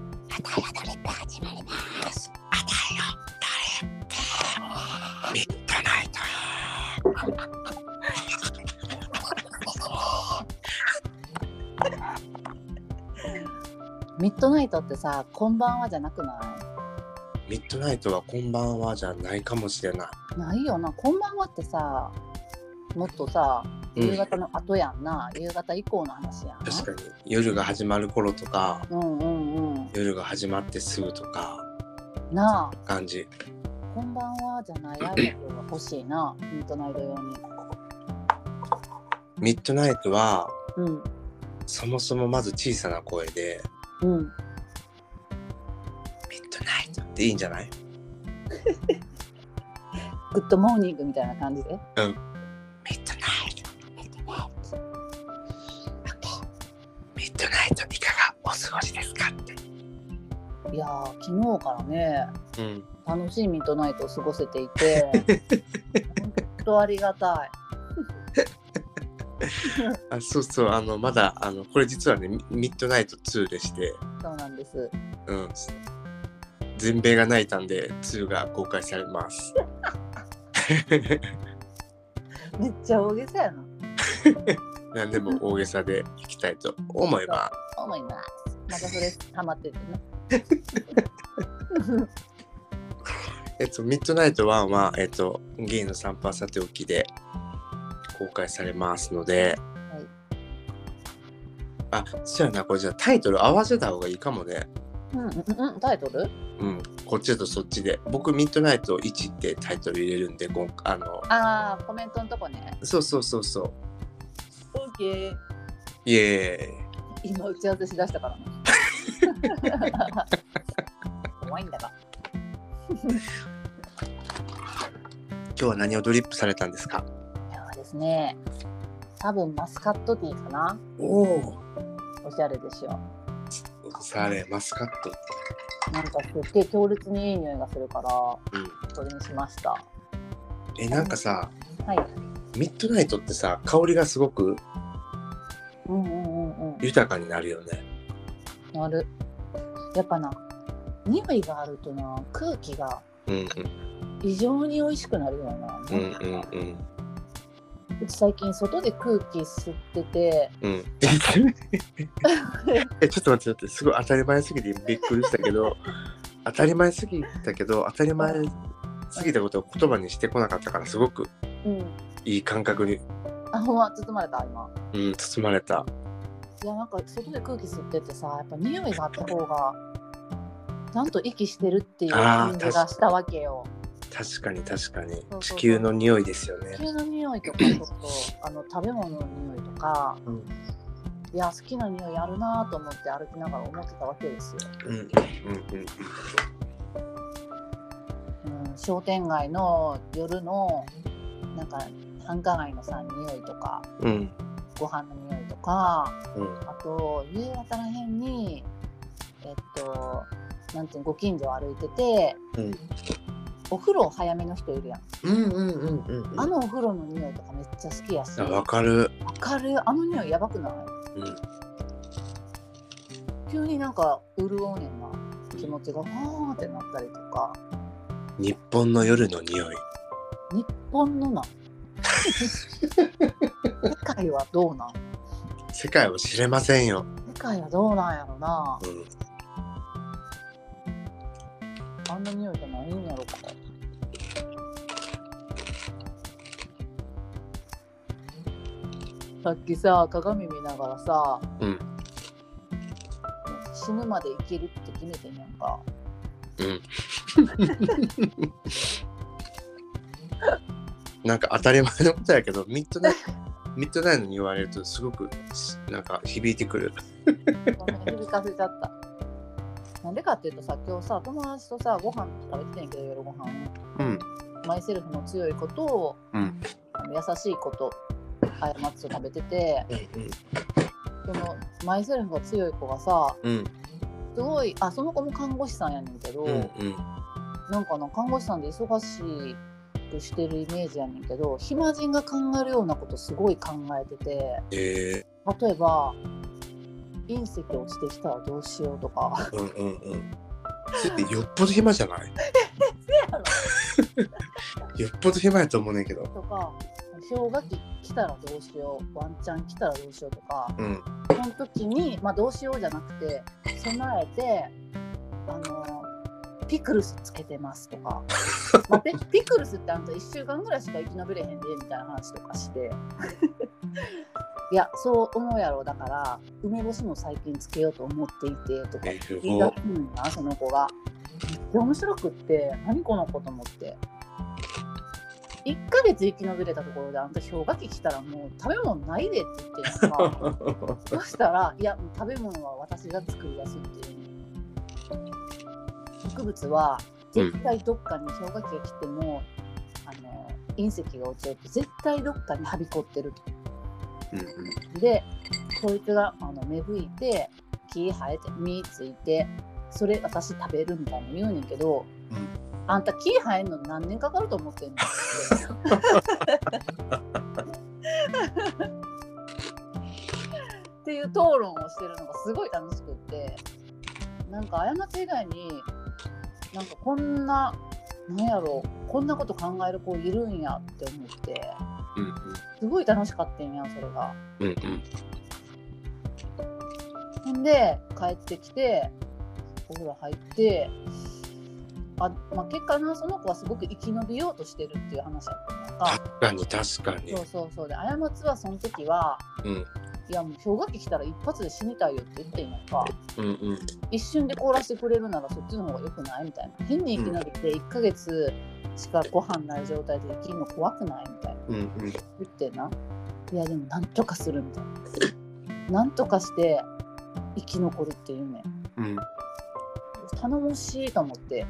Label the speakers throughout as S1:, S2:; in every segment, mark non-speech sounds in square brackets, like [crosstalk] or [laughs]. S1: らドリップ始まります。
S2: ミッドナイト
S1: ミッドナイトってさ、こんばんはじゃなくな
S2: ミッドナイトはこんばんはじゃないかもしれない
S1: ないよな。こんばんはってさ、もっとさ、
S2: い、う
S1: 夕
S2: ん、
S1: 方の後やんな。夕方以降の話やん。
S2: 確かに夜が始まる頃とか
S1: うんうんうん。
S2: 夜が始まってすぐとか
S1: な
S2: 感じ
S1: あ、こんばんはじゃないアイテムが欲しいな。ミッドナイト用に。
S2: ミッドナイトは
S1: うん。
S2: そもそもまず小さな声で
S1: う
S2: 「
S1: ん。
S2: ミッドナイト」っていいんじゃない
S1: グッドモーニングみたいな感じで。
S2: ミッドナイトミッドナイトいかがお過ごしですかって
S1: いやー、昨日からね、
S2: うん
S1: 楽しいミッドナイトを過ごせてい
S2: [laughs]
S1: て、本当ありがたい。
S2: あそうそうあのまだあのこれ実はねミミッドナイト2でして
S1: そうなんです。
S2: うん全米が泣いたんで2が公開され [laughs] ます
S1: めっちゃ大げさやな。
S2: 何でも大げさでいきたいと思います
S1: 思います。またそれハマってて
S2: [laughs]
S1: ね。
S2: えっと、ミッドナイト1は、えっと、ゲイの散歩はさておきで公開されますので、
S1: い
S2: あ、そうやな、これじゃあタイトル合わせた方がいいかもね。
S1: うんうんうん。タイトル？
S2: うん、こっちとそっちで。僕、ミッドナイト1ってタイトル入れるんで、今あの、
S1: ああコメントのとこね。
S2: そうそうそうそう。
S1: オッケー。
S2: イエ
S1: 今打ち合わせしだしたからね。
S2: [laughs]
S1: 怖いんだが。
S2: ーイ。今日は何をドリップされたんですか
S1: 今日はですね、多分マスカットティーかな。
S2: おお。
S1: おしゃれでしょ。
S2: され、マスカット。
S1: なんかすっげえ強烈にいい匂いがするから、
S2: うん。
S1: それにしました。は
S2: え、なんかさ、
S1: い。
S2: ミッドナイトってさ、香りがすごく
S1: うんうんうんうん。
S2: 豊かになるよね。
S1: なる。やっぱな、匂いがあるとな、空気が
S2: うんうん
S1: 異常に美味しくなるよな。
S2: うんうんうん。
S1: うち最近外で空気吸ってて
S2: [laughs] うん、えちょっと待って待ってすごい当たり前すぎてびっくりしたけ [laughs] ど当たり前すぎたけど当たり前すぎたことを言葉にしてこなかったからすごく
S1: うん
S2: いい感覚に、
S1: あほんま包まれた今
S2: うん、包まれた
S1: いやなんか外で空気吸っててさやっぱ匂いがあった方がちゃんと息してるっていう感じがしたわけよ
S2: 確かに確かに
S1: そう
S2: 地球の匂いですよね
S1: 地球の匂いとかちょっとあの食べ物の匂いとか、
S2: うん
S1: いや好きな匂いあるなと思って歩きながら思ってたわけですよ、
S2: うんうんうん
S1: うん、商店街の夜のなんか繁華街のさ匂いとか
S2: うん
S1: ご飯の匂いとか
S2: うん
S1: あと夕方らへんにえっとなんていうのご近所を歩いてて
S2: うん
S1: お風呂早めの人いるやん、
S2: うんうんうんうん
S1: あのお風呂の匂いとかめっちゃ好きやし
S2: あわ
S1: わ
S2: かる、
S1: かるあの匂いやばくない
S2: うん、
S1: 急になんか潤うねんな気持ちがわーってなったりとか
S2: 日本の夜の匂い
S1: 日
S2: [laughs]
S1: 本のな世界はどうなん
S2: 世界を知れませんよ、
S1: 世界はどうなんやろな
S2: うん、
S1: あんな匂いじゃないんやろかさっきさ鏡見ながらさ、
S2: うん
S1: 死ぬまで生きるって決めてんやんか
S2: うん。なんか当たり前のことやけど、ミッドナイト、ミッドナイトに言われるとすごくしなんか響いてくる。
S1: ごめん響かせちゃったなんでかっていうとさ今日さ友達とさご飯食べててんやけど夜ご飯
S2: うん。
S1: マイセルフの強いことを、
S2: うん
S1: あの優しいこと過ちを食べててそのマイセルフが強い子がさ
S2: うん。
S1: すごいあその子も看護師さんやねんけど、
S2: うん。うん。
S1: なんかな看護師さんで忙しくしてるイメージやねんけど暇人が考えるようなことすごい考えてて
S2: え
S1: 例えば隕石落ちてきたらどうしようとか
S2: [laughs] ー。うんうんうん。それってよっぽど暇じゃない
S1: せやろ
S2: よっぽど暇やと思うねんけど。
S1: とか氷河期来たらどうしようワンチャン来たらどうしようとか
S2: うん。
S1: その時に、まあ、どうしようじゃなくて備えてあのピクルスつけてますとか待ってピクルスってあんた1週間ぐらいしか生き延びれへんでみたいな話とかして [laughs] いやそう思うやろだから梅干しも最近つけようと思っていてとか
S2: えす
S1: 言い
S2: ごい
S1: 出すんやなその子が。で面白くって何この子と思って。1ヶ月生き延びれたところであんた氷河期来たらもう食べ物ないでって言ってるの
S2: [laughs]
S1: かそしたらいや食べ物は私が作り出すっていう植物は絶対どっかに氷河期が来ても、あの隕石が落ちると絶対どっかにはびこってると
S2: うん
S1: でこいつがあの芽吹いて木生えて実ついてそれ私食べるみたいなの言うねんけど、
S2: うん
S1: あんた木生えんの何年かかると思ってんのってっていう討論をしてるのがすごい楽しくってなんか過ち以外になんかこんななんやろこんなこと考える子いるんやって思って
S2: うん
S1: すごい楽しかったんやそれが。
S2: うんうんうん
S1: ほんで帰ってきてお風呂入ってあ、まあ、結果なその子はすごく生き延びようとしてるっていう話だったのか
S2: 確かに確かに
S1: そうそうそうで過ちはその時は、
S2: うん
S1: いやもう氷河期来たら一発で死にたいよって言ってんのか
S2: うんうん
S1: 一瞬で凍らせてくれるならそっちの方が良くないみたいな変に生き延びて1ヶ月しかご飯ない状態で生きるの怖くないみたいな。
S2: うんうん
S1: 言ってな。いやでもなんとかするみたいな。なんとかして生き残るっていうね。
S2: うん
S1: 頼もしいと思って。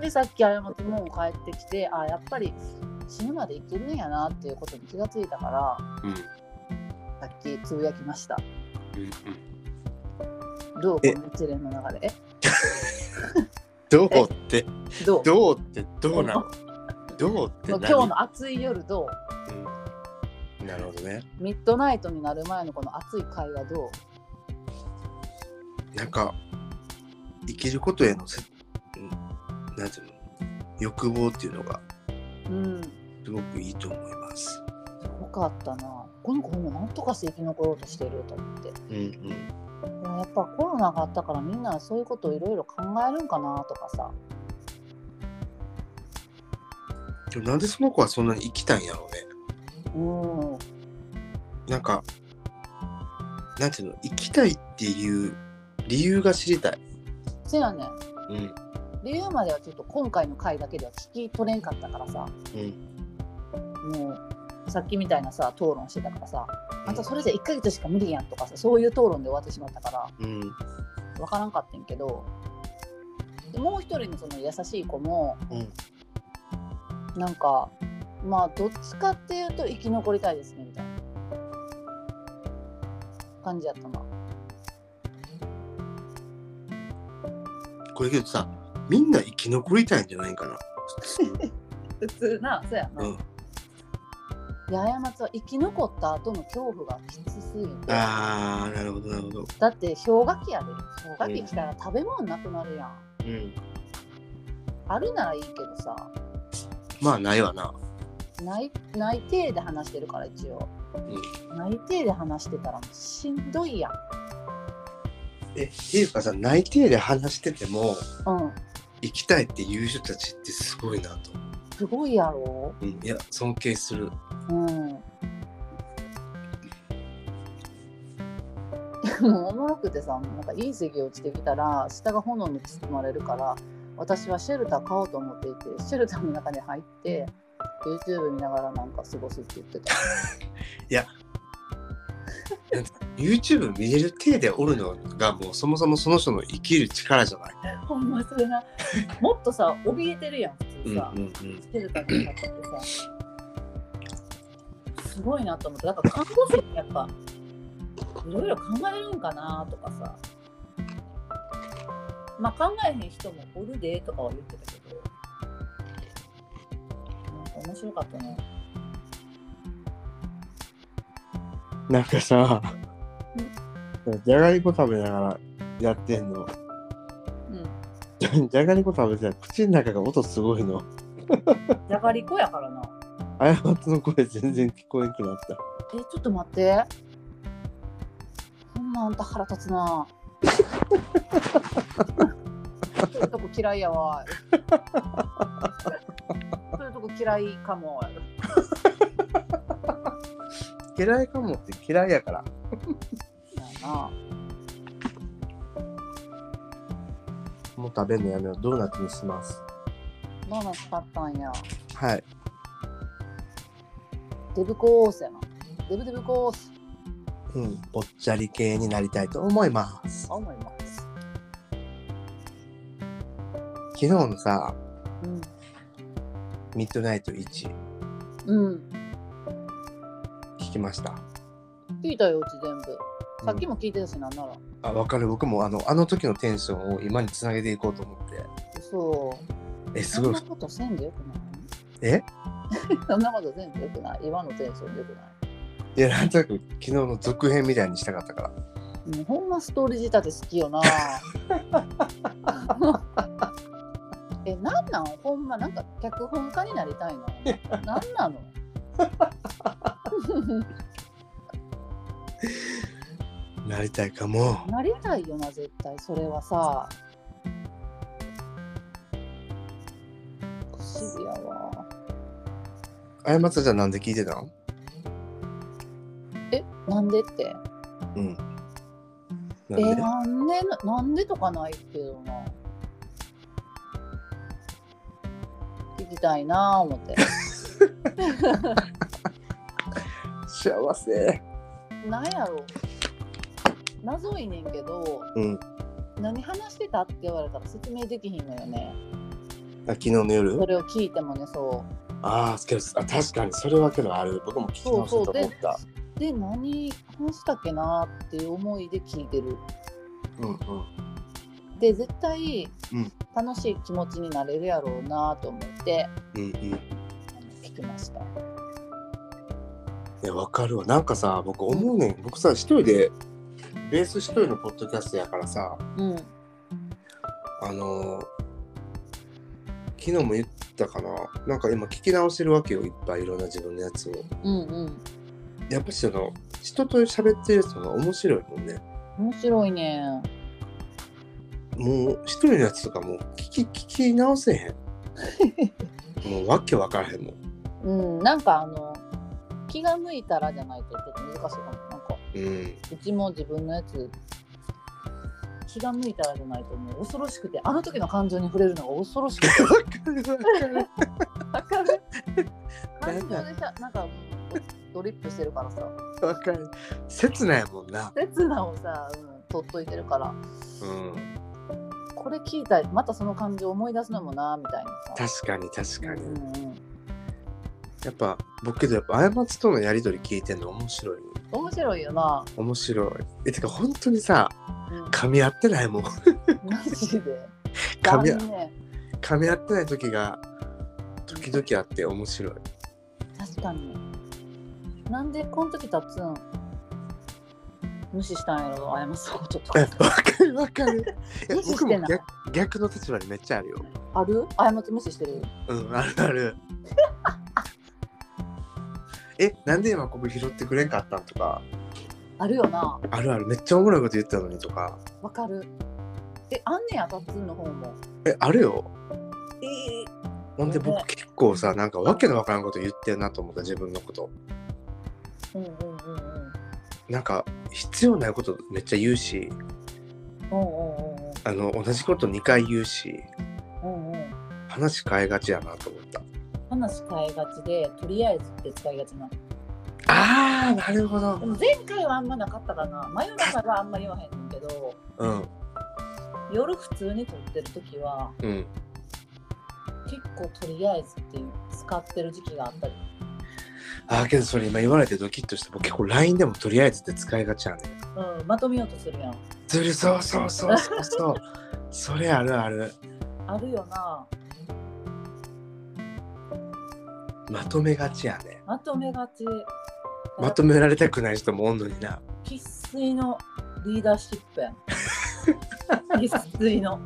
S1: でさっき過ちも帰ってきてあやっぱり死ぬまで生きるんやなっていうことに気がついたから
S2: うん
S1: さっきつぶやきました。
S2: うん
S1: どうこ
S2: え
S1: の一連の流れ
S2: どうって
S1: えどう
S2: どうってどうなのどうって
S1: もう
S2: 何
S1: 今日の暑い夜どう
S2: うんなるほどね
S1: ミッドナイトになる前のこの暑い会話どう
S2: なんか生きることへのせうんなんていうの欲望っていうのが
S1: うん
S2: すごくいいと思います
S1: よかったなこの子ほんまなんとかして生き残ろうとしてると思って
S2: うんうん
S1: でもやっぱコロナがあったからみんなそういうことをいろいろ考えるんかなとかさ
S2: でもなんでその子はそんなに生きたんやろうね
S1: うん
S2: なんかなんていうの生きたいっていう理由が知りたい
S1: せやねん
S2: うん
S1: 理由まではちょっと今回の回だけでは聞き取れんかったからさ
S2: うん
S1: もうさっきみたいなさ討論してたからさあんたそれじゃ1ヶ月しか無理やんとかさそういう討論で終わってしまったから
S2: うん
S1: 分からんかったんけどでもう一人のその優しい子も
S2: うん
S1: なんかまあどっちかっていうと生き残りたいですねみたいな感じやったな
S2: これけどさみんな生き残りたいんじゃないか
S1: [laughs]
S2: な普通
S1: 普通なそうやな、
S2: うん
S1: いや過ちは生き残った後の恐怖がきつすぎてだ
S2: ああなるほどなるほど
S1: って氷河期やで氷河期来たら食べ物なくなるやん、
S2: うん
S1: あるならいいけどさ
S2: まあないわな
S1: ないない体で話してるから一応、内定で話してたらもうしんどいやん
S2: えっていうかさ内定で話してても
S1: うん
S2: 行きたいっていう人たちってすごいなと思
S1: すごいやろ
S2: う、うん、いや尊敬する
S1: うんもうおもろくてさなんか隕石落ちてきたら下が炎に包まれるから私はシェルター買おうと思っていてシェルターの中に入って YouTube 見ながらなんか過ごすって言ってた
S2: YouTube 見れる体でおるのがもうそもそもその人の生きる力じゃない
S1: ほんまそれ
S2: [laughs]
S1: なもっとさ怯えてるやん普
S2: う
S1: 通
S2: んう
S1: さ、
S2: んうん
S1: シェルターの中ってさすごいなと思ってだから看護師ってやっぱいろいろ考えるんかなとかさまあ考えへん人もおるでとかは言ってたけどなんか面白かったね
S2: なんかさじゃがりこ食べながらやってんの [laughs] じゃがりこ食べてたら口の中が音すごいの。
S1: じゃがりこやからな。
S2: 過ちの声全然聞こえんくなった。
S1: え、ちょっと待って。ほんまあんた腹立つな。そういうとこ嫌いやわ。そういうとこ嫌いかも。
S2: 嫌いかもって嫌いやから。
S1: やな
S2: もう食べんのやめよう。ドーナツにします。
S1: ドーナツ買ったんや。
S2: はい。
S1: デブコースやな。デブデブコース。
S2: うん。ぽっちゃり系になりたいと思います。
S1: あ、思います。
S2: 昨日のさ、
S1: うん。
S2: ミッドナイト1
S1: うん。
S2: 聞きました。
S1: 聞いたよ、うち全部。さっきも聞いてたし、なんなら。
S2: あ、わかる。僕もあの、あの時のテンションを今につなげていこうと思って。
S1: そう。
S2: え、す
S1: そん
S2: ごい
S1: な。ことせんでよくない
S2: え [laughs]
S1: そんなことせんでよくない今のテンションでよくない
S2: いや、なんとなく昨日の続編みたいにしたかったから。
S1: もうほんまストーリー仕立て好きよな [laughs] え、なんなんほんまなんか脚本家になりたいのなんなの
S2: なりたいかも。
S1: なりたいよな絶対それはさ不思議やわ
S2: あやまつじゃあなんで聞いてたの
S1: えなんでって
S2: うん。な
S1: え
S2: んで
S1: なんでなんでとかないけどな聞きたいなあ思って
S2: 幸せ。
S1: なんやろ謎いねんけど
S2: うん。
S1: 何話してたって言われたら説明できひんのよね
S2: あ昨日の夜
S1: それを聞いてもねそう
S2: あーけどあ、確かにそれはけどある。僕も聞き
S1: そ
S2: 直
S1: う
S2: そ
S1: そ
S2: と
S1: うう
S2: 思
S1: で
S2: った。
S1: で何話したっけなっていう思いで聞いてる
S2: うんうん。
S1: で絶対
S2: うん
S1: 楽しい気持ちになれるやろうなと思って
S2: うんうん。い
S1: あの聞きました
S2: や、わかるわ。なんかさ、僕思うねん。僕さ、一人で、ベース一人のポッドキャストやからさ、
S1: うん
S2: あのー昨日も言ったかな。なんか今聞き直してるわけよ。いっぱいいろんな自分のやつを。
S1: うんうん
S2: やっぱりその、人と喋ってるやつの方が面白いもんね。
S1: 面白いねん
S2: もう一人のやつとかもう聞き聞き直せ [laughs] へん。もうわけわからへんもん。
S1: うんなんかあの気が向いたらじゃないとちょっと難しいかもなんか
S2: うん。
S1: うちも自分のやつ気が向いたらじゃないともう恐ろしくてあの時の感情に触れるのが恐ろしくて
S2: わかるわかる。
S1: わかる
S2: な
S1: 感
S2: ん
S1: 情
S2: か
S1: でさなんかもうドリップしてるからさ
S2: わかる。切ないもんな。
S1: 刹那をさ、うん、取っといてるから
S2: うん。
S1: これ聞いたらまたその感情を思い出すのもなみたいなさ
S2: 確かに確か
S1: う
S2: に。
S1: んうん、
S2: やっぱ僕けどやっぱ過ちとのやりとり聞いてんの面白い。
S1: 面白いよな、
S2: 面白い。えてか本当にさ [laughs]
S1: うん、
S2: 噛み合ってないもん。
S1: マジで
S2: 噛み合
S1: 残念
S2: 噛み合ってない時が時々あって面 [laughs] 白い。
S1: 確かになんでこの時立つん無視したんやろ謝ますことと
S2: え
S1: か
S2: わかるわかる。え
S1: 無視
S2: 僕
S1: し
S2: も
S1: てない
S2: 逆逆の立場にめっちゃあるよ。
S1: ある謝って無視してる
S2: [laughs] うん、あるある。え、なんで今ここ拾ってくれんかったんとか、
S1: あるよな
S2: あるある、めっちゃおもろいこと言ってたのにとか、
S1: わかるえあんねやたつんの方も
S2: え、あるよ。
S1: ええ
S2: ほんで僕結構さ、なんかわけのわからんこと言ってんなと思った、自分のこと。
S1: うんうんうんうん
S2: なんか、必要ないことめっちゃ言うし、
S1: うんうんうん
S2: あの、同じこと2回言うし、
S1: うんうん
S2: 話変えがちやなと思った。
S1: 話変えがちでとりあえずって使いがちな
S2: あー、なるほ
S1: で
S2: ど。
S1: も前回はあんまなかったかな真夜中はあんま言わへんねんけど
S2: うん、
S1: 夜普通に撮ってる時は
S2: うん。
S1: 結構とりあえずっていう使ってる時期があったり
S2: あー、けどそれ今言われてドキッとした。僕結構 LINE でもとりあえずって使いがちやねん。
S1: うん、まとめようとするやん。
S2: ずるそうそうそうそうそう。それあるある。
S1: あるよな。
S2: まとめがちやね。
S1: まとめがち。
S2: まとめられたくない人もおんのにな。[laughs]
S1: 生粋のリーダーシップやん。生粋の。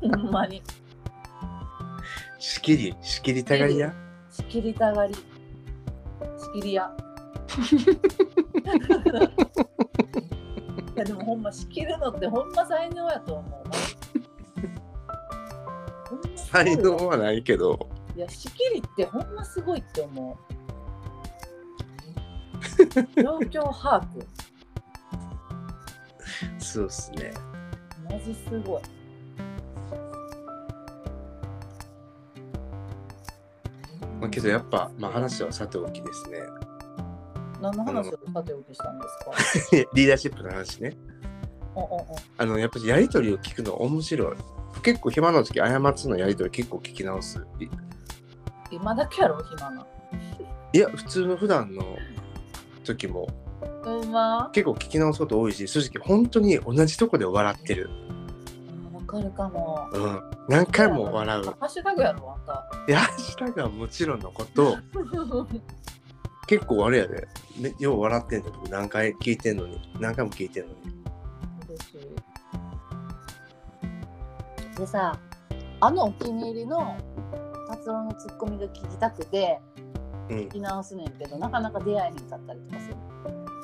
S1: ほんまに
S2: 仕切り、仕切りたがりや。
S1: 仕切りたがり仕切り
S2: [laughs]
S1: 屋いやでもほんま仕切るのってほんま才能やと思うわほんますごいわ
S2: 才能はないけど、
S1: いや仕切りってほんますごいっ
S2: [laughs]
S1: て思う状況把握
S2: そうっすね。
S1: マジすごい。
S2: まあ、けどやっぱ、まあ、話はさておきですね。 [laughs]
S1: 何の話をさておきしたんですか。
S2: リーダーシップの話ね。
S1: うんうんうん
S2: あの、やっぱりやりとりを聞くの面白い。結構暇な時、過ちのやりとり結構聞き直す。い
S1: 今だけやろ暇な。
S2: いや、普通の普段の時も
S1: ほんま。
S2: 結構聞き直すこと多いし、正直本当に同じとこで笑ってる。
S1: うんわかるかも。
S2: うん。何回も笑う。
S1: ハッシュタグやろまた。
S2: で、ハッシュタグはもちろんのこと、結構あれやで、ね、よう笑ってんの僕何回聞いてんのに、何回も聞いてんのに。
S1: 嬉しい [laughs] でさあのお気に入りの達郎のツッコミが聞きたくて
S2: うん
S1: 聞。き直すねんけどなかなか出会えへんかったりとかする。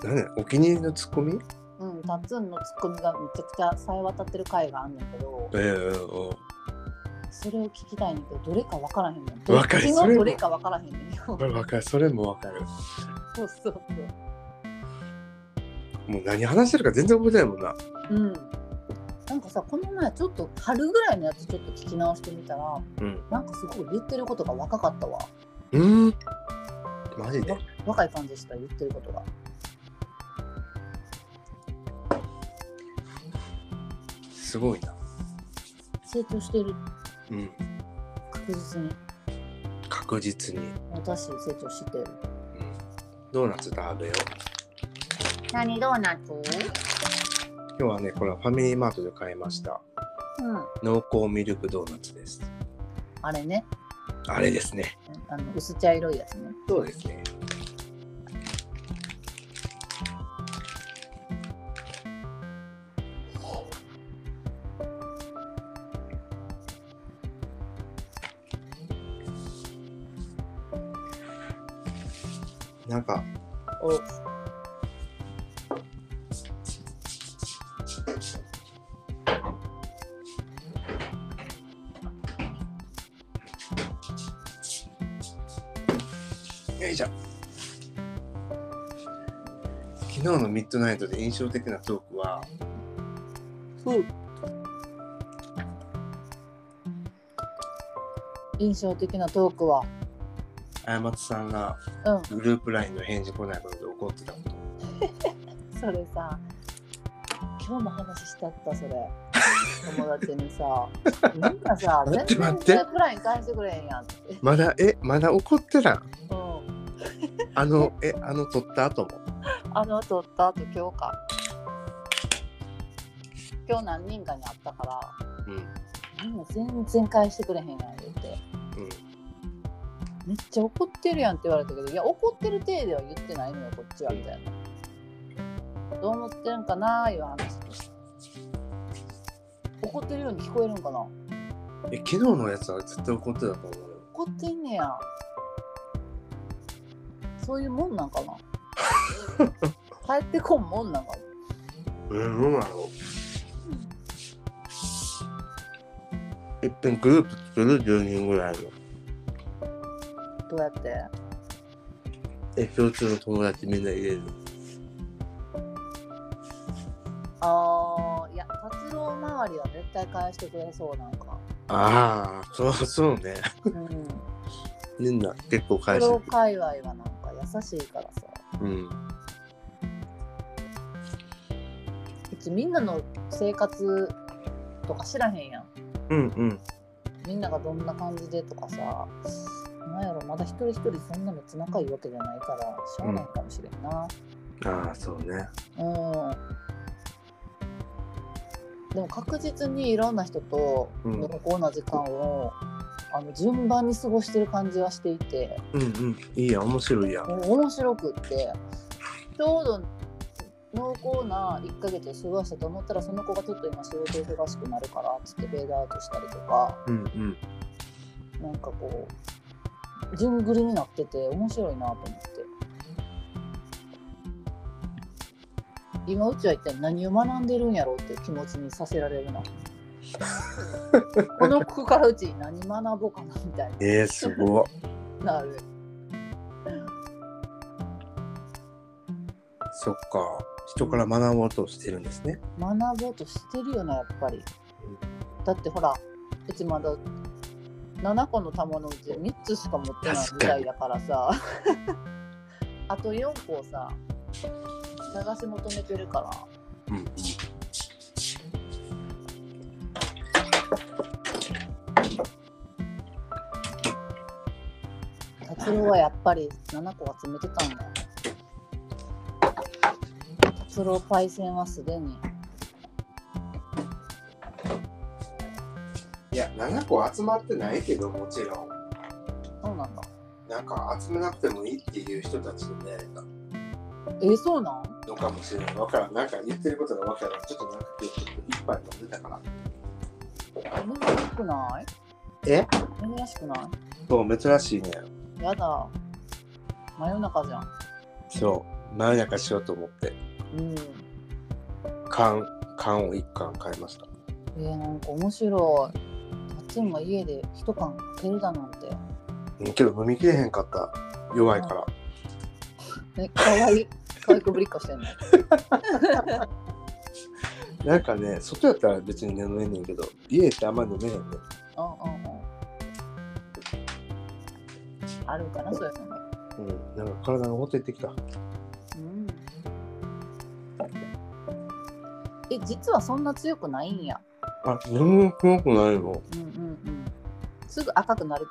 S2: 何やお気に入りのツッコミ
S1: うん、タッツンのツッコミがめちゃくちゃさえ渡ってる回があんねんけど
S2: ええうんうん
S1: それを聞きたいねんけどどれか分からへんねん
S2: わかる
S1: どっち
S2: それも
S1: のどれか分からへんねんよ
S2: これ分かる、それも分かる。
S1: そうそう
S2: もう何話してるか全然覚えてないもんな。
S1: そううんなんかさこの前ちょっと春ぐらいのやつちょっと聞き直してみたら
S2: うん。
S1: なんかすごい言ってることが若かったわ
S2: うん。マジで
S1: 若い感じでした言ってることが
S2: すごいな。
S1: 成長してる
S2: うん。
S1: 確実に
S2: 確実に。
S1: 私成長してる
S2: ドーナツ食べよう。
S1: 何ドーナツ
S2: 今日はね、これはファミリーマートで買いました。
S1: うん
S2: 濃厚ミルクドーナツです。
S1: あれね
S2: あれですね。
S1: あの薄茶色いやつね
S2: そうですね。なんか
S1: お
S2: よいしょ昨日のミッドナイトで印象的なトークは
S1: うん印象的なトークは
S2: あやまつさんが
S1: うん
S2: グループ LINE の返事来ないことで怒ってたこと
S1: それさ今日も話しちゃったそれ [laughs] 友達に [laughs] さなんかさ
S2: 待って
S1: 全然
S2: 待って
S1: グループライン返してくれへんやんって、
S2: まだえまだ怒ってたん
S1: うん、
S2: あのえあの撮った後も
S1: あの撮った後今日か今日何人かに会ったから
S2: うん
S1: みんな全然返してくれへんやん言って
S2: うん
S1: めっちゃ怒ってるやんって言われたけどいや怒ってる体では言ってないのよこっちはみたいなどう思ってるんかなーいう話怒ってるように聞こえるんかな
S2: え昨日のやつは絶対怒ってたと思うよ
S1: 怒ってんねやそういうもんなん
S2: [laughs]
S1: かな帰ってこんもんなんか
S2: うんどうなのいっぺんグループ作る10人ぐらいの
S1: などうやって
S2: え共通の友達みんな入れる
S1: ああいや達郎周りは絶対返してくれそうなんか
S2: ああそうそうね
S1: うん
S2: みんな結構
S1: プ
S2: 返して
S1: ロ
S2: くる
S1: 界隈はなんか優しいからさ
S2: うん
S1: うちみんなの生活とか知らへんやん
S2: うんうん
S1: みんながどんな感じでとかさなんやろまだ一人一人そんなめっちゃ仲いいわけじゃないからしょうがないかもしれんな、
S2: ああそうね
S1: うん、でも確実にいろんな人と
S2: うん
S1: 濃厚な時間を、あの順番に過ごしてる感じはしていて
S2: うんうんいいや面白いや
S1: もう面白くってちょうど濃厚な1ヶ月を過ごしたと思ったらその子がちょっと今仕事忙しくなるからっつってフェードアウトしたりとか
S2: うんうん。
S1: なんかこう順繰りになってて面白いなと思って今うちは一体何を学んでるんやろうっていう気持ちにさせられるなこの子からうち何学ぼうかなみたい
S2: えー、すごい。
S1: になる
S2: そっか。人から学ぼうとしてるんですね。
S1: 学ぼうとしてるよなやっぱりだってほらうちまだ7個の玉のうち3つしか持ってない
S2: 確
S1: 時
S2: かに
S1: 代だからさあと4個をさ探し求めてるから
S2: うんうん。
S1: 達郎はやっぱり7個集めてたんだよ。達郎パイセンはすでに。
S2: いや、7個集まってないけど、もちろん。
S1: そうなんだ。
S2: なんか集めなくてもいいっていう人たちに出会えた
S1: えー、そうなん
S2: のかもしれない。わからん。なんか言ってることがわからん。ちょっとなんか今日ちょっと一杯飲んでたから。
S1: 珍しくない
S2: え
S1: 珍しくな
S2: そう、珍しいね。
S1: いやだ。真夜中じゃん。
S2: そう。何やかしようと思って。
S1: うん。
S2: 缶、缶を1缶買いました。
S1: えー、なんか面白い。タッツンが家で一缶かけるだなんて。
S2: うんけど飲みきれへんかった。弱いから。
S1: え、かわいい。かわいくぶりっこしてんの。
S2: なんかね、外やったら別に飲めんねんけど、家ってあんまり飲めへんね
S1: うんうんうん。あるかな、そういうのも。
S2: ん。うん。なんか体がほてってきた。
S1: うんえ実はそんな強くないんや。
S2: あ、全然怖くないの。
S1: うんうんうん。すぐ赤くなる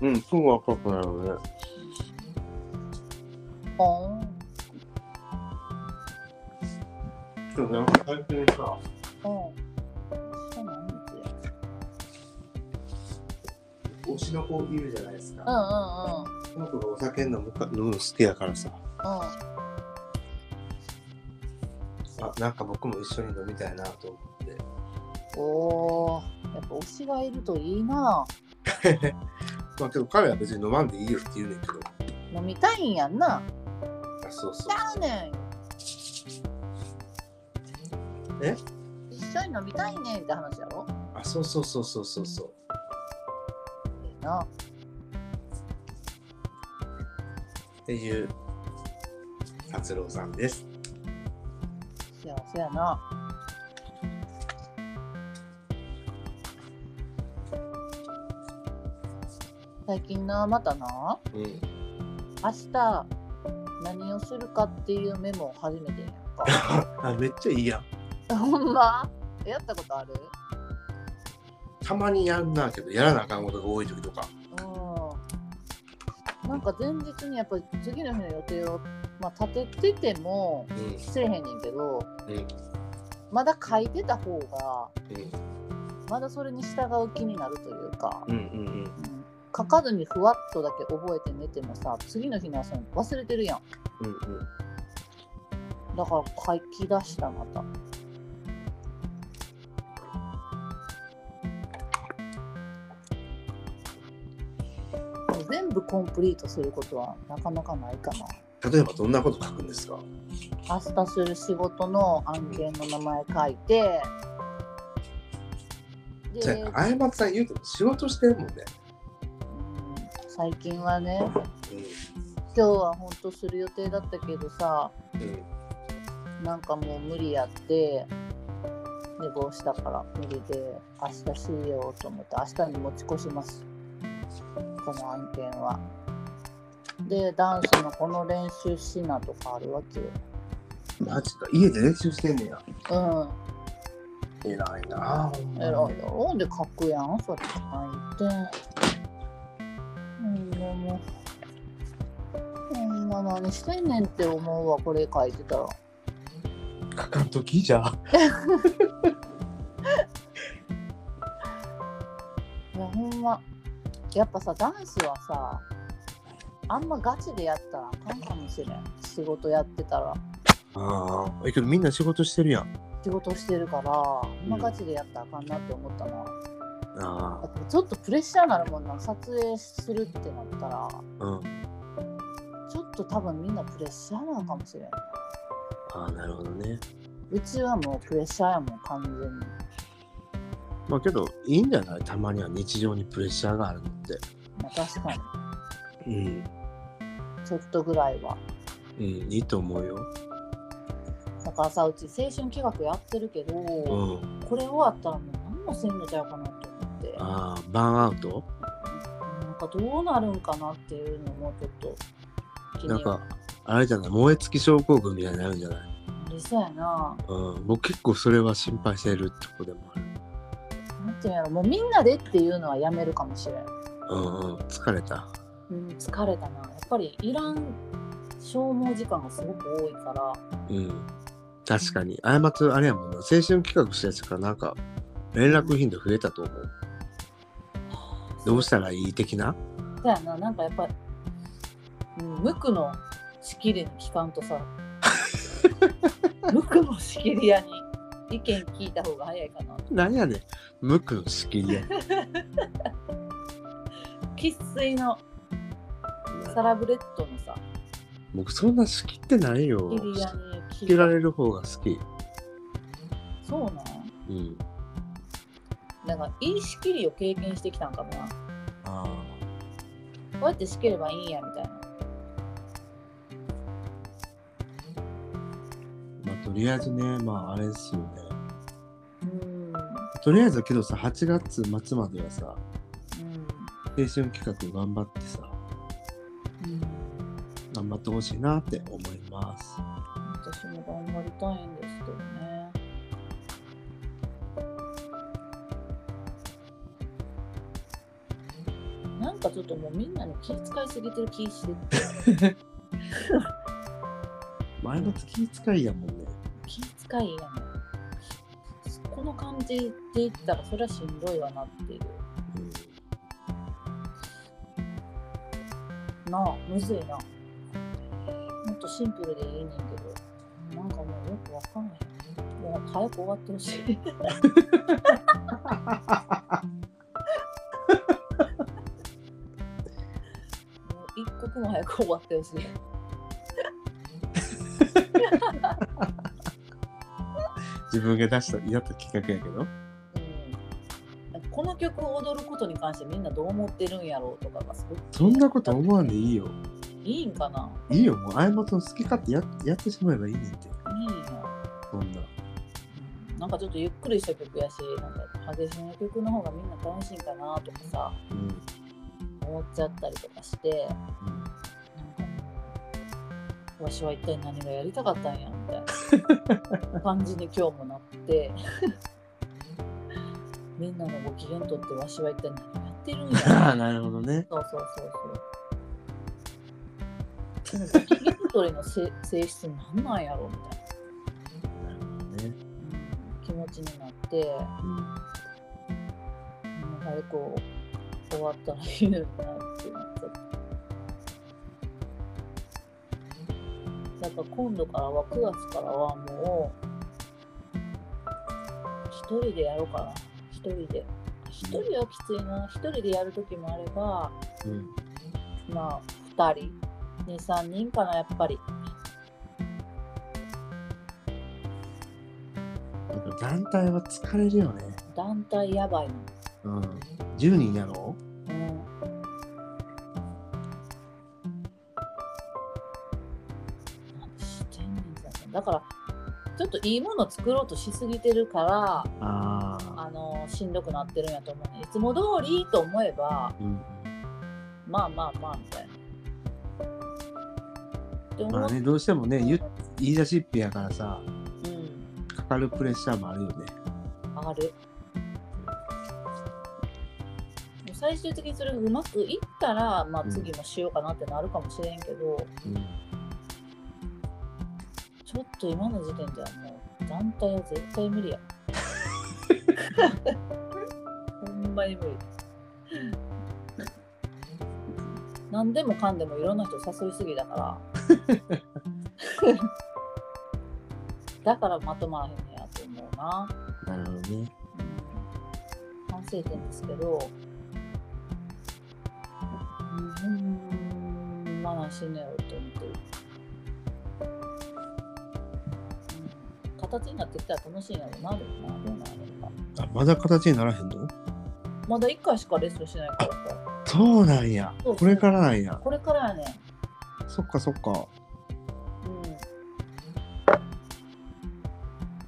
S1: 系。
S2: うん、すぐ赤くなるね。
S1: ほーん。
S2: でもなんか最近さ、
S1: ほーん。そうなんですよ。
S2: 推しの子いるじゃないです
S1: うん
S2: か。
S1: うんうん。
S2: この子がお酒飲むか飲むの好きやからさ。
S1: う
S2: あ、なんか僕も一緒に飲みたいなと思って。
S1: ん。おー。やっぱ推しがいるといいな。
S2: まあけど彼は別に飲まんでいいよって言うねんけど。
S1: 飲みたいんやん
S2: あ、
S1: な。
S2: そうそう。
S1: だねん。
S2: え
S1: 一緒に飲みたいねんって話やろ。
S2: あ、そうそうそうそうそうそう。
S1: な。
S2: っていう達郎さんです。
S1: 幸せやな。最近な、またな、
S2: うん。
S1: 明日何をするかっていうメモを初めてやんか。
S2: [laughs] あ、めっちゃいいやん。
S1: ほんまやったことある
S2: たまにやんなけど、やらなあかんことが多い時とか。
S1: うん。なんか前日にやっぱり次の日の予定を、まあ、立ててても
S2: うん。うん。
S1: せえへんねんけど、
S2: うん
S1: まだ書いてた方がまだそれに従う気になるというか。
S2: うんうんうん。
S1: 書かずにふわっとだけ覚えて寝てもさ次の日の朝に忘れてるやん
S2: うんうん。
S1: だから書き出したまた全部コンプリートすることはなかなかないかな
S2: 例えばどんなこと書くんですか
S1: 明日する仕事の案件の名前書いて
S2: じゃ
S1: で
S2: あ、あやまつさん言うても仕事してるもんね。
S1: うん最近はね
S2: う
S1: 今日は本当する予定だったけどさ
S2: ん。うん。
S1: なんかもう無理やって寝坊したから無理で明日しようと思って明日に持ち越しますこの案件はでダンスのこの練習しなとかあるわけよ
S2: マジか。家で練習してんねや。
S1: う
S2: 偉いなあ。ほん
S1: ん
S2: ま
S1: えら
S2: に
S1: いよなんで書くやんそれ書いてうんでもほんま何してんねんって思うわこれ書いてたら
S2: 書かんときじゃ。
S1: いやほんまやっぱさダンスはさあんまガチでやったらあかんかもしれん仕事やってたら
S2: ああ。え、けどみんな仕事してるやん。
S1: 仕事をしてるから、まガチでやったらあかんなって思ったな。
S2: あ
S1: だってちょっとプレッシャーなるもんな、撮影するってなったら、
S2: あ。うん。
S1: ちょっと多分みんなプレッシャーなのかもしれない。
S2: ああ、なるほどね。
S1: うちはもうプレッシャーやもん、完全に。
S2: まあけど、いいんじゃないたまには日常にプレッシャーがあるのって。
S1: まあ、確かに、
S2: うん。
S1: ちょっとぐらいは。
S2: うん、いいと思うよ。
S1: だからさ、うち青春企画やってるけど、
S2: うん。
S1: これ終わったらもう何もせんのちゃうかなと思って、
S2: ああ、バーンアウト
S1: なんかどうなるんかなっていうのもちょっと気
S2: なん
S1: に
S2: か、あれじゃない燃え尽き症候群みたいになるんじゃない
S1: なりそうやな。
S2: うん。僕結構それは心配してるとこでもある。
S1: なんていうんやろ、もうみんなでっていうのはやめるかもしれん。
S2: うんうん。疲れた。
S1: うん、疲れたな。やっぱりいらん消耗時間がすごく多いから、
S2: うん。確かに。過ち、あれやもんな。青春企画したやつからなんか、連絡頻度増えたと思う。どうしたらいい的な
S1: そうやな、なんかやっぱ、うん、無垢の仕切りの期間と [laughs] さ、無垢の仕切り屋に意見聞いた方が早いかな。
S2: なんやねん。無垢の仕切りや。 [laughs]
S1: 生粋のサラブレッドのさ、
S2: 僕そんな仕切ってないよ。
S1: 仕切り屋
S2: 仕
S1: に聞い
S2: 切
S1: た
S2: られる方が好き。
S1: そうなん
S2: うん。
S1: なんかいい仕切りを経験してきたんかもな。
S2: あ
S1: こうやって仕切ればいいんやみたいな。
S2: まあ、とりあえずね、まああれですよね。
S1: うん。
S2: とりあえずけどさ、8月末まではさ、
S1: うん。
S2: 青春企画頑張ってさ、
S1: うん
S2: 頑張ってほしいなって思います。
S1: 私も頑張りたいんですけどね。なんかちょっともうみんなに気遣いすぎてる気して
S2: 前の月使いやもんね。
S1: 気遣いやねこの感じで言ったらそれはしんどいわなっていう
S2: うん。
S1: なあむずいなもっとシンプルでいいねんけどなんかもうよくわかんないもう早く終わってほしいもう一刻も早く終わってほしい
S2: 自分が出した嫌った企画やけど。
S1: うんこの曲を踊ることに関してみんなどう思ってるんやろうとかがすごく
S2: そんなこと思わんでいいよ。
S1: いいんかない
S2: いよ、もうあいまとの好き勝手ややってしまえばいいねんって。
S1: いいんや
S2: そんな。
S1: なんかちょっとゆっくりした曲やし、なんか激しめの曲の方がみんな楽しいんかなとかさ、
S2: うん。
S1: 思っちゃったりとかして、なんかわしは一体何がやりたかったんやみたい
S2: [laughs]
S1: な感じに今日もなって、 [laughs] みんなのご機嫌とってわしは一体何をやってるん
S2: ああ、
S1: や。
S2: なるほどね。
S1: そうそうそうそう。でもご機嫌取りのせ [laughs] 性質なんなんやろみたいな、
S2: なるほどね。
S1: うん気持ちになって。
S2: うん。
S1: もう早く終わったらいいのになってなっちゃった。なんか今度からは9月からはもう一人でやろうかな一人で一人はきついな一人でやる時もあれば
S2: うん。
S1: まあ2人23人かなやっぱり
S2: なんか団体は疲れるよね。
S1: 団体やばい
S2: う
S1: な
S2: ん。10人やろ
S1: うん何してんねんってなっただからちょっといいもの作ろうとしすぎてるから
S2: ああ。
S1: あのしんどくなってるんやと思うねいつも通りと思えば
S2: うん。
S1: まあまあまあみたいな。で
S2: まあね、どうしてもね、言言い出しっぺやからさ、
S1: うん、
S2: かかるプレッシャーもあるよね。
S1: ある。もう最終的にそれがうまくいったら、まあ、次もしようかなってなるかもしれんけど、
S2: うん。
S1: ちょっと今の時点ではもう団体は絶対無理や。ほんまに無理。何でもかんでもいろんな人誘いすぎだから。だからまとまらへんのやと思うな。
S2: なるほどね。
S1: うん反省点ですけど、うん、まあ何しんのやろうと思ってる。うん形になってきたら楽しいんやろうな、でもな、どうなんやろうな。
S2: あ、まだ形にならへんの
S1: まだ1回しかレッスンしないからさ、
S2: そうなんや。
S1: そう
S2: これからなんや。
S1: これからやねん。
S2: そっかそっか。
S1: うんめっ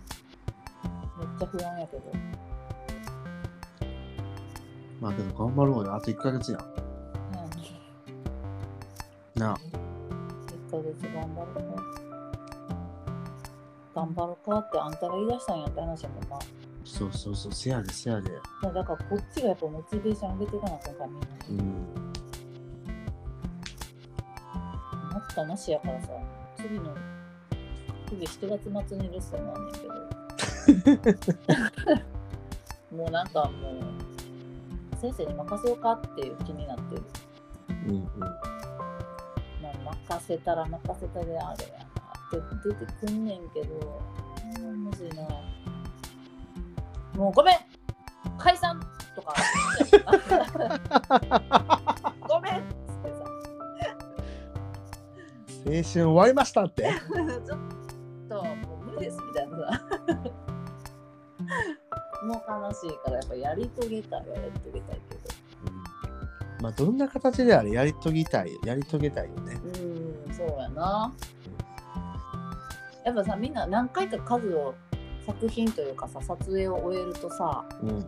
S1: ちゃ不安やけど。
S2: まあけど頑張ろうよ。あと1ヶ月やん。
S1: うん
S2: なあ。
S1: 1ヶ月頑張ろうか。頑張ろうかってあんたが言い出したんやって話やもんな。
S2: そうそうそう。せやでせやで。
S1: もうだからこっちがやっぱモチベーション上げていかなあかんからみんな。
S2: うん。
S1: もっとなしやからさ、次の、次7月末にレッスンなんねんけど。もうなんかもう、先生に任せようかっていう気になってる。
S2: うんうん。
S1: もう任せたら任せたであれやなって出てくんねんけど、うんむずいな。もうごめん解散とか。ごめんっつってさ。 [laughs]
S2: 青春終わりましたって。
S1: ちょっともう無理ですみたいなさ。 [laughs] もう悲しいからやっぱやり遂げたいはやり遂げたいけ
S2: うんまあどんな形であれやり遂げたいやり遂げたいよね。
S1: どうんそうやなやっぱさみんな何回か数を作品というかさ撮影を終えるとさ
S2: うん、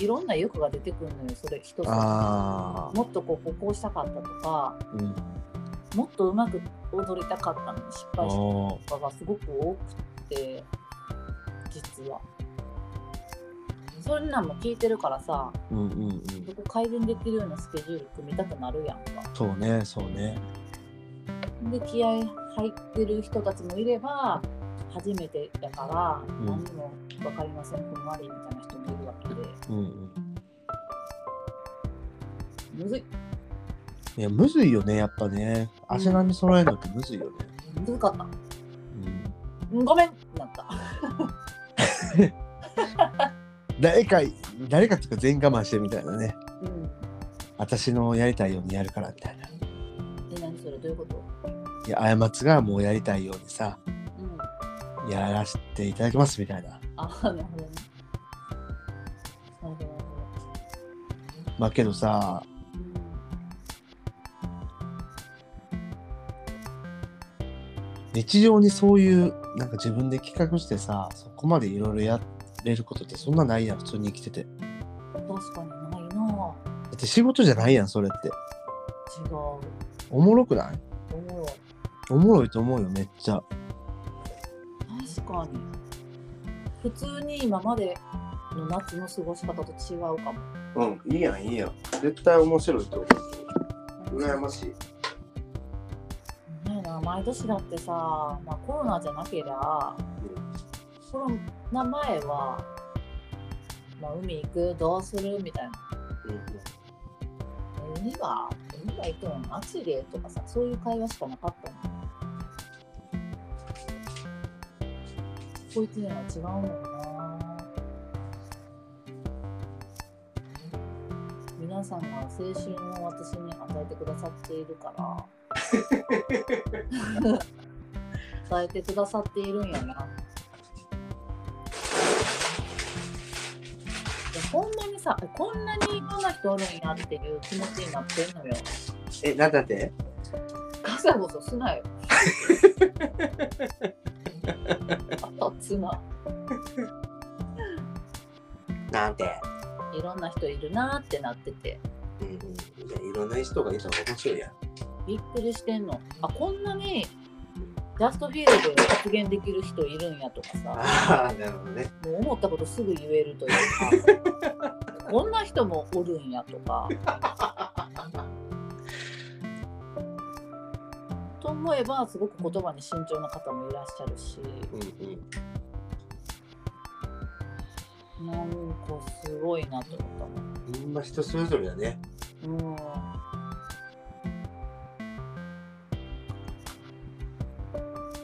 S1: いろんな欲が出てくるのよそれ一つ
S2: ああ、
S1: もっとこうここうしたかったとか
S2: うん、
S1: もっとうまく踊りたかったのに失
S2: あ
S1: 敗した
S2: ー
S1: とかがすごく多くて実はそんなんも聞いてるからさ
S2: うんうんうん
S1: そこ改善できるようなスケジュール組みたくなるやんか
S2: そうねそうね
S1: で気合入ってる人たちもいれば初めてやから
S2: うん
S1: 何にも分かりませんふんわりみたいな人もいるわけで
S2: うんうん
S1: むずい
S2: いやむずいよねやっぱね足並み揃えるのってむずいよね、
S1: 難かった
S2: うん、
S1: うんごめんってなった
S2: 誰か誰かっていうか全我慢してみたいなね
S1: うん
S2: 私のやりたいようにやるからみたいな
S1: え何それどういうこと
S2: いや過ちがもうやりたいようにさ
S1: うん
S2: やらせていただきますみたいな
S1: あなるほどねなるほどなるほど
S2: まあけどさ
S1: うん
S2: 日常にそういうなんか自分で企画してさそこまでいろいろやれることってそんなないやん普通に生きててだ
S1: 確かにないなぁ
S2: って仕事じゃないやんそれって
S1: 違う思
S2: おもろくないうおもろいと思うよめっちゃ
S1: 確かに普通に今までの夏の過ごし方と違うかも
S2: うんいいやんいいやん絶対面白いと思うましい
S1: ねえな毎年だってさ、まあ、コロナじゃなけりゃコロナ前は、まあ、海行くどうするみたいな海は海は行くの街でとかさそういう会話しかなかったのこいつには違うのかな皆さんが青春を私に与えてくださっているから与えてくださっているんやないやこんなにさこんなにいろんな人おるんやっていう気持ちになってんのよ
S2: えなんだって
S1: ガサゴソしないよ。あっつな。
S2: なんて
S1: いろんな人いるなーってなってて、
S2: うんうんいろんな人がいたら面白いやん
S1: びっくりしてんの。あ、こんなにジャストフィールドで発言できる人いるんやとかさ、
S2: [laughs] ああなるほどね
S1: もう思ったことすぐ言えるというか、こんな人もおるんやとか。と思えば、すごく言葉に慎重な方もいらっしゃるし。
S2: うんうん
S1: なんかすごいなと思ったも
S2: みんな人それぞれだね
S1: ん。うん。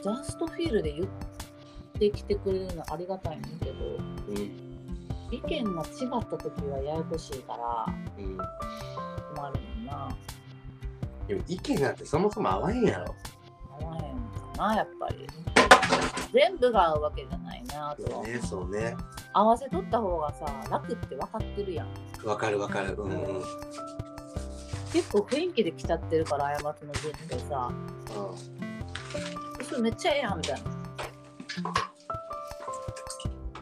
S1: ジャストフィールで言っってきてくれるのはありがたいねんだけど
S2: うん
S1: 意見が違った時はややこしいから
S2: うん
S1: 困るもんな
S2: でも意見なんてそもそも合わへんやろ
S1: 合わへんかなやっぱり全部が合うわけじゃないなとは
S2: ねそうね
S1: 合わせとった方がさ楽って分かってるやん
S2: わかるわかるうんうんうん
S1: 結構雰囲気で来ちゃってるから過ちの人ってさそれめっちゃええやんみたいな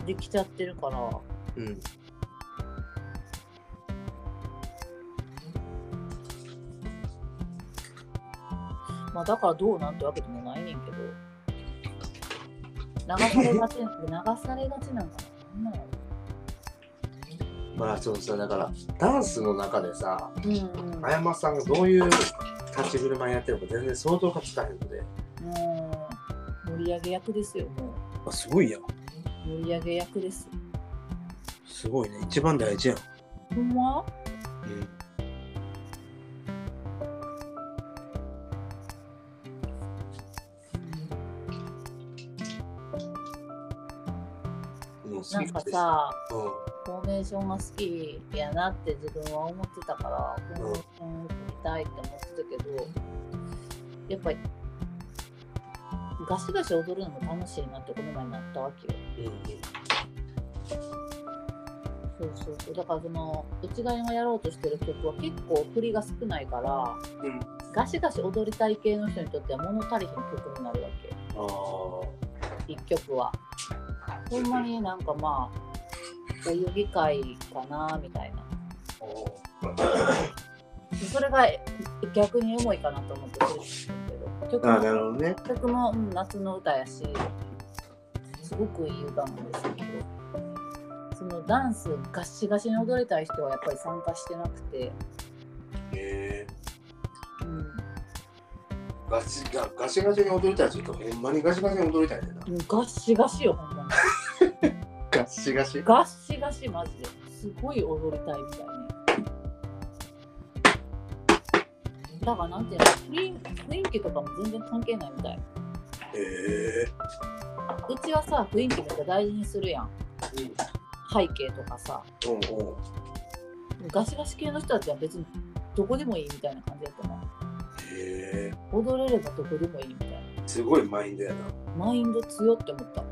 S1: できちゃってるから
S2: うん
S1: まあだからどうなんてわけでもないねんけど流されがち流 [laughs] されがちなんかななんなんやろ
S2: まあそうそうだからダンスの中でさ
S1: うんうん
S2: あやまさんがどういう立ち振る舞いやってるのか全然想像がつかへんので
S1: もう盛り上げ役ですよも
S2: あすごいやん
S1: う盛り上げ役です
S2: すごいね一番大事やん
S1: ほんま
S2: うんもう好き
S1: なんかさ
S2: うんうん
S1: フォーメーションが好きやなって自分は思ってたからフォーメーションを組みたいって思ってたけどやっぱりガシガシ踊るのも楽しいなってこの前になったわけよそうそうそうだからその内側がやろうとしてる曲は結構振りが少ないから
S2: うんうん
S1: ガシガシ踊りたい系の人にとっては物足りひん曲になるわけ
S2: ああ
S1: 一曲はほんまになんかまあお遊戯会かなみたいなそれがえ逆にエモいかなと思ってくるんですけど曲
S2: ああなる
S1: も
S2: ほどね
S1: 曲も、うん、夏の歌やしすごくいい歌なんですけどそのダンスガシガシに踊りたい人はやっぱり参加してなくて、
S2: へえ
S1: うん、
S2: ガチガガシガシに踊りたいちょっとほんまにガシガシに踊りたいねんな
S1: うんガッシガシよほんまに
S2: ガシガシ
S1: ガッシガシマジですごい踊りたいみたいねだからなんていうの雰囲雰囲気とかも全然関係ないみたい
S2: へえ
S1: うちはさ雰囲気めっちゃ大事にするやん背景とかさ
S2: うんうんうん
S1: ガシガシ系の人たちは別にどこでもいいみたいな感じだったな
S2: へえ
S1: 踊れればどこでもいいみたい
S2: すごいマインドやな
S1: なマインド強って思った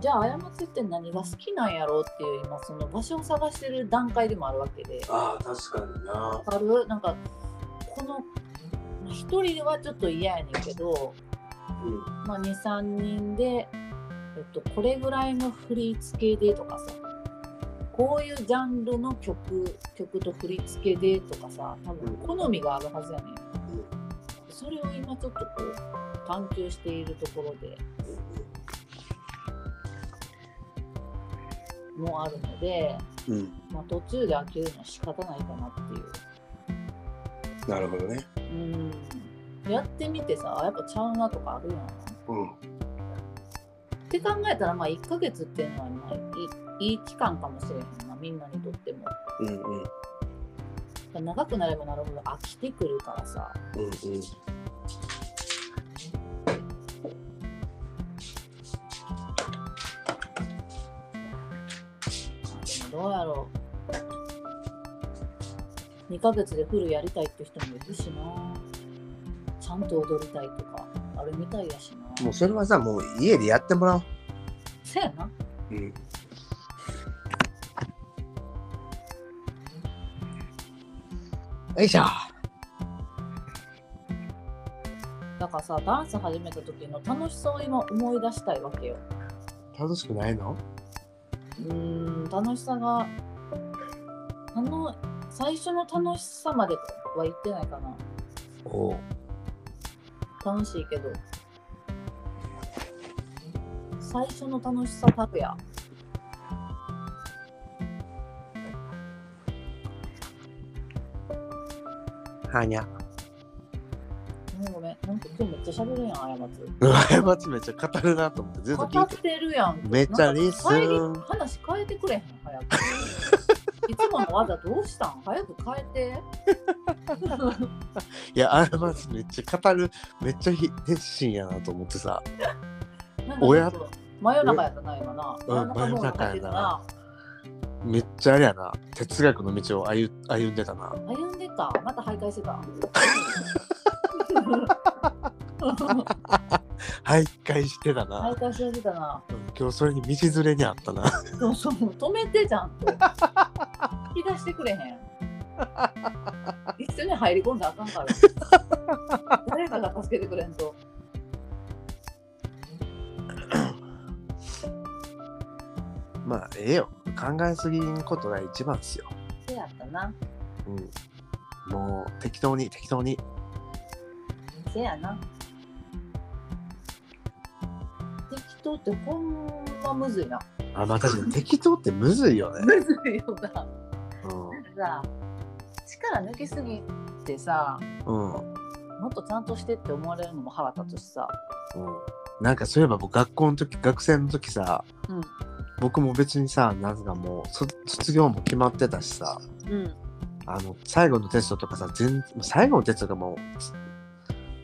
S1: じゃあ過ちって何が好きなんやろうっていう今その場所を探してる段階でもあるわけで
S2: ああ確かにな
S1: あるなんかこの一人はちょっと嫌やねんけど、
S2: うん
S1: まあ、23人で、えっと、これぐらいの振り付けでとかさこういうジャンルの曲曲と振り付けでとかさ多分好みがあるはずやねんそれを今ちょっとこう探求しているところでもあるので、
S2: うん
S1: まあ、途中で飽きるのは仕方ないかなっていう。
S2: なるほどね
S1: うんやってみてさやっぱちゃうなとかあるやん。っ
S2: うん
S1: て考えたらまあ1ヶ月っていうのはまあいいいい期間かもしれへんなみんなにとっても。
S2: うんうん
S1: 長くなればなるほど飽きてくるからさ
S2: うんうん
S1: でもどうやろう2ヶ月でフルやりたいって人もいるしなちゃんと踊りたいとかあるみたいやしな
S2: もうそれはさもう家でやってもらおう
S1: せやな
S2: うんよいしょ
S1: だからさダンス始めた時の楽しそうを今思い出したいわけよ
S2: 楽しくないの
S1: うーん楽しさがあの最初の楽しさまでは言ってないかな
S2: おう
S1: 楽しいけど最初の楽しさ拓也
S2: は [laughs] にゃ
S1: もうごめんなんか今日めっちゃ喋るやん過
S2: 過ちめっちゃ語るなと思ってずっ
S1: ち
S2: と
S1: 語
S2: 聞いて
S1: ってるやん
S2: めっちゃリス
S1: 帰り
S2: ン [laughs]
S1: 話変えてくれへん早くいつもの技どうしたん早く変えて。
S2: いや、あれまずめっちゃ語る、めっちゃひ熱心やなと思ってさ。
S1: なんか
S2: 親
S1: ちょっと真夜中やったな、今な。
S2: うん
S1: 真夜中やったな。
S2: めっちゃあれやな。哲学の道を歩歩んでたな。
S1: 歩んでた。また徘徊し
S2: [laughs]
S1: てた。
S2: 徘徊してたな
S1: 徘。徊してたな。
S2: うん今日それに道連れにあったな。
S1: でもそう止めてちゃんと。 [laughs] 引き出してくれへ [laughs] ん。一緒に入り込んだらあかんから。誰かが助けてくれんと。
S2: まあ、ええよ。考えすぎんことが一番っすよ。
S1: そうやったな。
S2: うん。もう、適当に、適当に。
S1: せやな。適当ってほんまむずいな。
S2: あ、まあ確かに適当ってむずいよね。
S1: むずいよな。
S2: う
S1: さ、力抜きすぎてさ、
S2: ん。うん。
S1: もっとちゃんとしてって思われるのも腹立つしさ。
S2: うんなんかそういえば僕学校の時学生の時さ、
S1: うん
S2: 僕も別にさなんかもうそ卒業も決まってたしさ
S1: うん。
S2: あの最後のテストとかさ全最後のテストがもうつ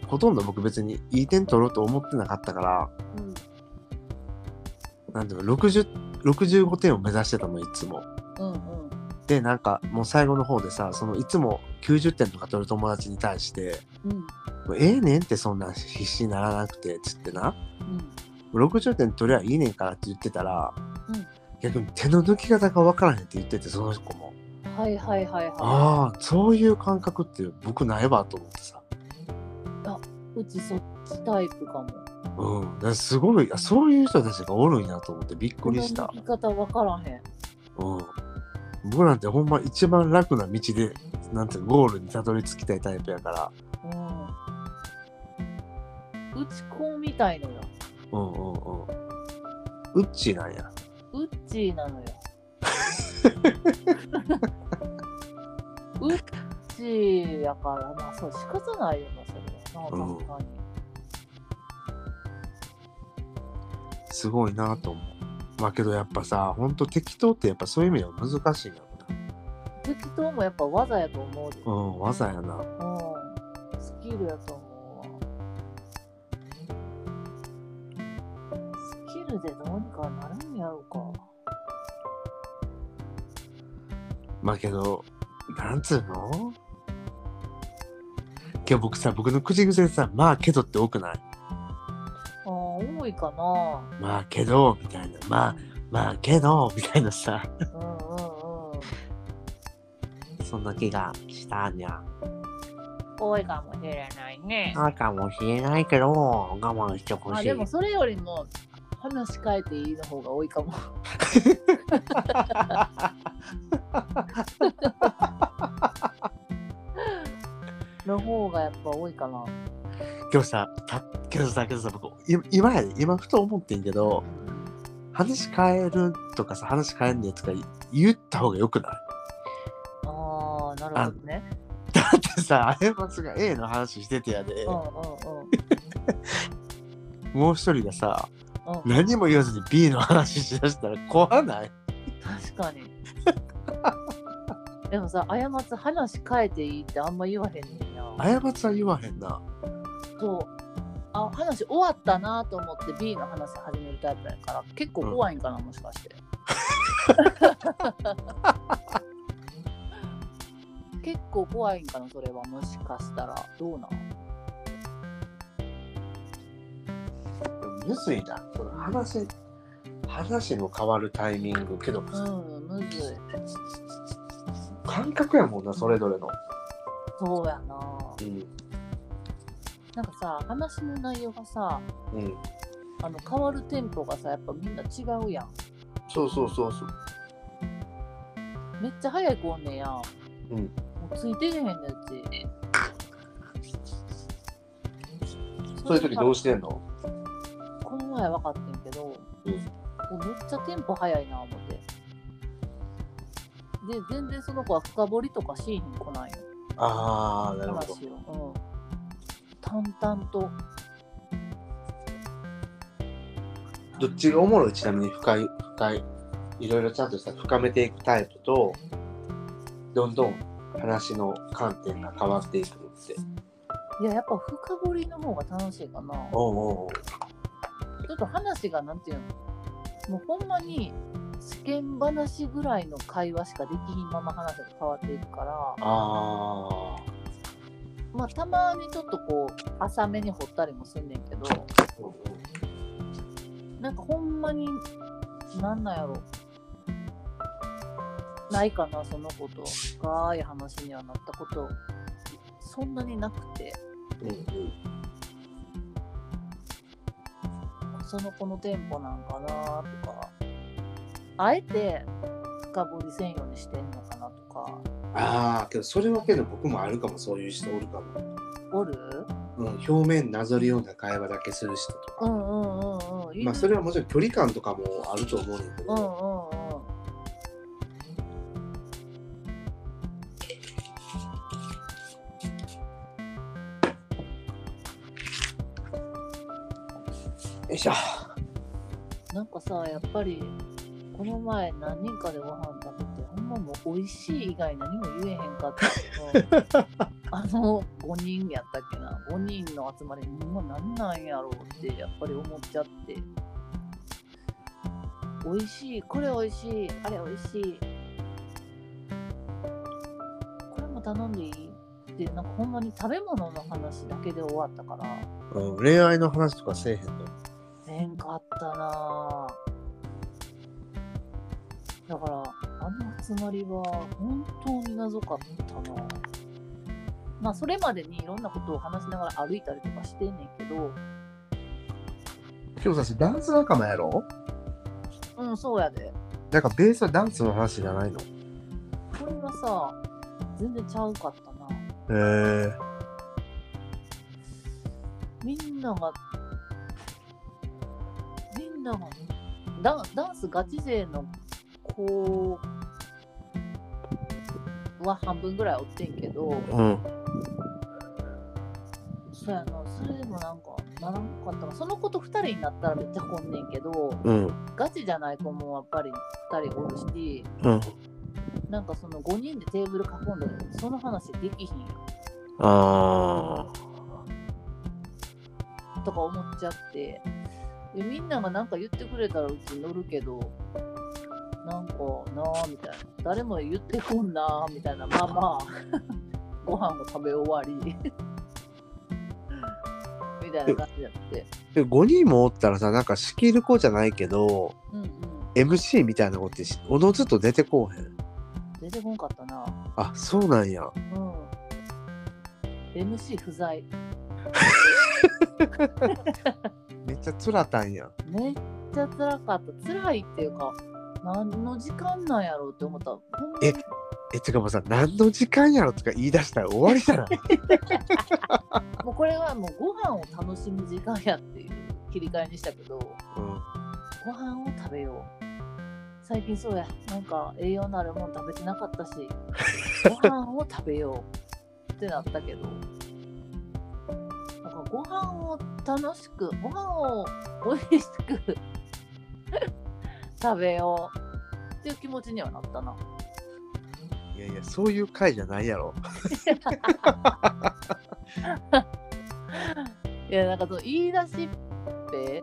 S2: ほとんど僕別にいい点取ろうと思ってなかったから
S1: うん。
S2: なんていうの60 65点を目指してたのいつも。
S1: うんうん。
S2: でなんかもう最後の方でさそのいつも90点とか取る友達に対して
S1: うん。
S2: 「もうええねん」ってそんな必死にならなくてつってな
S1: うん。
S2: 60点取りゃいいねんからって言ってたら、
S1: うん
S2: 逆に手の抜き方が分からへんって言っててその子も
S1: はいはいはいは
S2: ああそういう感覚って僕ないわと思ってさ、
S1: い。うちそっちタイプかも。
S2: うん、だからすごいあそういう人たちがおるんやと思ってびっくりした
S1: この、言い方わからへん。
S2: うん、僕なんてほんま一番楽な道でなんていうのゴールにたどり着きたいタイプやから、
S1: うん。うちこうみたいのよ。
S2: うんうんうん、うっちーなんや
S1: ウッチーなのよ。ウッチーやからな、そう、仕方ないよな、それはな、
S2: うん
S1: 確かに。
S2: すごいなと思うまあけどやっぱさほんと適当ってやっぱそういう意味では難しいんやろ
S1: 適当もやっぱ技やと思うで。
S2: なうん技やな
S1: うん。スキルやと思うわ。スキルでどうにかなるんやろうか。
S2: まあけど、なんつうの今日僕さ、僕の口癖でさ、まあけどって多くない
S1: あー多いかな。
S2: まあけど、みたいな。まあ、まあけど、みたいなさ。
S1: うんうんうん。
S2: そんな気がしたにゃ。
S1: 多いかもしれないね。
S2: あかもしれないけど、我慢してほ
S1: あ
S2: しい
S1: で。もそれよりも話変えていいの方が多いかも。の方がやっぱ多いかな。
S2: 今日さ、たけどさ、けどさ、僕、い今やで、今ふと思ってんけど、話変えるとかさ、話変えんねとか言った方がよくない [laughs]
S1: ああ、なるほどね。
S2: だってさ、あやまつが A の話しててやで、
S1: うんうんうん。
S2: もう一人がさ、
S1: うん、
S2: 何も言わずに B の話しだしたら怖ない
S1: 確かに。でもさ、過つ話変えていいってあんま言わへんねんな。
S2: 過ちは言わへんな
S1: そうあ話終わったなと思って B の話始めるタイプやから結構怖いんかな、もしかして結構怖いんかなそれはもしかしたらどうなん
S2: むずいなその話話の変わるタイミングけど、
S1: うんむずい
S2: 感覚やもんなそれぞれの、
S1: そうやな
S2: うん
S1: なんかさ話の内容がさ
S2: うん、
S1: あの変わるテンポがさやっぱみんな違うやん
S2: そうそうそうそう
S1: めっちゃ早くおんねやん。
S2: うん
S1: もうついてけへんねんうち。
S2: そういう時どう
S1: し
S2: してんの
S1: この前分かってんけど、
S2: うん
S1: もうめっちゃテンポ早いな思って。で、全然その子は深掘りとかしーひん来ないよ。
S2: ああな
S1: 話を。うん。淡々と。
S2: どっちがおもろいちなみに深い深いいろいろちゃんとさ深めていくタイプとどんどん話の観点が変わっていくのって。
S1: いややっぱ深掘りの方が楽しいかなち
S2: おうおうおう
S1: ょっと話がなんていうのもうほんまに試験話ぐらいの会話しかできひんまま話が変わっていくから
S2: ああ。
S1: まあたまにちょっとこう浅めに掘ったりもすんねんけどなんかほんまになんなんやろないかなそのこと深い話にはなったことそんなになくて
S2: うんうん
S1: その子のテンポなんかなとかあえて深掘りせんようにしてんのかなとか
S2: ああ、けどそれはけど僕もあるかも、そういう人おるかも。
S1: おる
S2: うん、表面なぞるような会話だけする人とか。
S1: うんうんうんうん
S2: まあそれ
S1: は
S2: はもちろん距離感とかもあると思うんだけ
S1: うんうん
S2: ど、
S1: うん
S2: よいしょ。
S1: なんかさやっぱりこの前何人かでご飯食べてほんまもう美味しい以外何も言えへんかったけどあの5人やったっけな5人の集まりみんな何なんやろうってやっぱり思っちゃって美味しいこれ美味しいあれ美味しいこれも頼んでいいってなんかほんまに食べ物の話だけで終わったから
S2: うん、恋愛の話とかせえへんの。
S1: せんかったなあだからあの集まりは本当に謎かったなあまあそれまでにいろんなことを話しながら歩いたりとかしてんねんけど
S2: 今日さ、ダンス仲間やろ
S1: うんそうやで
S2: なんかベースはダンスの話じゃないの
S1: これはさ全然ちゃうかったな
S2: へえ。
S1: みんながみんながねダンダンスガチ勢の子は半分ぐらいおってんけど、
S2: うん。
S1: そうやな、それでもなんか、ならんかったな。その子と2人になったらめっちゃ混んねんけど、
S2: うん。
S1: ガチじゃない子もやっぱり2人おるし、
S2: うん。
S1: なんかその5人でテーブル囲んだけど、その話できひん
S2: あ
S1: とか思っちゃって、でみんながなんか言ってくれたらうち乗るけど、なんかなあみたいな、誰も言ってこんなあみたいな、まあ [laughs] まあ、ご飯を食べ終わり、 [laughs] みたいな感じやって。
S2: あ。5人もおったらさ、なんか仕切る子じゃないけど、
S1: うんうん、
S2: MC みたいなことってしおのずと出てこうへん。
S1: 出てこんかったな。
S2: あ、そうなんや。
S1: うん。MC 不在。
S2: めっちゃつらたんや。
S1: めっちゃ辛かった。辛いっていうか、何の時間なんやろうって思った。ほんまに
S2: ええ、てかもうさ、何の時間やろとか言い出したら終わりじゃない [laughs]
S1: もうこれはもうご飯を楽しむ時間やっていう切り替えにしたけど、
S2: うん。
S1: ご飯を食べよう。最近そうや、なんか栄養のあるもん食べてな
S2: [laughs]
S1: かったし、ご飯を食べようってなったけど、なんかご飯を楽しく、ご飯を美味しく [laughs] 食べようっていう気持ちにはなったな。
S2: いやいや、そういう回じゃないやろ。
S1: いや、なんかその言い出しっぺ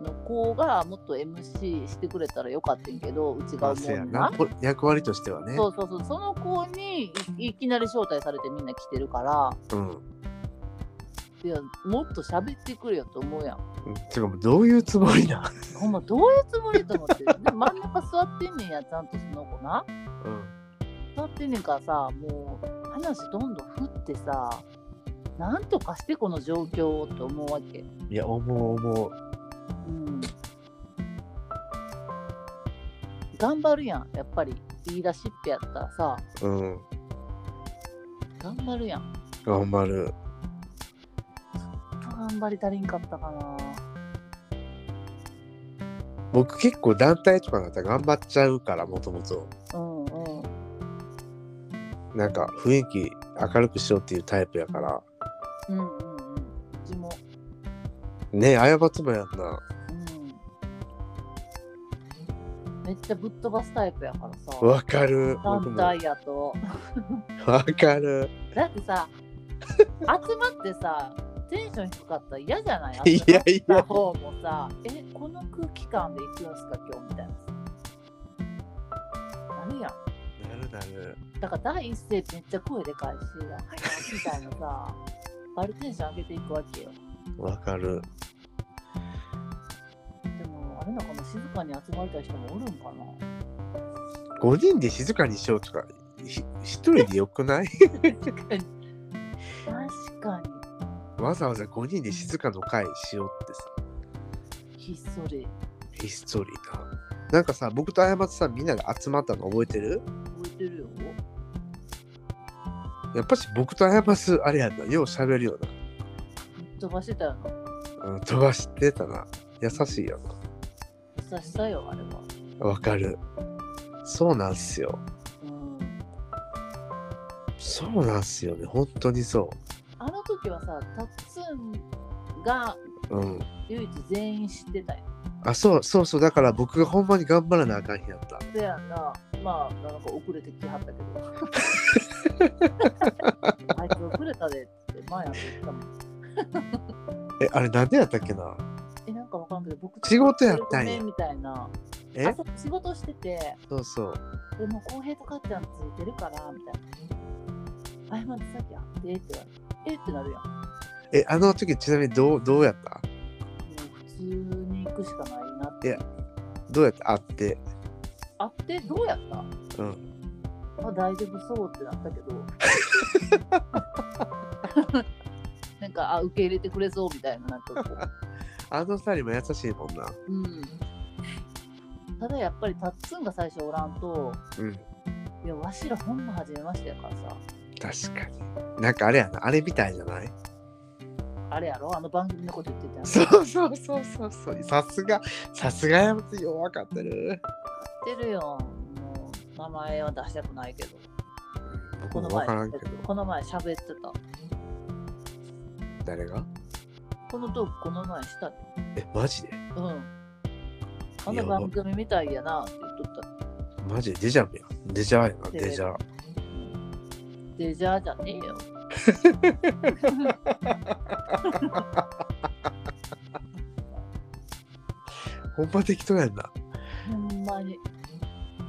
S1: の子がもっと MC してくれたらよかったんけど、うちが
S2: まあ
S1: 思
S2: せ
S1: う
S2: や
S1: にな
S2: な。。ぽ役割としてはね。
S1: そうそうそう、その子にいいきなり招待されてみんな来てるから、
S2: うん。
S1: いや、もっと喋ってくれよと思う
S2: [laughs]
S1: やん。
S2: うんてかもうどういうつもりな。
S1: ほんま、どういうつもりと思って。で真ん中座ってんねんや、ちゃんとその子な。
S2: うん。
S1: 座ってんねんからさ、もう話どんどん振ってさ、なんとかしてこの状況をと思うわけ。
S2: いや、思う思う。
S1: うん。頑張るやん、やっぱり。言い出しっぺやったらさ、
S2: うん。
S1: 頑張るやん。
S2: 頑張る。
S1: 頑張り足りんかったかな。
S2: 僕結構団体とかだったら頑張っちゃうから、もともと。
S1: うんうん。
S2: なんか雰囲気明るくしようっていうタイプやから。
S1: うんうんうん。うちも。
S2: ねえ、謝つもやんな。
S1: うん。めっちゃぶっ飛ばすタイプやからさ
S2: わかる。僕
S1: 団
S2: も
S1: 体やと
S2: わかる。
S1: だってさ集まってさテンション低かったら嫌じゃない
S2: いやい
S1: 集ま
S2: や
S1: った方もさえこの空気感で行くんすか今日みたいなさなるやん
S2: なるなる。
S1: だから第一声めっちゃ声でかいし、みたいなさ、あるテンション上げていくわけよ。
S2: わかる。
S1: でも、あれなのかな、静かに集まりたい人もおるんかな。
S2: 5人で静かにしようとか、ひ一人でよくない
S1: 確かに。確か
S2: わざわざ5人で静かの会しようってさ、
S1: に、ひっそり
S2: ひっそりな。なんかさ、僕と過ちさんみんなで集まったの覚えてる
S1: 覚えてるよ。
S2: やっぱし僕と過ちあれやんな、よう喋るよ
S1: ぶっ飛ばしてたよな。
S2: な。うん飛ばしてたな。優しいよ
S1: 優しさよ、あれは。
S2: な。わかる。そうなんすよ。
S1: うん。
S2: そうなんすよね。本当にそ
S1: あの時はさ、タッツンが
S2: う。うん。
S1: 唯一全員知ってたよ。
S2: あ、そうそうそう。だから僕がほんまに頑張らなあかん日やった。
S1: せやんな、まあ、なんか遅れてきはったけど。
S2: [laughs]
S1: あいつ遅れたでって前やって言ったもん。
S2: え、あれなんでやったっけな
S1: えなんかわかんないけど僕
S2: 仕事やったんや
S1: ごめみたいな
S2: え
S1: 朝仕事してて
S2: そうそう。
S1: でもう浩平とかっちゃんついてるからみたいな「あやまってさっきやって」って言われて「えっ?」てなるやんも
S2: え、あの時ちなみにどうどうやった
S1: う普通に行くしかないなって
S2: いやどうやった会って。
S1: あってどうやった
S2: うん。
S1: まあ大丈夫そうってなったけどなんかあ受け入れてくれそうみたいななんかこ
S2: あの二人も優しいもんな。
S1: う、うん、ただやっぱりタッツンが最初おらんと
S2: うん。
S1: いやわしらほんま初めましてやからさ
S2: 確かに。なんかあれやな。あれみたいじゃない
S1: あれやろあの番組のこと言ってたやん
S2: そうそうそうそうそう。さすが、さすがやつよ、わかってる。
S1: 知ってるよ。もう名前は出したくないけど。
S2: 僕もわからんけど。
S1: この前喋ってた。
S2: 誰が
S1: このトークこの前したで。
S2: え、マジで
S1: うん。あ
S2: や
S1: の
S2: ば
S1: 番組みたいやなって言っとった。
S2: マジでデジャブや。デジャーやな、
S1: デ
S2: デジャー。
S1: デジャーじゃねえよ。
S2: ほんま適当やんな。
S1: ほんまに。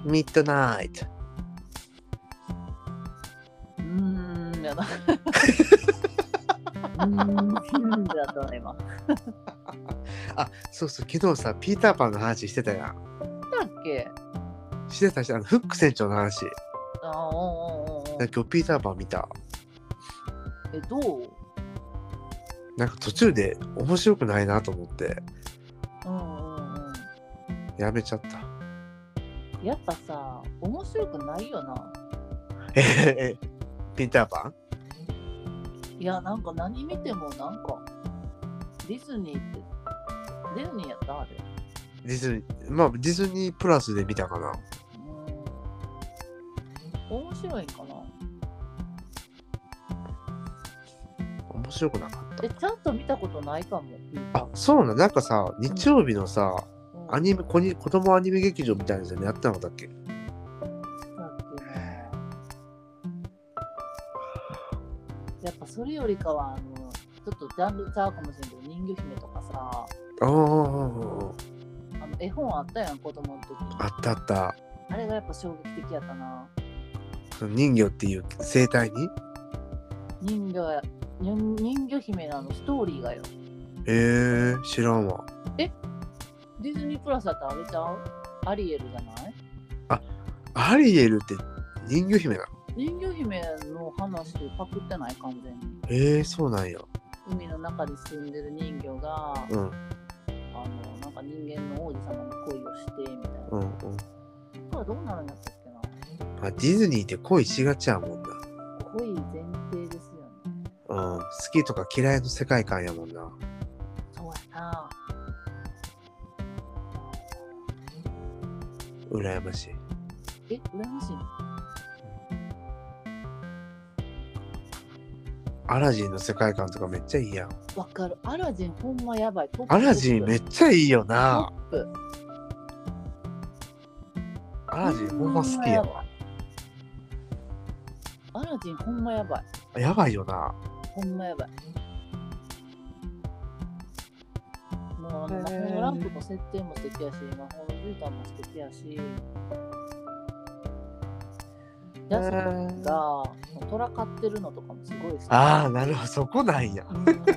S2: ミッドナイト。
S1: うーん、やな。うーん、だったね、今。
S2: あ、そうそう、昨日さ、ピーターパンの話してたやん。
S1: だっけ
S2: してたし、あの、フック船長の話。
S1: ああ、おうおうおうおう
S2: なんか今日ピーターパン見た。
S1: え、どう
S2: なんか途中で面白くないなと思って、
S1: うんうんう
S2: やめちゃった。
S1: ん。やっぱさ、面白くないよな。
S2: えへへピーターパン
S1: いや、なんか何見てもなんか、ディズニーって、ディズニーやったあれ。
S2: ディズニー、まあディズニープラスで見たかな。
S1: うん。面白いんかな
S2: 面白くなかった
S1: え、。ちゃんと見たことないかも。
S2: あ、そうなん、なんかさ、日曜日のさ、
S1: うん
S2: アニメ、子に子供アニメ劇場みたいなやつでやってなかったっけ
S1: なんていうのやっぱそれよりかは、あの、ちょっとジャンルちゃうかもしれんけど、人魚姫とかさ、
S2: ああ、
S1: あの絵本あったやん、子供の時。
S2: あったあった。
S1: あれがやっぱ衝撃的やったな。
S2: その人魚っていう生態に
S1: 人魚や、人人魚姫のあのストーリーがよ。
S2: えー、知らんわ。
S1: ディズニープラスだったらあれちゃうアリエルじゃない
S2: アリエルって人魚姫なの
S1: 人魚姫の話でパクってない完全に
S2: えー、そうなんや。
S1: 海の中に住んでる人魚が、
S2: うん、
S1: あのなんか人間の王子様に恋をしてみたいな
S2: うん、うん。
S1: これはどうなるんやったっけな
S2: まあ、ディズニーって恋しがちやもんな。
S1: 恋前提ですよね
S2: うん、好きとか嫌いの世界観やもんな。
S1: そうやな
S2: 羨ましい。
S1: え羨ましいの
S2: アラジンの世界観とかめっちゃいいやん。
S1: わかるアラジンほんまやばいトップ
S2: アラジンめっちゃいいよな。
S1: トップ
S2: アラジンほんま好きやわ。
S1: アラジンほんまやばい。
S2: やばいよな。
S1: ほんまやばい。
S2: へー
S1: もう、魔法のランプも設定も素敵やし、魔法の絨毯も素敵やし。ジャスミンが虎飼ってるのとかもすごい好き。
S2: ああ、なるほど、そこなんや。
S1: うん虎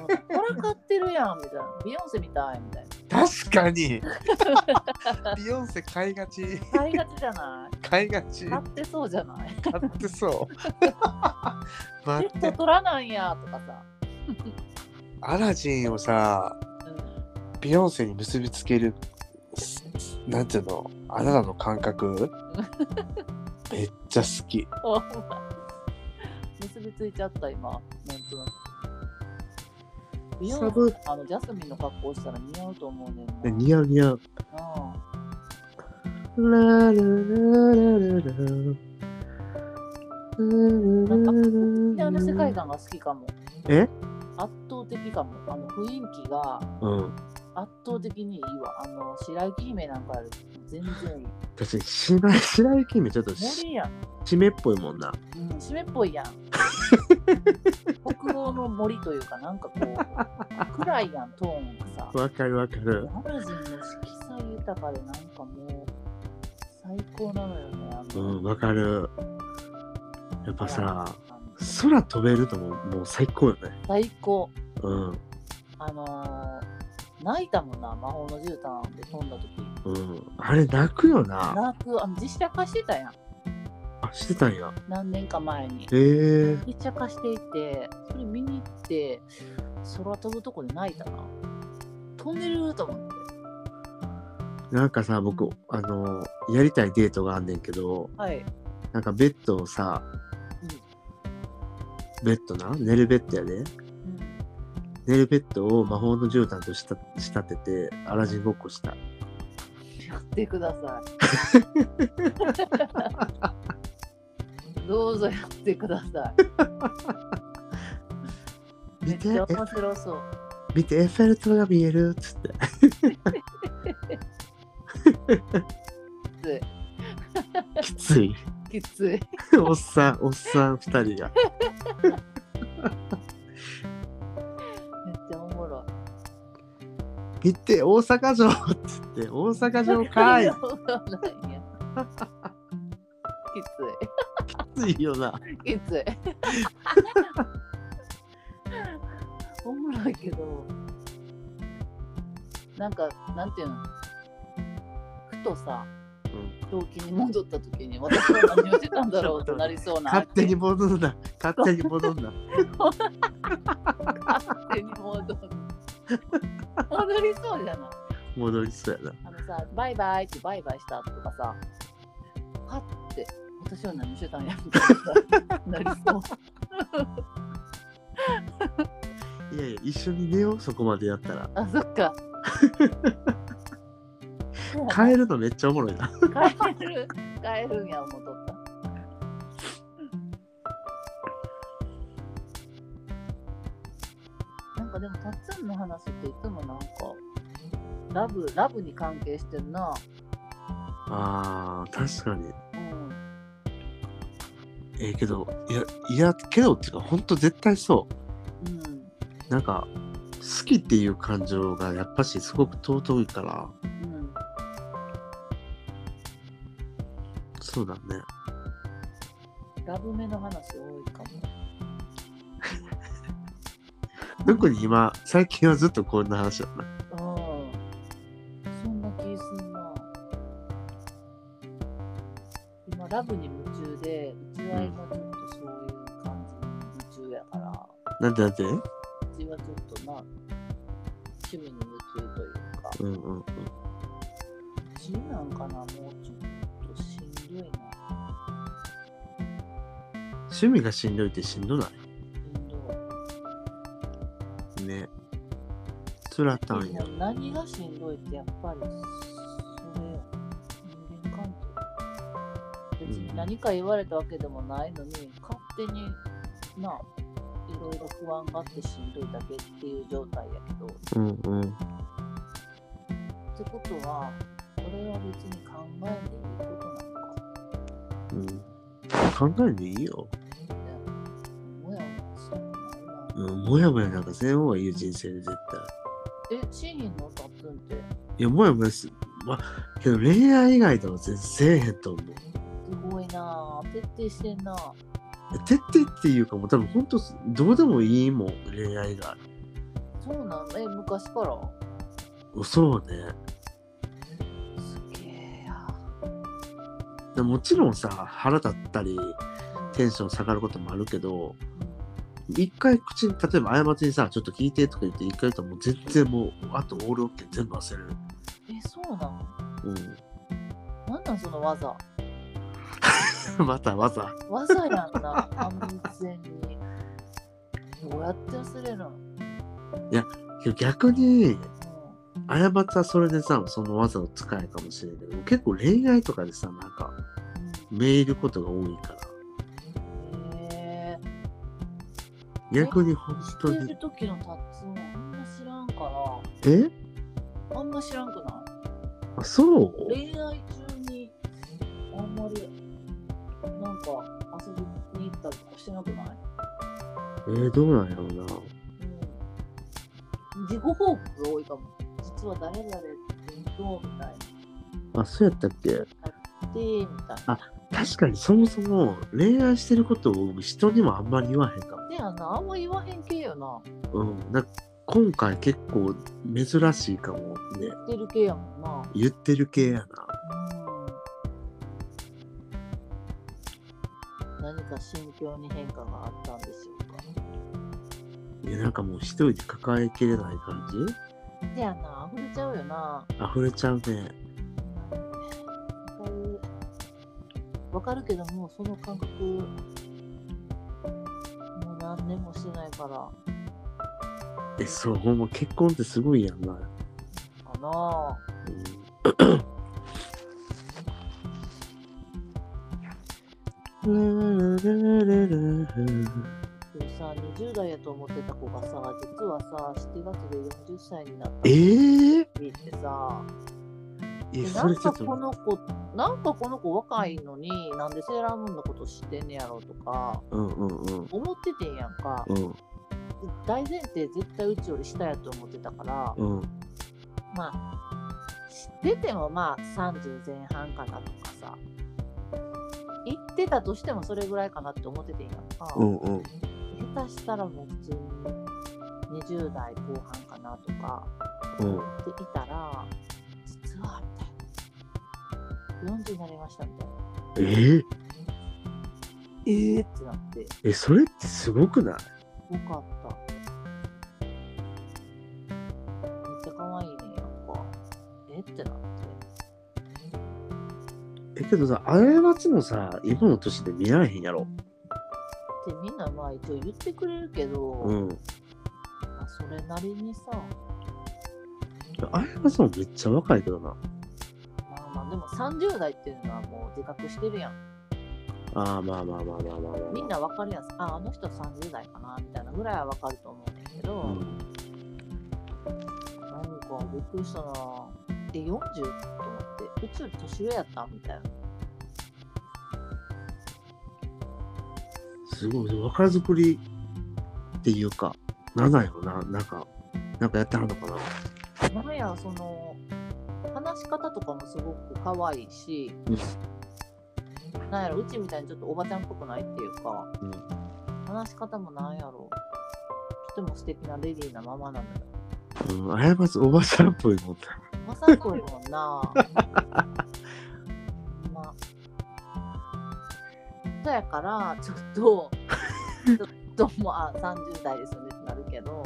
S1: 飼ってるやんみたいな。ビヨンセみたいみたいな。
S2: 確かに。ビヨンセ買いがち、
S1: 買いがちじゃない
S2: [laughs] 買いがち、
S1: 買
S2: 買
S1: ってそうじ
S2: [laughs]
S1: ゃない
S2: って
S1: [laughs]
S2: そう。待
S1: ペ
S2: っ
S1: ッ
S2: て
S1: ト、取らないんやとかさ。
S2: アラジンをさ、
S1: うん
S2: ビヨンセに結びつける、すなんていうの、あなたの感
S1: [laughs]
S2: 覚、めっちゃ好き。
S1: ほんま結びついちゃった今。なんとなくビヨン
S2: サブ
S1: あのジャスミンの格好したら似合うと思うねんな。
S2: 似合う似合う。
S1: あ
S2: ララララララ
S1: あであの世界観が好きかも。
S2: え
S1: 圧倒的かも。あの雰囲気が
S2: うん。
S1: 圧倒的にいいわ。あの白雪姫なんかより全然いい。
S2: 確かに白い白雪姫ちょっとし
S1: 森やん。
S2: 締めっぽいもんな。
S1: うん、締めっぽ
S2: [laughs]
S1: いやん。北欧の森というか、なんかこう、暗いやん、トーンがさ。
S2: わかるわかる。
S1: アラジンの色彩豊かでなんかもう最高なのよね。あ
S2: う
S1: の
S2: ん、わかる。やっぱさ、
S1: あの
S2: 空飛べるとももう最高よね。
S1: 最高。
S2: うん、
S1: あのー泣いたもんな、魔法の絨毯で飛んだ時
S2: うん。あれ泣くよな。
S1: 泣く、あの実写化してたやん、
S2: あ、してたんや。
S1: 何年か前に。
S2: えー、
S1: 実写化していて、それ見に行って、空飛ぶとこで泣いたな。飛んでると思って。
S2: なんかさ、僕、あの、やりたいデートがあんねんけど、
S1: はい。
S2: なんかベッドをさ、ベッドな、寝るベッドやで、
S1: うんうん
S2: 寝るベッドを魔法の絨毯とした仕立てて、アラジンごっこした。
S1: やってくださ
S2: [laughs]
S1: い。どうぞやってください。め
S2: 見、
S1: ってちゃ
S2: え
S1: 面白そう。
S2: 見て、エッフェル塔が見えるっつって。
S1: きつい。
S2: きつい。 [laughs]
S1: きつい。
S2: おっさん、おっさん二人が。
S1: めっちゃおもろ
S2: 見て、大阪城っつって、大阪
S1: い。
S2: 城かい。
S1: なんやき
S2: きついよ
S1: [laughs]
S2: な。
S1: つい。きつい。おもろいけど。なんか、なんていうの。ふとさ。
S2: うん
S1: 病気に戻った時に私は何をしてたんだろうとなりそうな
S2: 勝手に戻るな。勝手に戻るな。
S1: 勝手に戻る戻りそうじゃない
S2: 戻りそうや
S1: あのさバイバイってバイバイしたとかさはって私は何してたんやみたいななりそう
S2: な。いやいや、一緒に寝よう、そこまでやった
S1: [laughs]
S2: ら。
S1: あそっか
S2: 帰るのめっちゃおもろいな。
S1: 帰る帰るんや思っとったなんかでもたっつんの話っていつもなんかラブラブに関係してんな
S2: あー、確かに。
S1: うん
S2: ええけど、いや、いや、けどっていうか、ほんと絶対そう。
S1: うん
S2: なんか、好きっていう感情がやっぱしすごく尊いから、
S1: うん
S2: そうだね。
S1: ラブめの話多いかも
S2: 特に今、最近はずっとこんな話だな。
S1: うんそんな気すんな今ラブに夢中でうちは今ちょっとそういう感じに夢中やから、
S2: なんでなんで
S1: うちはちょっとな趣味に夢中というか
S2: うんうんうん。
S1: 自由なんかなもうちょっとしんどいな
S2: 趣味がしんどいってしんどな
S1: しんど
S2: いね。つらたん
S1: い
S2: や
S1: でも。何がしんどいってやっぱりそれよ人間関係別に何か言われたわけでもないのに、勝手にないろいろ不安があってしんどいだけっていう状態やけどっ
S2: うんうん。
S1: てことはこれは別に考えていいことなのか
S2: うん、考えんでいいよ。
S1: もやもやしたくないな
S2: うん、もやもやなんかせん方がいいよ、人生で絶対。
S1: え、シーンのさっつんって
S2: いや、もやもやし、ま、けど恋愛以外とは全然せえへんと思う。
S1: すごいなぁ。徹底してんなぁ。
S2: 徹底っていうか、もう多分本当どうでもいいもん、恋愛が。
S1: そうなんえ、昔から
S2: そうね。
S1: すげえや。
S2: でもちろんさ、腹立ったり、テンション下がることもあるけど、一回口に、例えば過ちにさ、ちょっと聞いてとか言って、一回言ったらもう全然もう、あとオールオッケー全部忘れる。
S1: え、そうなん
S2: う
S1: なんなんその技。
S2: ん。 [laughs] またわざ。
S1: 技やんな、完全に。どうやって忘れるの、うん、
S2: けど逆に、過ちはそれでさ、その技を使えかもしれんけど、結構恋愛とかでさ、なんか、メールことが多いから。
S1: へえ
S2: 逆に本当
S1: ー。捨て
S2: に。
S1: る時のタッツンあんま知らんから、
S2: え
S1: あんま知らんくない
S2: あ、そう
S1: 恋愛中にあんまりなんか遊びに行ったりとかしてなくない、
S2: えー、どうなんやろうな。
S1: うん、自己報告が多いかも実は誰々ってどうみたい
S2: あ、そうやったっけ
S1: なでみたい
S2: 確かにそもそも恋愛してることを人にもあんまり言わへんかも。
S1: なでやなあんま言わへん系よな
S2: うん。なんか今回結構珍しいかもね。
S1: 言ってる系やもんな
S2: 言ってる系やな。
S1: うん何か心境に変化があったんでしょ
S2: いや、なんかもう一人で抱えきれない感
S1: うかでやな溢れちゃうよな
S2: じ溢れちゃうね。
S1: わかるわかるけどもうその感覚もう何年もしてないから
S2: え、そう、ほんま結婚ってすごいやんな。うん。
S1: かなあでもさ20代やと思ってた子がさ実はさ7月で40歳になった
S2: [coughs] えー、
S1: 時ってさ
S2: え、
S1: な
S2: そ
S1: ん
S2: れちょ
S1: か
S2: っと
S1: この子なんかこの子若いのになんでセーラームーンのこと知ってんねやろとか
S2: うんうんうん。
S1: 思っててんやんか
S2: うん
S1: 大前提絶対うちより下やと思ってたから
S2: うん
S1: まあ知っててもまあ30前半かなとかさ言ってたとしてもそれぐらいかなって思っててんやんか、
S2: うんうん。
S1: 下手したらもう普通に20代後半かなとか
S2: うん
S1: でいたら実はみたいな40になりましたみたいな
S2: えー、
S1: えー、ってなってす
S2: え、それってすごくない
S1: ごかっためっちゃ可愛いねやんかえってなって
S2: え、けどさ、過ちもさ、今の年で見られへんやろ。
S1: ってみんなまあ一応言ってくれるけど、
S2: うん。
S1: まあそれなりにさ
S2: 過ちもめっちゃ若いけどな。
S1: まあまあでも30代っていうのはもう自覚してるやん
S2: ああ、まあまあまあまあまあまあ、
S1: みんな分かるやんああの人30代かなみたいなぐらいは分かると思うねんけど、
S2: うん。
S1: なんかびっくりしたなで40と思ってうちより年上やったみたいな
S2: すごい、若作りっていうか、なんだよな、なんか、なんかやってはるのかな。
S1: なんやその話し方とかもすごく可愛いし、なんやろうちみたいにちょっとおばちゃんっぽくないっていうか
S2: うん。
S1: 話し方もなんやろとても素敵なレディーなままなのよ
S2: うん、過ちおばさんっぽいもんだ。
S1: まさこいもんな。まあ。そやから、ちょっと、ちょっともう、あ、30代ですよねってなるけど、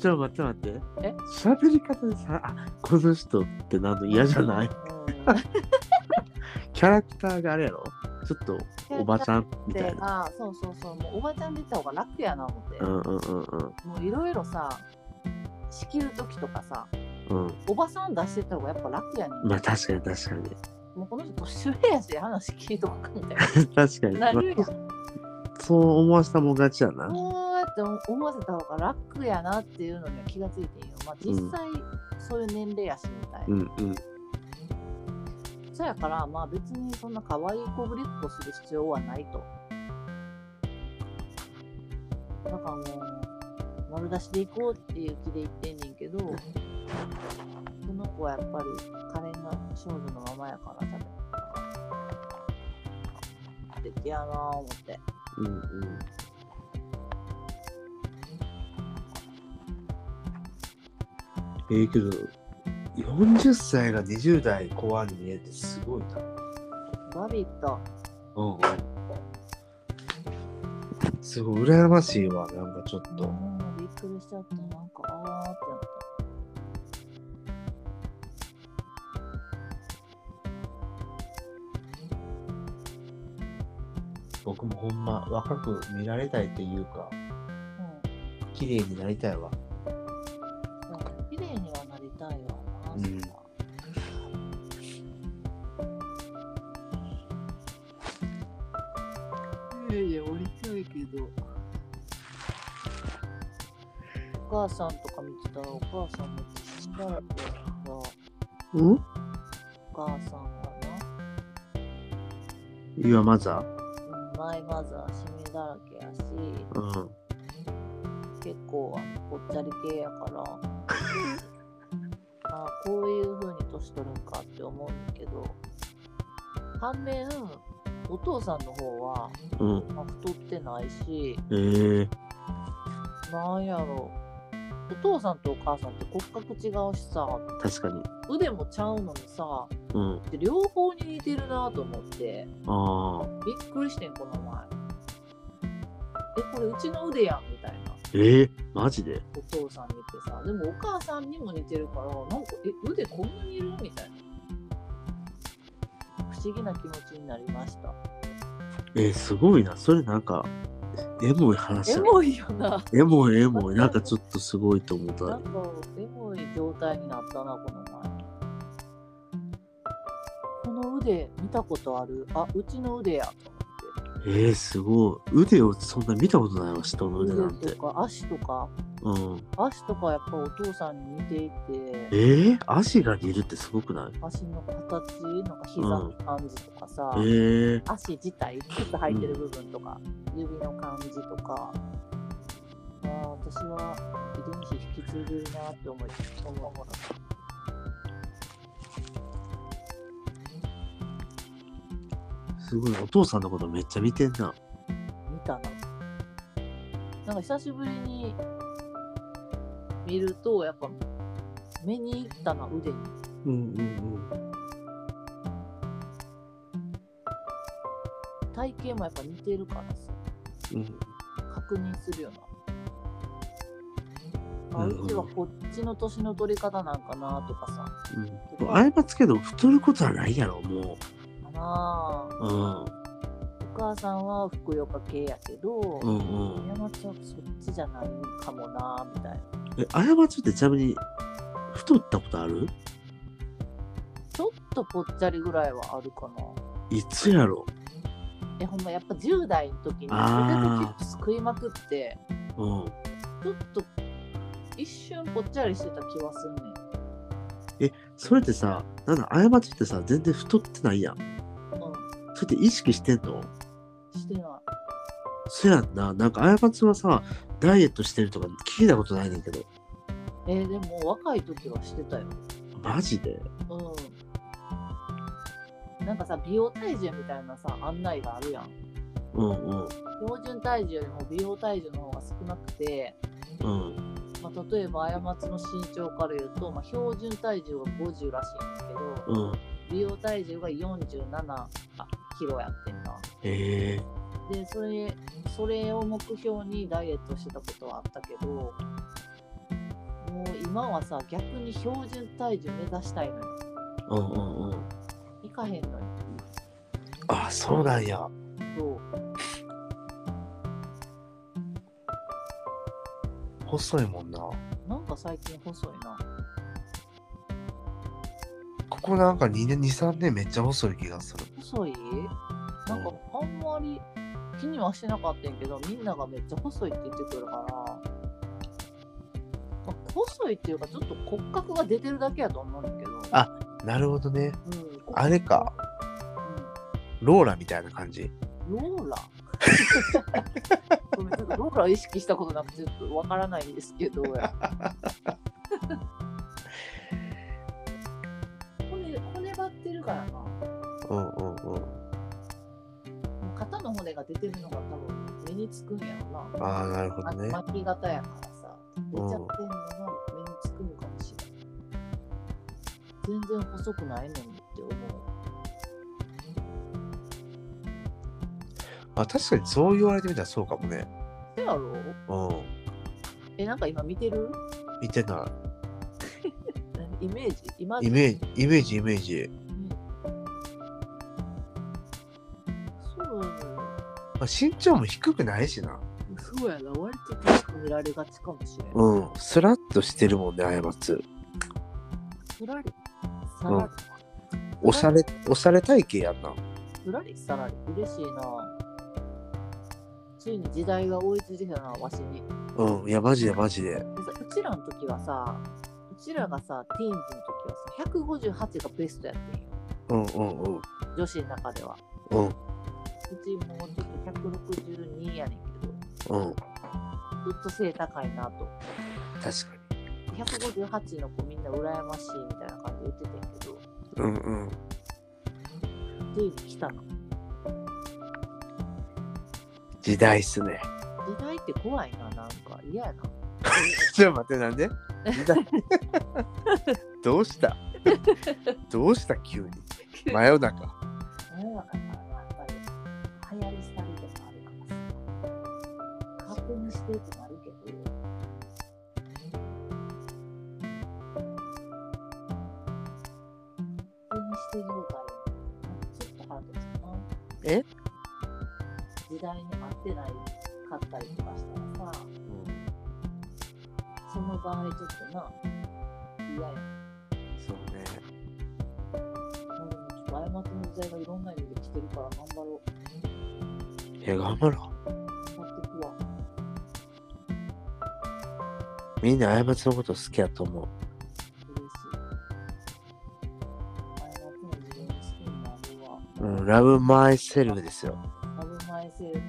S2: ちょ、待って待って。
S1: え
S2: 喋り方でさ、あ、この人ってなんの嫌じゃない [laughs]
S1: うん、
S2: キャラクターがあれやろちょっとおばちゃんみたいな。
S1: な。そうそうそう、もうおばちゃんで言った方が楽やな思って
S2: う、んうんうんうん
S1: もういろいろさ、仕切るときとかさ、
S2: うん。
S1: おばさん出してった方がやっぱ楽やねん。
S2: まあ確かに確かに。 [laughs]
S1: もうこの人年上やし、話聞いとくかみたいな。
S2: 確かに。
S1: なるやん
S2: まあそう思わせたもん勝ちやな。
S1: こうやって思わせた方が楽やなっていうのには気がついていいよ。まあ実際そういう年齢やしみたいな。
S2: うんうん。
S1: そやから、まあ別にそんな可愛い子ぶりっこする必要はないと。だからもう、丸出しで行こうっていう気で言ってんねんけど、その子はやっぱり可憐な少女のままやから、多分。素敵やなぁ思って。
S2: うんうん。ええけど、40歳が20代後半に見えるってすごいな。
S1: バビット。
S2: うんうん。すごい、羨ましいわ、なんかちょっと。
S1: もうびっくりしちゃった。なんか、あーってなった。
S2: 僕もほんま若く見られたいっていうか、
S1: うん
S2: 綺麗になりたいわ。
S1: なんか綺麗にはなりたいわな、
S2: うん
S1: それは綺麗に降りたいけどお母さんとか見てたらお母さんめっちゃ死んだらけやからお
S2: うん
S1: 母さんは
S2: いや、まずは。
S1: なうんマイマザー死にだらけやし
S2: うん。
S1: 結構あのぽっちゃり系やからあーこういう風に年取るんかって思うんだけど反面お父さんの方は、
S2: うん。
S1: まあ、太ってないし
S2: ええ
S1: なんやろお父さんとお母さんって骨格違うしさ
S2: 確かに。
S1: 腕もちゃうのにさ
S2: うん。
S1: で両方に似てるなと思って
S2: ああ。
S1: びっくりしてんこの前えこれうちの腕やんみたいな
S2: ええマジで
S1: お父さんにってさでもお母さんにも似てるからなんかえ腕こんなにいるみたいな不思議な気持ちになりました
S2: えーすごいな。それなんか、エモい話
S1: エ
S2: だね
S1: モいよな
S2: エモいエモい。なんかちょっとすごいと思った
S1: なん。かエモい状態になったなこの前この腕見たことあるあうちの腕やと
S2: えー、すごい。腕をそんな見たことないわ、人の
S1: 思
S2: 腕
S1: っ
S2: な
S1: て
S2: んて
S1: 腕。とか足とか
S2: うん。
S1: 足とかやっぱお父さんに似てい
S2: え
S1: て
S2: ー、足が似るってすごくない
S1: 足の形なんか膝の感じとかさ、
S2: ええー、
S1: 足自体靴履いてる部分とか、指の感じとかあー私は遺伝子引き継いでるなって思い思う
S2: すごい。お父さんのことめっちゃ見てんな。
S1: 見たななんか久しぶりに見るとやっぱ目にいったな腕に
S2: うんうん
S1: 体型もやっぱ似てるからさ
S2: うん。うん、
S1: 確認するよなあ
S2: なる
S1: う
S2: ほど
S1: ちはこっちの年の取り方なんかなとかさ
S2: うん。あやまつけど、太ることはないやろ、も
S1: かな
S2: う。
S1: あ
S2: うん。
S1: お母さんはふくよか系やけど、
S2: うんうん。
S1: 山ちゃんそっちじゃないかもなみたいな
S2: え、あやまつってちなみに、太ったことある
S1: ちょっとぽっちゃりぐらいはあるかない
S2: つやろ
S1: えほんまやっぱ10代の時にポテ
S2: あー
S1: トチップス食いまくって
S2: うん。
S1: ちょっと一瞬ぽっちゃりしてた気はすんね
S2: それってさ、なんだ、あやまつってさ、全然太ってないやん。
S1: んう
S2: それって意識してんの
S1: んしてな
S2: そやんな。なんか、あやまつはさ、ダイエットしてるとか聞いたことないねんけど。
S1: いえでも若い時はしてたよ
S2: マジで
S1: うんなんかさ美容体重みたいなさ案内があるやん
S2: うんうん。
S1: 標準体重よりも美容体重の方が少なくて
S2: うん。
S1: まあ、例えば過ちの身長から言うと、まあ、標準体重は50らしいんですけど
S2: うん。
S1: 美容体重が47あキロやってんな
S2: ええ
S1: でそれそれを目標にダイエットしてたことはあったけどもう今はさ逆に標準体重目指したいのよ
S2: うんうんうん。
S1: いかへんのよ
S2: あ、そうなんや。
S1: そう
S2: 細いもんな。
S1: なんか最近細いな
S2: ここなんか2年、2、3年めっちゃ細い気がする。
S1: 細いなんかあんまり気にはしてなかったんやけどみんながめっちゃ細いって言ってくるから、まあ細いっていうかちょっと骨格が出てるだけやと思うんだけど、
S2: あなるほどね。
S1: うん、
S2: あれか、ローラみたいな感じ。
S1: ローラごめんちょっとローラを意識したことなくてちょっとわからないですけどこれ骨張ってるからなも
S2: うんうんうん。
S1: う肩の骨が出てるのが多分目につくんやろな
S2: ああ、なるほどね。
S1: 巻き型やからさ出ちゃってんのが目につくのかもしれない、全然細くないのにって思う
S2: あ確かにそう言われてみたらそうかもね。
S1: せやろ
S2: う
S1: えなんか今見てる
S2: ん。見てな
S1: 何イメージ今
S2: い。イメージ、イメージ、イメージ。
S1: そうなのよ
S2: まあ、身長も低くないしな。
S1: そうやな割と高く見られがちかもしれない、
S2: うん。スラッとしてるもんね、過つ。
S1: すらりさらり、
S2: おしゃれ、おしゃれ体型やんな。
S1: すらりさらり嬉しいなついに時代が追いついてきたなわしに
S2: うん。いや、マジでマジで。
S1: でさうちらの時はさうちらがさティーンズの時はさ158がベストやってんよ
S2: うんうんうん。
S1: 女子の中では
S2: うん
S1: うちもうちょっと162やねんけど
S2: うん。
S1: ずっと背高いなと
S2: 確かに。
S1: 158の子みんな羨ましいみたいな感じで言ってたんやけど
S2: うんうん。
S1: ついに来たな
S2: 時代っすね。 [laughs]
S1: 時代って怖いななんか嫌やな
S2: ちょっと待って、なんで [laughs] どうしたどうした [laughs] 急に。真夜中。
S1: 世の中からはやっぱり流行り廃りとかあるからさ勝手にしてってなるけど勝手にしてるのがちょっと腹立つかな
S2: え
S1: 時代に合ってないかったりとかしたらさその場合ちょっとな嫌や
S2: そうね。
S1: もうでもちょっと過ちの時代がいろんな意味で来てるから頑張ろう
S2: いや、頑張ろ
S1: 頑張っていくわ
S2: う。みんな過ちのこと好きやと思う。
S1: 嬉しい。過ちの自分の好きになるわ。
S2: うん、ラブマイセルフですよ。
S1: ラブマイセルフ。う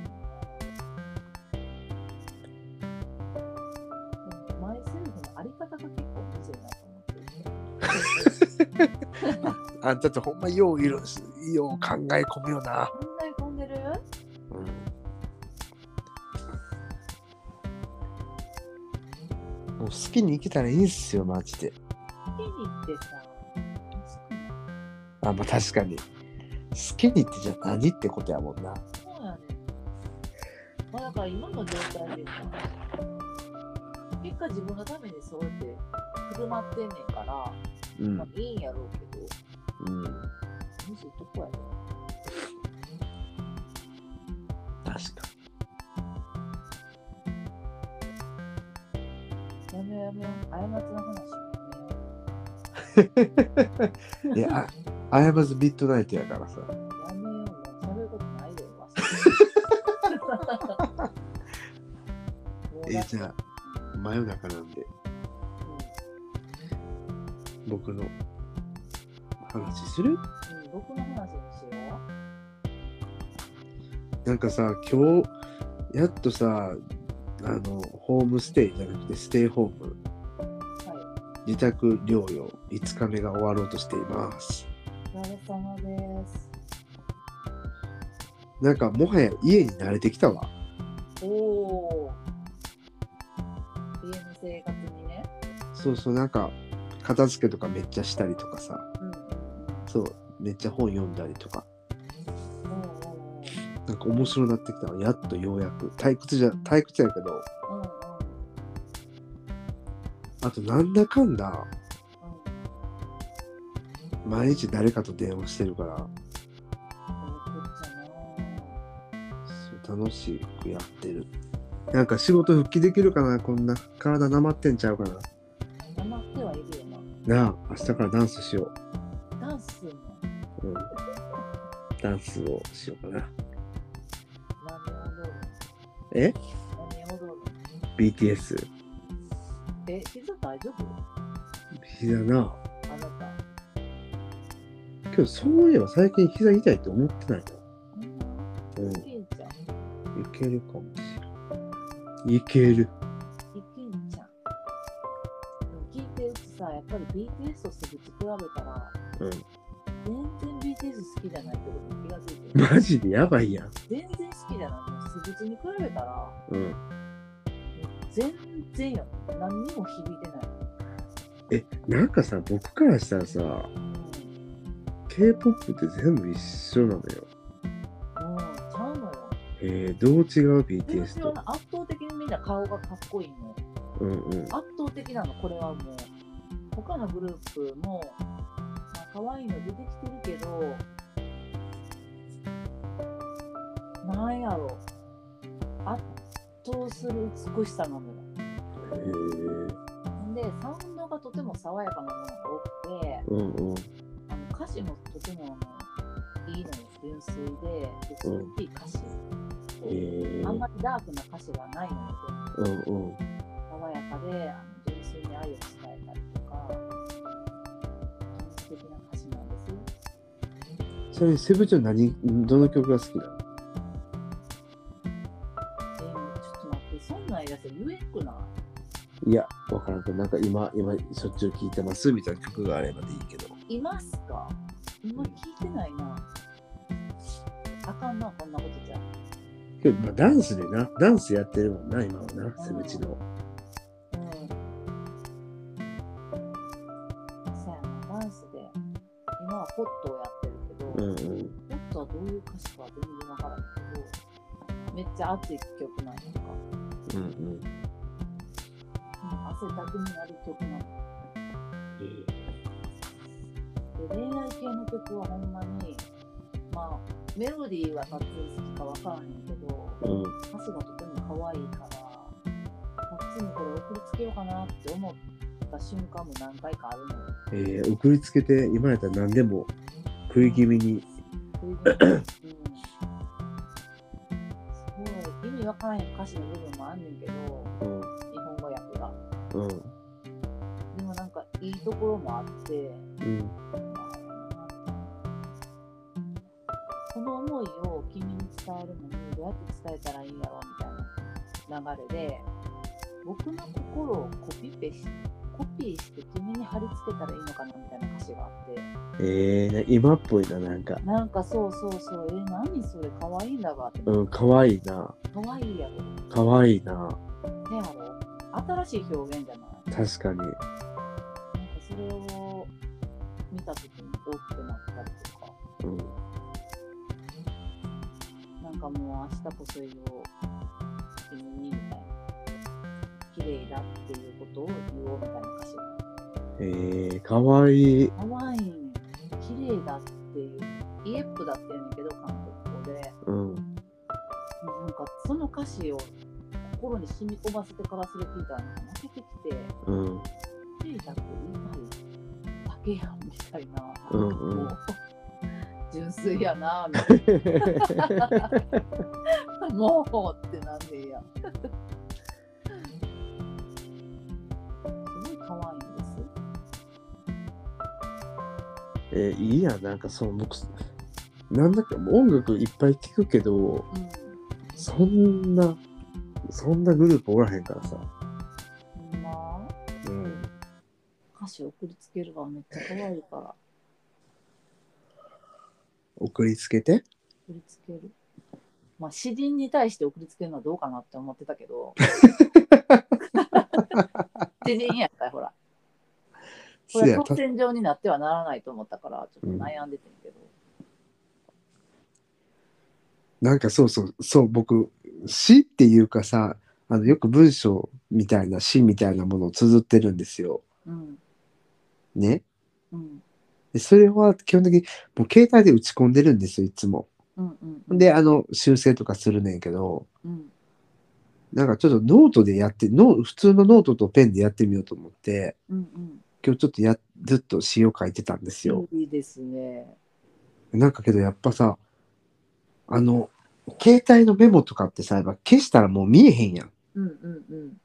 S1: んマイセルフのあり方が結構むずいなと思っていて。
S2: あんたってほんまよういろ、よう考え込むよな。
S1: 考え込んでる
S2: うん。もう好きに生きたらいいんすよ、マジで。
S1: 好きにってさ、
S2: あ、まあ確かに。好きにってじゃあ何ってことやもんな。
S1: そうやね。まあだから今の状態でさ、結果自分のためにそうやって振る舞ってんねんから、
S2: うん
S1: まあいいんやろうけど、
S2: うん。
S1: むしろどこやね
S2: 確か
S1: やめようやめよう。過ちの話はやめよう。
S2: [laughs] に。いや、あやまずビットナイトやからさ。
S1: やめよう、もう喋ることないで、わし。もう
S2: えー
S1: だって
S2: じゃあ、真夜中なんで、僕の話する
S1: うんうん僕の話にしよ
S2: なんかさ、今日、やっとさ、あの、ホームステイじゃなくて、ステイホーム、
S1: う。は
S2: 自宅療養、5日目が終わろうとしています。
S1: い。お疲れ様です。
S2: なんか、もはや家に慣れてきたわ。
S1: おお。家の生活にね。
S2: そうそう、なんか、片付けとかめっちゃしたりとかさ、
S1: うんう
S2: そう、めっちゃ本読んだりとか、
S1: んうん。おうおうおう
S2: なんか面白くなってきたわ。やっとようやく。退屈じゃ、退屈やけど、
S1: うんうん
S2: あと、なんだかんだ、
S1: うん
S2: 毎日誰かと電話してるから、
S1: こっちゃな
S2: そう楽しくやってるなんか仕事復帰できるかなこんな体なまってんちゃうかな
S1: 黙ってはいるよ
S2: なあ明日からダンスしよ
S1: な。ダンスも
S2: う、うん、ダンスをしようかな
S1: 何を踊る
S2: え
S1: の何を踊るの
S2: BTS
S1: え、膝大丈夫
S2: 膝な
S1: あなた。
S2: けど、そういえば最近膝痛いって思ってないな。うん。
S1: い
S2: い
S1: けんじゃん。
S2: けるかもしれない。いける。
S1: いけんじゃん。でも聞いてるとさ、やっぱり BTS とすぐ比べたら、
S2: うん。
S1: 全然 BTS 好きじゃないってことに気がついてる。
S2: マジでやばいやん。
S1: 全然好きじゃない。もうすぐちに比べたら、
S2: うん。
S1: 全然よ。何にも響いてない。
S2: え、なんかさ、僕からしたらさ、K-POP って全部一緒なのよ。
S1: うん。うん、ちゃうのよ。
S2: えー、どう違う
S1: 全
S2: BTS
S1: 然
S2: と。
S1: 圧倒的にみんな顔がかっこいいの。
S2: うんうん。
S1: 圧倒的なのこれはもう他のグループも、まあ、可愛いの出てきてるけどなんやろ圧倒する美しさなのよ
S2: えー、
S1: でサウンドがとても爽やかなものが多くて
S2: うんうん。
S1: あの歌詞もとてもあのいいのよ純粋で美しい歌詞、
S2: えー、
S1: あんまりダークな歌詞はないのよ
S2: うんうん。
S1: 爽やかであの純粋に愛を伝えたりとか素敵な歌詞なんですよ
S2: ちなみにセブちゃん何、どの曲が好きなの
S1: えーちょっと待ってそんなんやつ言えんくない
S2: や、わからんけど、なんか今、今、しょっちゅう聴いてますみたいな曲があればでいいけど。
S1: いいますか今聞いてないなあかんなこんなことじゃ
S2: けど、まあ、ダンスでな、ダンスやってるもんな、今はな、セブチの。
S1: うんそうやなダンスで今はホットをやってるけど、
S2: うんうん。
S1: ホットはどういう歌詞かは全然わからんけどめっちゃ熱い曲なんやんか、
S2: うんうん。
S1: うん汗だくになる曲なんや
S2: えー
S1: で恋愛系の曲はほんまに、まあ、メロディーはたっぷり好きかわからへんけど
S2: うん
S1: 歌詞がとても可愛いからタッツにこれ送りつけようかなって思った瞬間も何回かあるのよ。
S2: えー、送りつけて、今やったら何でも食い気味に。
S1: そういうふうにうんすごい意味わからへん歌詞の部分もあんねんけど
S2: うん
S1: 日本語訳が。
S2: うん
S1: でもなんかいいところもあって
S2: うん。
S1: その思いを君に伝えるのにどうやって伝えたらいいんやろうみたいな流れで僕の心をコピペしコピーして君に貼り付けたらいいのかなみたいな歌詞があっ
S2: えー、な今っぽいな、なんか
S1: て。なんかそうそうそうえ何それかわいいんだがって
S2: うん、かわいいな。
S1: かわいいやろ
S2: かわいいな。
S1: ねやろ新しい表現じゃない
S2: 確かに。
S1: なんかそれを見た時に大きくなったりとか
S2: うん。
S1: なんかもう明日こそ言おう、君にみたいな。綺麗だっていうことを言おうみたいな歌詞が。
S2: えー、かわいい。
S1: 可愛いね。綺麗だっていう。イエップだって言うんだけど、韓国語で。
S2: うん。
S1: なんかその歌詞を心に染み込ませてからそれ聞いたら、なんか泣けてきて、
S2: うん。
S1: 綺麗だって言いたいだけやんみたいな。
S2: うんうん
S1: もう純粋やな、みたいな。もうってなんでや。すごい可愛いんです。
S2: えー、いいやん、なんかその僕、なんだか音楽いっぱい聴くけど、
S1: うん
S2: そんな、そんなグループおらへんからさ。
S1: ほんま
S2: うん。
S1: 歌詞送りつけるわめっちゃ可愛いから送
S2: 送りつけて。
S1: りつけるまあ詩人に対して送りつけるのはどうかなって思ってたけど詩人やったらほらこ
S2: せ
S1: れ
S2: や、た
S1: 挑戦状になってはならないと思ったからちょっと悩んでてんけど、
S2: なんかそうそう、そう、僕、詩っていうかさ、あのよく文章みたいな詩みたいなものを綴ってるんですよ。
S1: うん
S2: ね。
S1: うん
S2: でそれは基本的にもう携帯で打ち込んでるんですよ、いつも。
S1: うんうんうん
S2: で、あの、修正とかするねんけど、
S1: うん
S2: なんかちょっとノートでやって、ノー普通のノートとペンでやってみようと思って、
S1: うん
S2: 今日ちょっとや、ずっと詩を書いてたんですよ。
S1: うんいいですね
S2: なんかけどやっぱさ、あの、携帯のメモとかってさ、やっぱ消したらもう見えへんやん。
S1: うんうんうん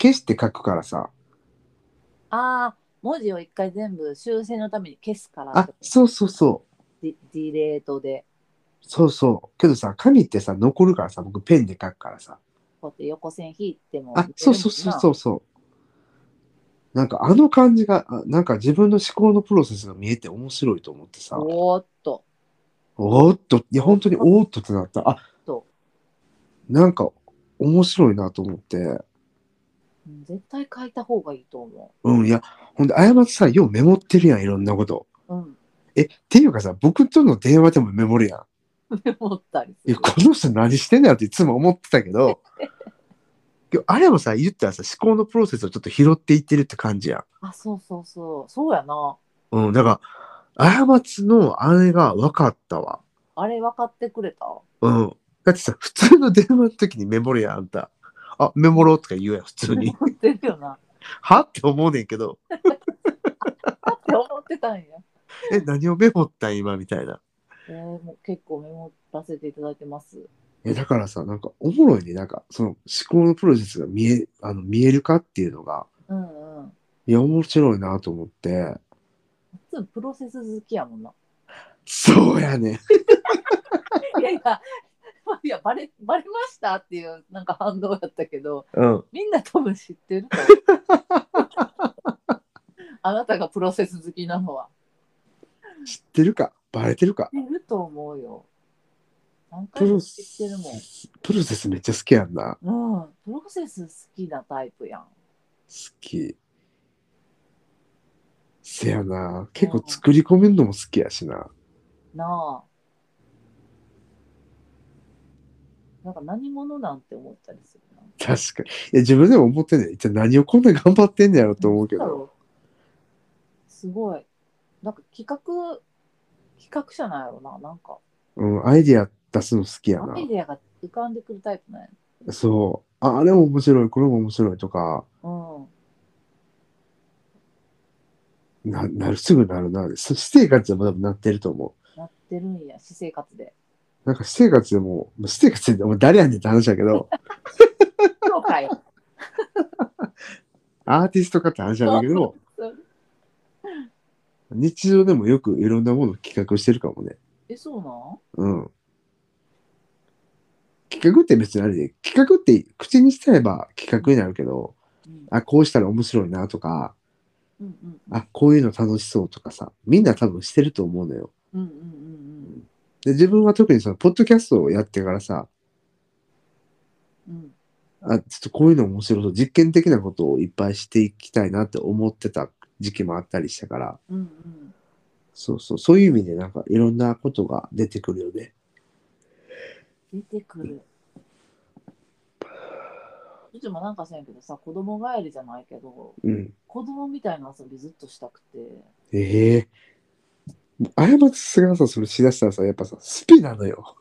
S2: 消して書くからさ、
S1: ああ文字を一回全部修正のために消すから
S2: あそうそうそう
S1: ディディレートで
S2: そうそうけどさ紙ってさ残るからさ僕ペンで書くからさ
S1: こうやって横線引いても
S2: あそうそうそうそううそうなんかあの感じがあなんか自分の思考のプロセスが見えて面白いと思ってさ
S1: おーっと
S2: おーっといや本当におーっとってなったあ
S1: そ
S2: なんか面白いなと思って
S1: うん絶対書いた方がいいと思
S2: うんいやほんで過ちさようメモってるやんいろんなこと
S1: ううん [laughs]
S2: えっていうかさ僕との電話でもメモるやん
S1: 思ったりす
S2: いや
S1: る
S2: この人何してんだよっていつも思ってたけど [laughs] でもあれもさ言ったらさ思考のプロセスをちょっと拾っていってるって感じやん。
S1: あそうそうそうそうやな
S2: うん、だから過ちのあれが分かったわ。
S1: あれ分かってくれた
S2: うん、だってさ普通の電話の時にメモるやんあんた。あメモろうとか言うやん普通に。
S1: 思ってるよな
S2: は [laughs] って思うねんけど
S1: だって思ってたんや
S2: え何をメモったん今みたいな。
S1: えー、もう結構メモらせていただいてます。
S2: えだからさなんかおもろいねなんかその思考のプロセスが見えあの見えるかっていうのが
S1: うんうん。
S2: いや面白いなと思って。
S1: 普通プロセス好きやもんな。 [laughs]
S2: そうやねん。
S1: いやいや、まあいやバレバレましたっていうなんか反応やったけど、
S2: うん
S1: みんな多分知ってると思 [laughs] うあなたがプロセス好きなのは。
S2: 知ってるかバレてるか
S1: 知ってると思うよ。何
S2: プ
S1: 回
S2: ロ
S1: も
S2: セ
S1: 知
S2: ス
S1: ってるもん。
S2: プロセスめっちゃ好きやんな
S1: うん、プロセス好きなタイプやん。
S2: 好きせやな結構作り込めるのも好きやしな
S1: なあ。なんか何者なんて思ったりするな。
S2: 確かにいや自分でも思ってんねん一体何をこんな頑張ってんねやろと思うけ
S1: なんだ
S2: ど
S1: ろうすごいなんか企画企画者なんやろななんか
S2: うんアイディア出すの好きや
S1: アイ
S2: な
S1: デアが浮かんでくるタイプなんや
S2: そうああれも面白いこれも面白いとか
S1: うん
S2: ななるすぐなるなそ私生活でも多分なってると思う
S1: なってるんや私生活で
S2: なんか私生活でも私生活でも誰やねんって話やけど
S1: 今日かよ
S2: アーティストかって話やねんだけど
S1: そう
S2: 日常でもよくいろんなものを企画してるかもね。
S1: えそうなん
S2: うん。企画って別にあれで、企画って口にしちゃえば企画になるけど、
S1: うん
S2: あ、こうしたら面白いなとか、
S1: うんうんうん
S2: あ、こういうの楽しそうとかさ、みんな多分してると思うのよ。
S1: うんうんうん
S2: で、自分は特にその、ポッドキャストをやってからさ、
S1: うんうん
S2: あ、ちょっとこういうの面白そう、実験的なことをいっぱいしていきたいなって思ってた時期もあったりしたから、
S1: うんうん
S2: そうそう、そういう意味でなんかいろんなことが出てくるよね。
S1: 出てくるいつもなんかせんけどさ子供帰りじゃないけど
S2: うん。
S1: 子供みたいな遊びずっとしたくて
S2: ええー。過ちすがさ、それしだしたらさ、やっぱさ、スピなのよ。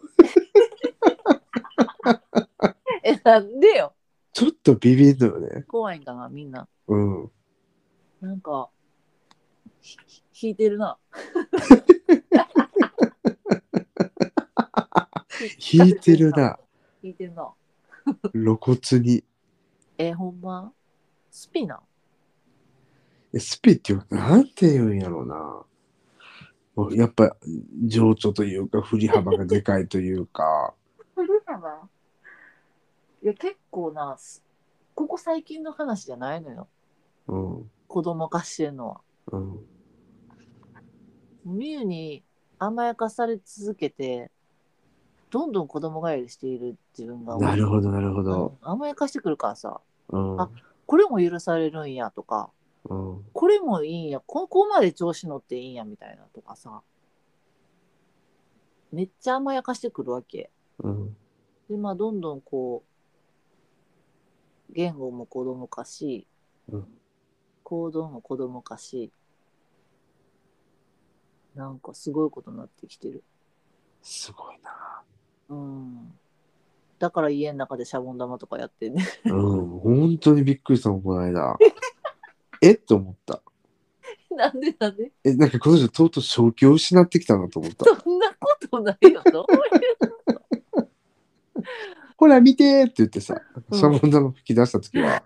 S1: えなんでよ
S2: ちょっとビビるのよね。
S1: 怖いんかなみんな
S2: うん。
S1: なんか、ひひ弾いてる [laughs] な。
S2: 引いてるな。
S1: 弾いてるな。
S2: 露骨に。
S1: えー、ほんまスピナ
S2: えスピっていうか、なんて言うんやろうな。もうやっぱ、情緒というか、振り幅がでかいというか。
S1: いや、結構な、すここ最近の話じゃないのよ。
S2: うん。
S1: 子供化してるのは。
S2: うん。
S1: ミュウに甘やかされ続けて、どんどん子供返りしている自分が多い
S2: なるほど、なるほど。
S1: うん甘やかしてくるからさ、
S2: うん。
S1: あこれも許されるんやとか、
S2: うん。
S1: これもいいんやここまで調子乗っていいんやみたいなとかさめっちゃ甘やかしてくるわけ
S2: うん。
S1: でまあどんどんこう言語も子供化し、
S2: うん
S1: 行動も子供化しなんかすごいことになってきてる
S2: すごいな。
S1: うんだから家の中でシャボン玉とかやってんね [laughs]
S2: うん。本当にびっくりしたもん、この間。 [laughs] えっと思った。
S1: なんでなんで
S2: え、なんかこの人とうとう正気を失ってきたなと思った。
S1: そんなことないよどういう
S2: ほら見てーって言ってさ、
S1: うん
S2: シャボン玉吹き出した時は、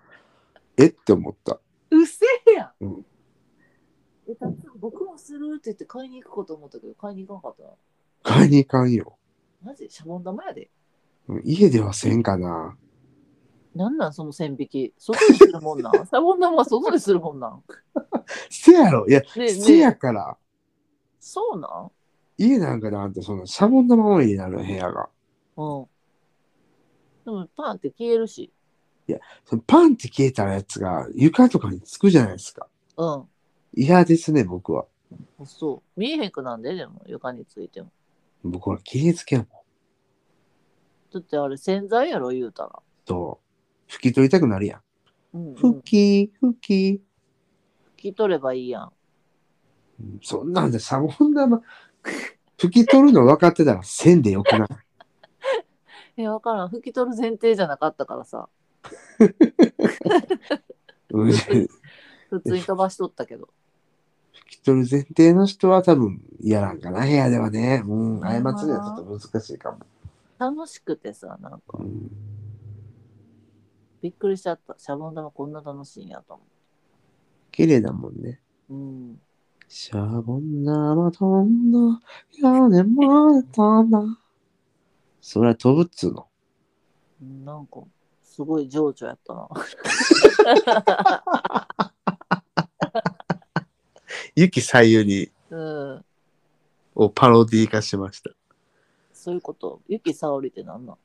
S2: えって思った。
S1: うっせえやん、
S2: うん
S1: えたつ僕もするって言って買いに行くかと思ったけど、買いに行かなかっ
S2: 買いに行かんよ。
S1: た。マジシャボン玉やで。
S2: 家ではせんかな。
S1: なんなんその線引き。外でするもん [laughs] なん。シャボン玉は外でするもんなん。
S2: せやろ。いや、
S1: ねえ
S2: せ
S1: ねえ
S2: やから、
S1: そうなん
S2: 家なんかであんた、その、シャボン玉多いになる部屋が。
S1: うん。でもパンって消えるし。
S2: そのパンって消えたやつが床とかにつくじゃないですか。
S1: うん。
S2: 嫌ですね、僕は。
S1: そう。見えへんくなんで、でも床についても。
S2: 僕は気につけやもん
S1: だってあれ洗剤やろ、言うたら。
S2: と、拭き取りたくなるやん。
S1: [laughs] うん、うん。
S2: 拭
S1: 拭
S2: き、拭き。
S1: き取ればいいやん。
S2: うんそんなんでシャボン玉、 [laughs] 拭き取るの分かってたらせんでよくない。
S1: いや、わからん。拭き取る前提じゃなかったからさ。
S2: うん拭
S1: 普通に飛ばしとったけ [laughs] ど。
S2: き取る前提の人は多分嫌なんかな、部屋ではね。うん、過ちにはちょっと難しいかも。
S1: 楽しくてさ、なんか
S2: う、ん
S1: びっくりしちゃった。シャボン玉こんな楽しいんやと思
S2: 綺麗だもんね。
S1: う。うん。
S2: シャボン玉飛んだ、屋根まで飛んだ。それは飛ぶっつうの。
S1: なんか、すごい情緒やったな。 [laughs]
S2: 雪左右に
S1: うん。
S2: をパロディ化しました。
S1: そういうこと。ゆきさおりってなんなん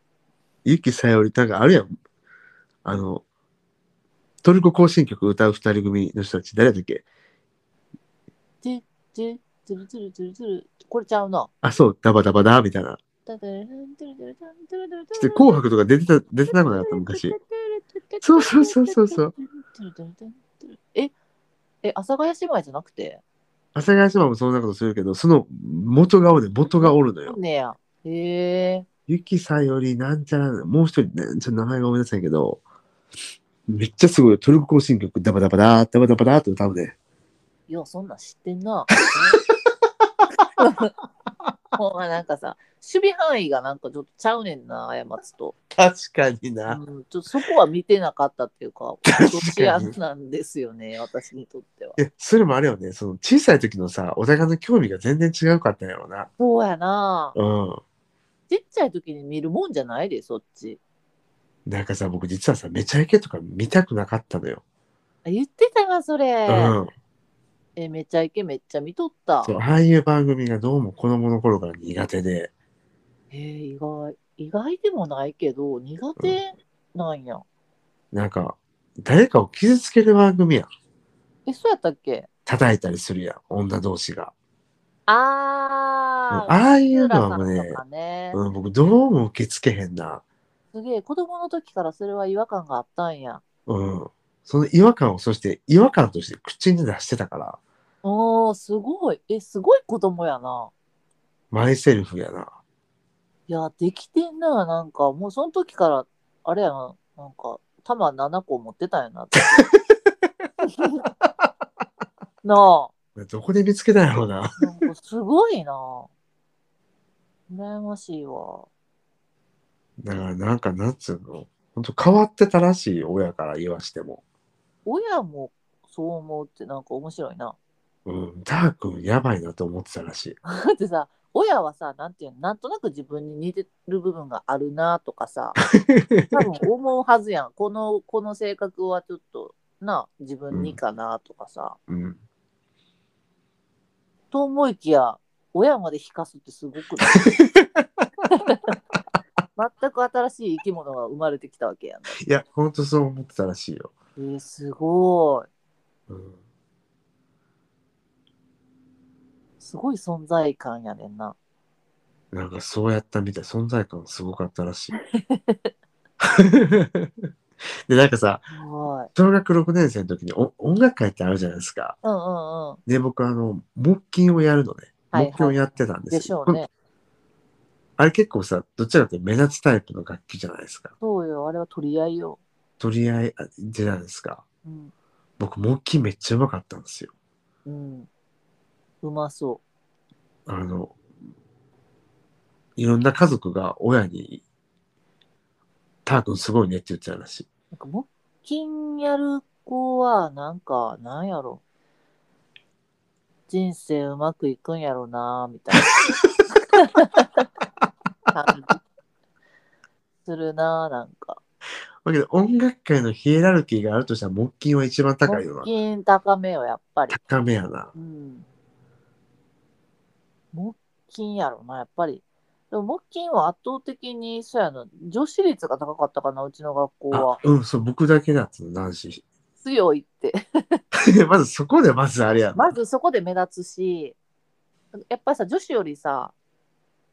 S2: 雪さよりなんかあるやんあのトルコ行進曲歌う二人組の人たち誰だっけ
S1: ててつるつるつるつる。これちゃうな。
S2: あそうダバダバダみたいな
S1: だだるんてるてるてるてるてる
S2: ちょっと紅白とか出てた出てなくなった昔。そうそうそうそうそう。
S1: え、え、阿佐ヶ谷姉妹じゃなくて。
S2: 阿佐ヶ谷姉妹もそんなことするけどその元顔で元がおるのよ
S1: ねや。へえ。
S2: ゆきさよりなんちゃらのもう一人ねちょっと名前が思い出せないけどめっちゃすごいよトルコ行進曲ダバダバダダバダバダって歌うね
S1: いや、そんなん知ってん
S2: [laughs]
S1: な。ほんまなんかさ、守備範囲がなんかちょっとちゃうねんな、過つと。
S2: 確かに
S1: う、
S2: なん
S1: ちょっとそこは見てなかったっていうか、
S2: 確か
S1: ど
S2: に
S1: ちらなんですよね、私にとっては。
S2: えそれもあれよねその小さい時のさお互いの興味が全然違うかったんやろうな
S1: そうやな。
S2: うん
S1: ちっちゃい時に見るもんじゃないで、そっち。
S2: なんかさ、僕実はさ、めちゃイケとか見たくなかったのよ。
S1: あ言ってたな、それ。
S2: うん。
S1: え、めちゃイケめっちゃ見とった。
S2: そう、ああいう番組がどうも子供の頃から苦手で、
S1: えー意外。意外でもないけど、苦手なんや。
S2: なんか、誰かを傷つける番組やん。
S1: え、そうやったっけ
S2: 叩いたりするやん、女同士が。
S1: あ
S2: あ
S1: ー。
S2: あいうのは
S1: 浦さ
S2: もうんね
S1: と、かね。
S2: うん、僕どうも受け付けへんな。
S1: すげえ、子供の時からそれは違和感があったんや。
S2: うん。その違和感を、そして違和感として口に出してたから、
S1: おー、すごい。え、すごい子供やな。
S2: マイセルフやな。
S1: いや、できてんな、なんか、もうその時から、あれやな、なんか、玉7個持ってたんやな [laughs] って。な
S2: どこで見つけたんやろうな。 [laughs]
S1: あ、なんかすごいな。羨ましいわ。
S2: だからなんか、なんつうの。本当変わってたらしい、親から言わしても。
S1: 親もそう思うってなんか面白いな。
S2: うん、ダークやばいなと思ってたらしい。
S1: だってさ、親はさ、なんていうの、なんとなく自分に似てる部分があるなとかさ、多分思うはずやん。この、この性格はちょっと、な、自分にかなとかさ。
S2: うん、
S1: と思いきや親まで引かすってすごく
S2: [laughs]
S1: ない全く新しい生き物が生まれてきたわけやん、ね
S2: いや、ほんとそう思ってたらしいよ。
S1: えーすごい
S2: うん、
S1: すごい存在感やねんな
S2: なんかそうやったみたい。存在感すごかったらしい。 [laughs] で、なんかさ、
S1: すごい
S2: 小学6年生の時にお音楽会ってあるじゃないですか。
S1: うんうんうん
S2: で、僕、あの、木琴をやるのね。
S1: はい
S2: 木琴をやってたんで
S1: ですし
S2: よ
S1: ょ。うね
S2: あれ結構さ、どちらかというと目立つタイプの楽器じゃないですか。
S1: そうよあれは取り合いよ、
S2: 取り合いあじゃないですか。
S1: うん
S2: 僕、木琴めっちゃうまかったんですよ。
S1: うん、うまそ
S2: あの、いろんな家族が親に、ター君すごいねって言ってたらしい。
S1: うなんか木琴やる子はなんかなんやろ人生うまくいくんやろうなみたい
S2: [laughs]
S1: な感じするななんか
S2: だけど音楽界のヒエラルキーがあるとしたら木琴は一番高いよな
S1: 木。琴高めよやっぱり
S2: 高めやな。
S1: うん木琴やろなやっぱりでも木琴は圧倒的にそうやな女子率が高かったかなうちの学校
S2: あ
S1: は
S2: うん、そう、僕だけだったの、男子。
S1: 強いって
S2: [laughs] まずそこでまずあれやな。
S1: まずそこで目立つし、やっぱりさ、女子よりさ、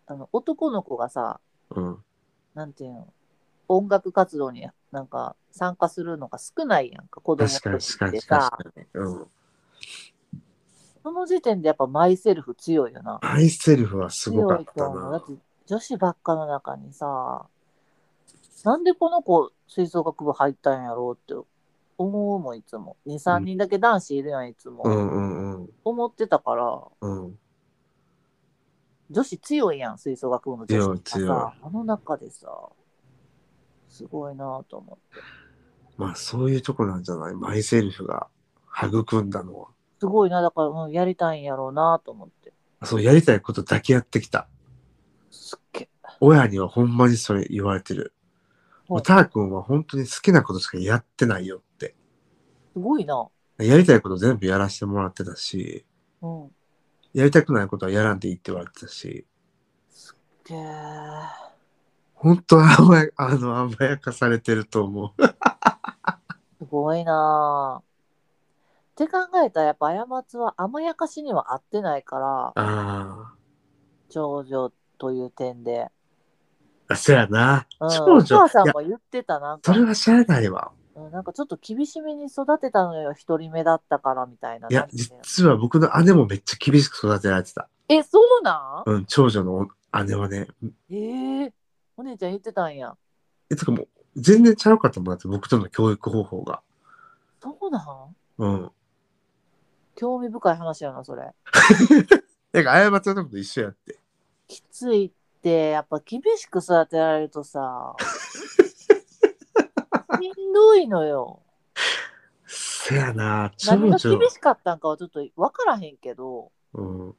S1: あの男の子がさ、
S2: うん。
S1: なんていうの、音楽活動になんか参加するのが少ないやんか、子供
S2: 確か
S1: の
S2: に、
S1: 時
S2: 確か
S1: って
S2: に、
S1: さ、
S2: 確かに。うん。
S1: その時点でやっぱマイセルフ強いよな。
S2: アイセルフはすごか
S1: 強
S2: っ
S1: いと
S2: た
S1: 思う。だ
S2: な
S1: っ。て女子ばっかの中にさ、なんでこの子吹奏楽部入ったんやろうって思うもん、いつも。2、3人だけ男子いるやん、いつも。
S2: うんうんうん。
S1: 思ってたから、
S2: うん。
S1: 女子強いやん吹奏楽部の女子ってさ
S2: 強い強
S1: あの中でさすごいなと思って
S2: まあそういうとこなんじゃないマイセルフが育んだのは。
S1: すごいなだから、うん、やりたいんやろうなと思って
S2: そう、やりたいことだけやってきた。
S1: すっげえ
S2: 親にはほんまにそれ言われてる。
S1: はい
S2: おたーくんは本当に好きなことしかやってないよって。
S1: すごいな
S2: やりたいこと全部やらせてもらってたし、
S1: うん
S2: やりたくないことはやらんでいいって言われてたし、
S1: で
S2: 本当は甘や [laughs] あの甘やかされてると思う。
S1: すごいなって考えたらやっぱ過ちは甘やかしには合ってないから
S2: あ
S1: 長女という点で、
S2: あ、そやな。
S1: うん、
S2: 長
S1: お
S2: 女、
S1: 母さ
S2: い
S1: ん
S2: や、
S1: も言ってたなんか
S2: それは知らないわ。
S1: うんなんかちょっと厳しめに育てたのよ一人目だったからみたいない
S2: や、
S1: なんて
S2: 実は僕の姉もめっちゃ厳しく育てられてた。
S1: えそうなん
S2: うん、長女の姉はね。
S1: ええお姉ちゃん言ってたんや。
S2: え、とかもう、全然ちゃうかと思うだって、僕との教育方法が。
S1: そうなん
S2: うん。
S1: 興味深い話やな、それ。
S2: なんか、過ちのとこと一緒やって。
S1: きついって、やっぱ厳しく育てられると [laughs] さ、しんどいのよ。
S2: せやな、長
S1: 何が
S2: 女
S1: 厳。しかったんかはちょっと分からへんけど、
S2: うん。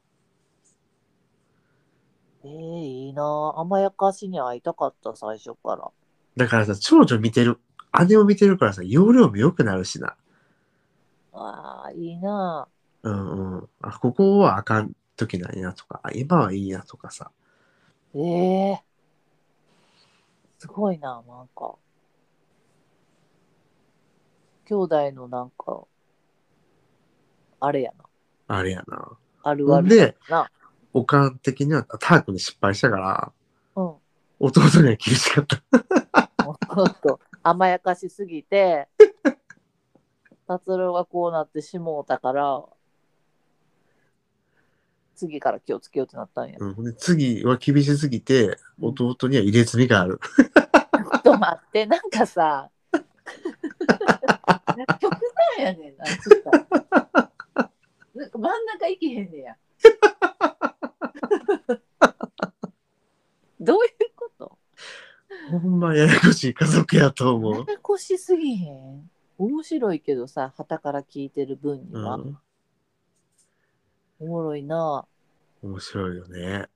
S1: ええいいな甘やかしに会いたかった、最初から。
S2: だからさ、長女見てる、姉を見てるからさ、容量も良くなるしな。
S1: ああ、いいな
S2: うんうん。あ、ここはあかん時ないなとか、あ、今はいいやとかさ。
S1: ええすごいななんか。兄弟のなんか、あれやな。
S2: あれやな。
S1: あるある
S2: で、
S1: な。
S2: おかん的には、あタークに失敗したから、
S1: うん。も
S2: 弟には厳しかった。
S1: うちょっと甘やかしすぎて、達郎がこうなってしもうたから、次から気をつけようってなったんや。ち
S2: うん。で、次は厳しすぎて、弟には入れ墨
S1: [laughs]
S2: がある。
S1: ょっと待
S2: [laughs]
S1: って、なんかさ、
S3: 極端やねんな、ちょっと。なんか真ん中行けへんね
S2: [laughs]
S3: や。
S1: どういうこと
S2: ほんまややこしい家族やと思
S1: や
S2: う。
S1: やこしすぎへん面白いけどさ、旗から聞いてる分に
S2: う
S1: は、
S2: ん。
S1: おもろいな。
S2: 面白いよね。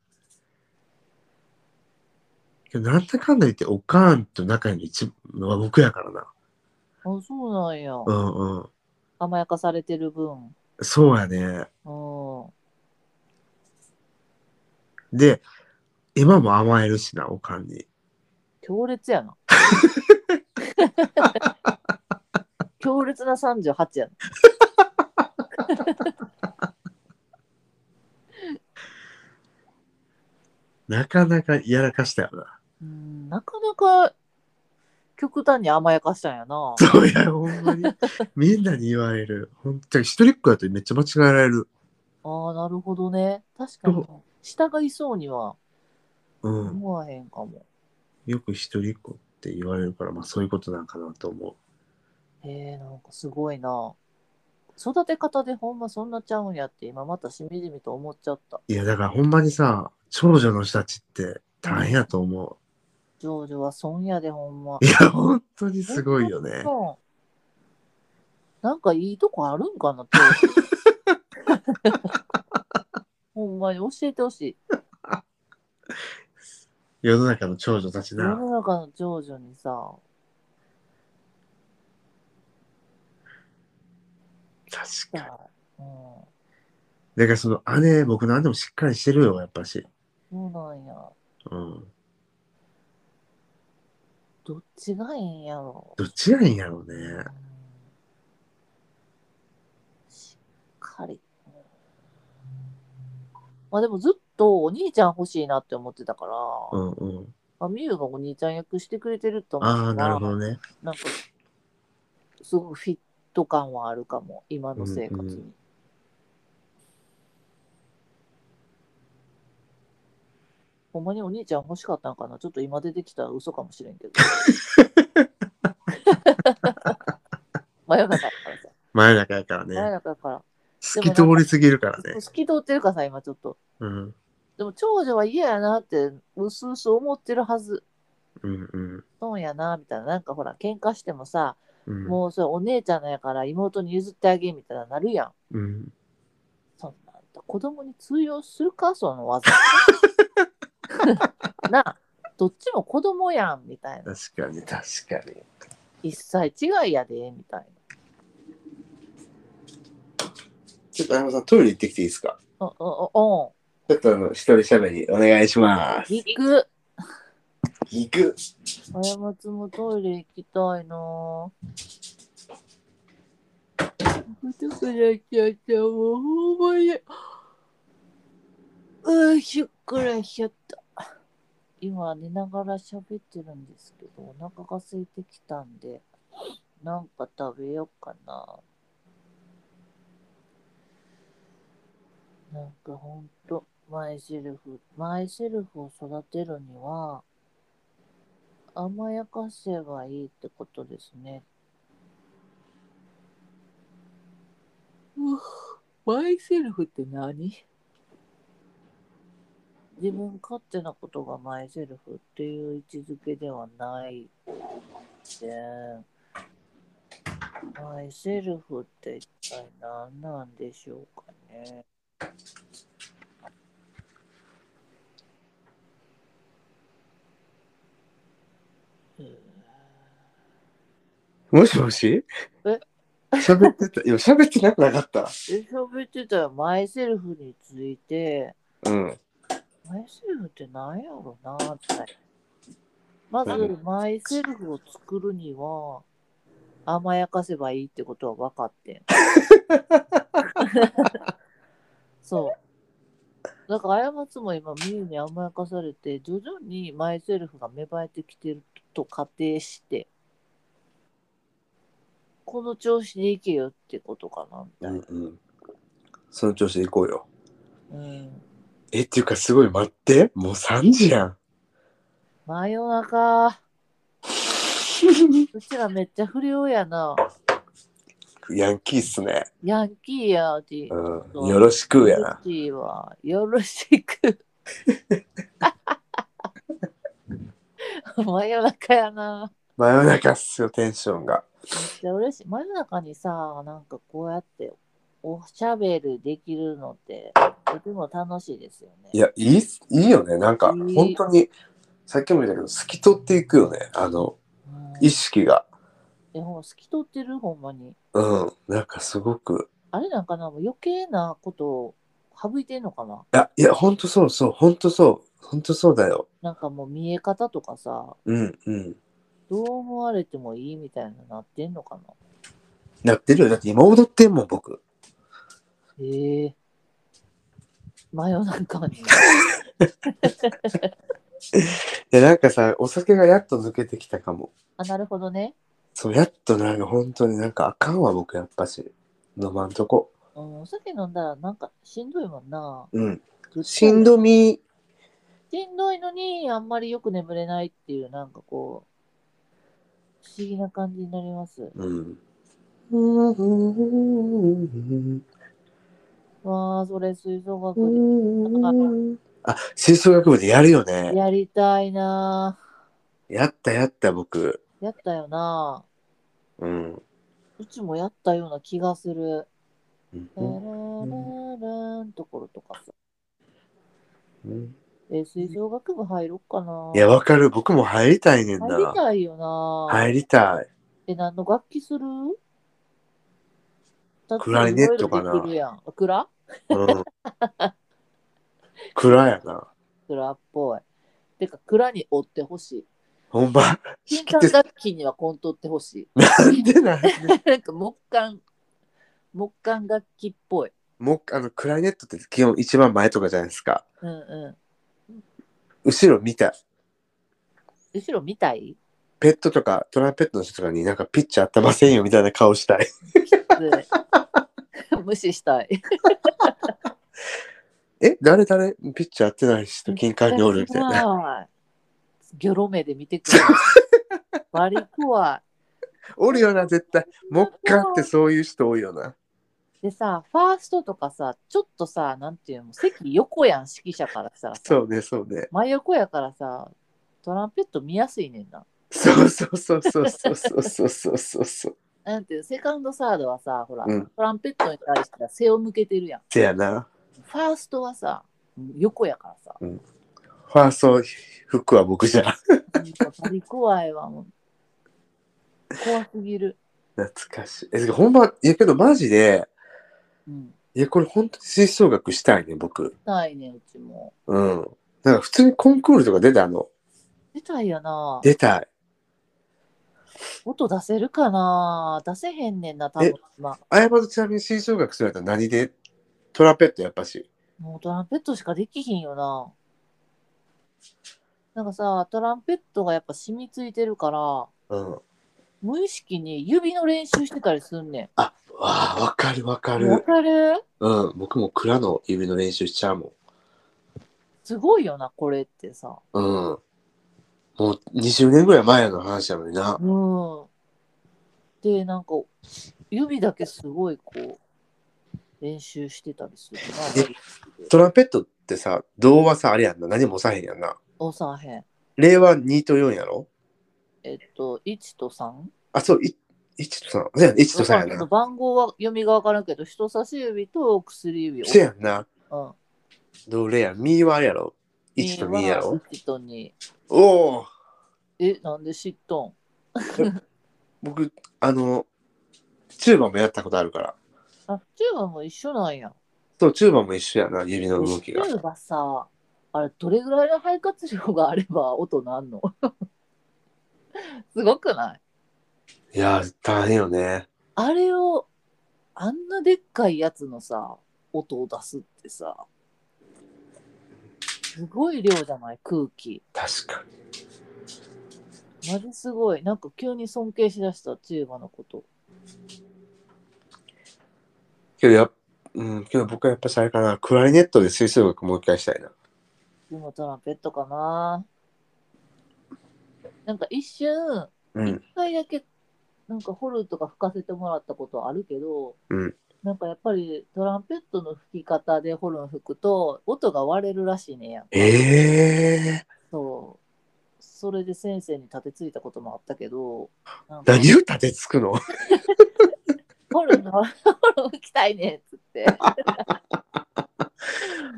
S2: けどなんだかんだ言って、おかんと仲いいの一番は僕やからな。
S1: あ、そうなんや。
S2: うんうん。
S1: 甘やかされてる分。
S2: そうやね。
S1: うん。
S2: で、今も甘えるしな、おかんに。
S1: 強烈
S2: [laughs]
S1: やな。強烈な38やな。
S2: なかなかやらかしたよな。 [laughs]
S1: うん、なかなか極端に甘やかしたんや
S2: [laughs]
S1: な。
S2: そうや、ほんまに。みんなに言われる。ほんと、一人っ子だとめっちゃ間違えられる。
S1: ああ、なるほどね。確かに。従いそうには
S2: うん。
S1: 思わへんかも。
S2: よく一人っ子って言われるから、まあそういうことなんかなと思
S1: へえ、なんかすごいな。育て方でほんまそんなちゃうんやって今またしみじみと思っちゃった。
S2: う。いや、だからほんまにさ、長女の人たちって大変やと思う。
S1: 長女は損やでほんま。
S2: いや、本当にすごいよね。
S1: そう
S2: [laughs]
S1: なんかいいとこあるんかなって。んまに教えてほしい。
S2: 世の中の長女たち
S1: 世
S2: な。
S1: の中の長女にさ、
S2: 確かに。
S1: さうん、そ
S2: だからその姉、僕の姉もしっかりしてるよ、やっぱし。
S1: うなんや。
S2: うん。
S1: どっちがいいんやろ
S2: どっちがいいんやろうね
S1: う。ん。しっかり。うんまあでもずっとお兄ちゃん欲しいなって思ってたから、
S2: うんうん。
S1: まあ、みゆがお兄ちゃん役してくれてると思う
S2: ああ、
S1: か
S2: な
S1: ら
S2: るほどね。
S1: なんか、すごくフィット感はあるかも、今の生活に。
S2: うんう
S1: ほんまにお兄ちゃん欲しかったんかなちょっと今出てきたら嘘かもしれん
S2: [laughs]
S1: けど。真夜中やからさ。
S2: 真夜中やからね。
S1: 真夜中やから。
S2: 透き通りすぎるからね。
S1: 透き通ってるからさ、今ちょっと。
S2: うん。
S1: でも長女は嫌やなって、うすうす思ってるはず。
S2: うんうん
S1: そうやな、みたいな。なんかほら、喧嘩してもさ、
S2: うん。
S1: もうそれお姉ちゃんのやから妹に譲ってあげみたいななるやん。
S2: うん。
S1: そんなん子供に通用するかその
S2: [laughs]
S1: 技。 [laughs] なあどっちも子供やんみたいな。
S2: 確かに、確かに。
S1: 一切違いやでみたい
S2: ちょっと、あやまさん、トイレ行ってきていいですか
S1: な。うんうんうん。
S2: ちょっと、あの、一人喋り、お願いします。
S1: 行く。
S2: 行く。
S1: あやまつもトイレ行きたいなぁ。行きたくなっちゃった。もうほんまに。うん、ひゅっくらしちゃった。今寝ながら喋ってるんですけど、お腹が空いてきたんで、なんか食べようかな。なんかほんと、マイセルフ、マイセルフを育てるには、甘やかせばいいってことですね。マイセルフって何自分勝手なことがマイセルフっていう位置づけではないで、マイセルフって一体何なんでしょうかね。
S2: もしもし
S1: え
S2: 喋ってた。今、喋ってなくなかった。
S1: で喋ってたらマイセルフについて、
S2: うん。
S1: マイセルフって何やろなって。まず
S2: うん、
S1: マイセルフを作るには、甘やかせばいいってことは分かってん。そう。だから、過ちも今、ミユに甘やかされて、徐々にマイセルフが芽生えてきてると仮定して、この調子でいけよってことかな、みたいな。
S2: うん。その調子で行こうよ。
S1: うん。
S2: え、っていうか、すごい、待って。もう3時やん。
S1: 真夜中、うちらめっちゃ不良やな。
S2: ヤンキーっすね。
S1: ヤンキーや、うち。
S2: うん。よろしくやな。
S1: うちは、よろしく。真夜中やな。
S2: 真夜中っすよ、テンションが。
S1: めっちゃ嬉しい。真夜中にさ、なんかこうやっておしゃべりできるのって、とても楽しいですよね。
S2: いや、いいっす、いいよね。なんか、
S1: いい
S2: 本当に、さっきも言ったけど、透き通っていくよね。あの、
S1: うん、
S2: 意識が。
S1: えほんま透き通ってる、ほんまに。
S2: うん。なんか、すごく。
S1: あれなんかな、もう余計なことを省いてんのかな。
S2: いや、いや、本当そうそう、本当そう、本当そうだよ。
S1: なんかもう見え方とかさ、
S2: うん、うん。
S1: どう思われてもいいみたいななってんのかな。
S2: なってるよ。だって今踊ってんもん、僕。
S1: へえ。真夜中
S2: [laughs]
S1: に。
S2: で、なんかさ、お酒がやっと抜けてきたかも。
S1: あ、なるほどね。
S2: そう、やっとなんか本当になんかあかんわ、僕やっぱし。飲まんとこ。
S1: うん、お酒飲んだらなんかしんどいもんな。
S2: うん。
S1: ぐっと
S2: しんどみ、
S1: しんどいのにあんまりよく眠れないっていうなんかこう、不思議な感じになります。
S2: うん。うんうんうん
S1: わあ、それ吹奏
S2: う
S1: 楽
S2: んうんあ、吹奏楽部でやるよ
S1: で
S2: ね。
S1: やりたいな
S2: やったやった、僕。
S1: ーやったよな
S2: うん。
S1: ーうちもやったような気がする。
S2: うん
S1: ララララーンところとかさ。
S2: ね。
S1: え吹奏楽部入ろっかな。
S2: いや、わかる。僕も入りたいねん
S1: 入り
S2: な。
S1: たいよな。
S2: 入りたい。
S1: え、何の楽器する
S2: クラリネットかな
S1: だっていろいろできるやんクラ
S2: うん。暗やな。
S1: クラっぽい。てか、クラに追ってほしい。
S2: ほんま。
S1: 金管楽器にはコントってほし
S2: なんでない [laughs]
S1: い。 [laughs] なんか木管、木管楽器っぽい。
S2: もう、あの、クラリネットって基本一番前とかじゃないですか。
S1: うんう
S2: 後ろ見たい。
S1: ん。後ろ見たい
S2: ペットとかトランペットの人とかになんかピッチャーあったませんよみたいな顔したい。
S1: [laughs] 無視したい。
S2: え、誰誰ピッチャー合ってない人金管におるみたい
S1: [laughs]
S2: な。
S1: 怖い。ギョロ目で見てくる。割り怖い。
S2: [laughs] おるよな、絶対。木管ってそういう人多いよな。
S1: でさ、ファーストとかさ、ちょっとさ、なんていうの、席横やん、指揮者からしたらさ。
S2: そうね、そうね。
S1: 真横やからさ、トランペット見やすいねんな。
S2: そうそうそうそうそうそうそうそうそう。 [laughs]
S1: なんていうのセカンドサードはさ、ほら、
S2: うん
S1: トランペットに対しては背を向けてるやん。
S2: せやな。
S1: ファーストはさ、横やからさ。
S2: ファースト服は僕じゃ。 [laughs]
S1: なんかバリ怖いわ、もう。怖すぎる。
S2: 懐かしい。え、ほんま、いやけどマジで、
S1: うん。
S2: いや、これ本当に吹奏楽したいね、僕。
S1: ないね、うちも。
S2: うん。なんか普通にコンクールとか出たの。
S1: 出たいやな。
S2: 出たい。
S1: 音出せるかな出せへんねんな、多
S2: え
S1: 分。まあ、
S2: あやまとちなみに吹奏楽するやったら何でトランペットやっぱし。
S1: もうトランペットしかできひんよな。なんかさ、トランペットがやっぱ染みついてるから、
S2: うん。わ
S1: 無意識に指の練習してたりすんね
S2: あ、わかるわか
S1: ん。わ
S2: る。
S1: かる
S2: うん。僕も蔵の指の練習しちゃうもん。
S1: すごいよな、これってさ。
S2: うん。もう20年ぐらい前の話やのにな。
S1: うん。で、なんか、指だけすごいこう、練習してたりするな。
S2: トランペットってさ、童話さ、あれやんな。何も押さへんやんな。
S1: 押さへん。
S2: 令和2と4やろ
S1: えっと、1と 3?
S2: あ、そう、い1と3。そうやん、1と3やな。
S1: 番号は読みが分からんけど、人差し指と薬指を。
S2: そうやんな。
S1: うん。
S2: どれやん。ミーはあれやろ ?1 と2やろ
S1: ?1 と2。
S2: おお
S1: え、なんで知っとん
S2: 僕、あの、チューバもやったことあるから。
S1: あ、チューバも一緒なんや。
S2: そう、チューバも一緒やな、指の動
S1: チ
S2: き
S1: ュ
S2: が。
S1: ーバさ、あれ、どれぐらいの肺活量があれば音なんの [laughs] すごくない
S2: いやー、大変よね。
S1: あれを、あんなでっかいやつのさ、音を出すってさ、すごい量じゃない空気。
S2: 確かに。
S1: マジすごい。なんか急に尊敬しだした、チューバのこと。
S2: けどやっ、うん、けど僕はやっぱしあれかな、クラリネットで吹奏楽もう一回したいな。
S1: でもトランペットかな。なんか一瞬、
S2: うん。
S1: 一回だけ、なんかホルンとか吹かせてもらったことあるけど、
S2: うん
S1: なんかやっぱりトランペットの吹き方でホルン吹くと、音が割れるらしいねんやん。
S2: ええ
S1: そう。それで先生に立てついたこともあったけど、なん
S2: ー、
S1: か
S2: 何を立てつくの [laughs]
S1: ホルンのホルン吹きたいねんっつって。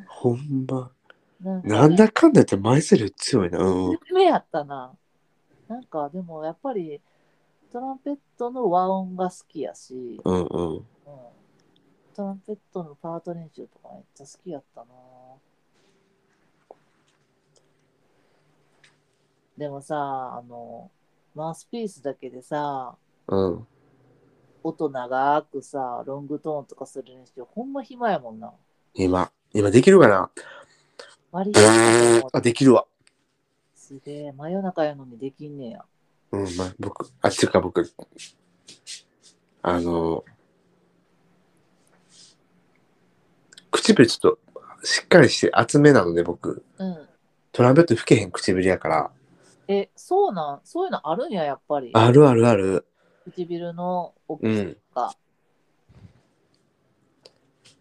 S2: ほんま。
S1: なんか
S2: なんだかんだ言って前セル強いな。うん。
S1: 夢やったな。なんかでもやっぱりトランペットの和音が好きやし、
S2: うんうん。
S1: うん、トランペットのパート練習とかめっちゃ好きやったな。でもさ、あの、マウスピースだけでさ、
S2: うん。
S1: 音長くさ、ロングトーンとかする練習、ほんま暇やもんな。
S2: 今、今できるかな [laughs]
S1: 割り切
S2: あ、できるわ。
S1: すげえ、真夜中やのにできんねや。
S2: うん、まあ、僕、あ、ちゅうか僕、あの、唇ちょっとしっかりして厚めなので僕、
S1: うん。
S2: トランペット吹けへん唇やから。
S1: え、そうなん、そういうのあるんや、やっぱり。
S2: あるあるある。
S1: 唇の大き
S2: う
S1: さ
S2: ん。
S1: とか。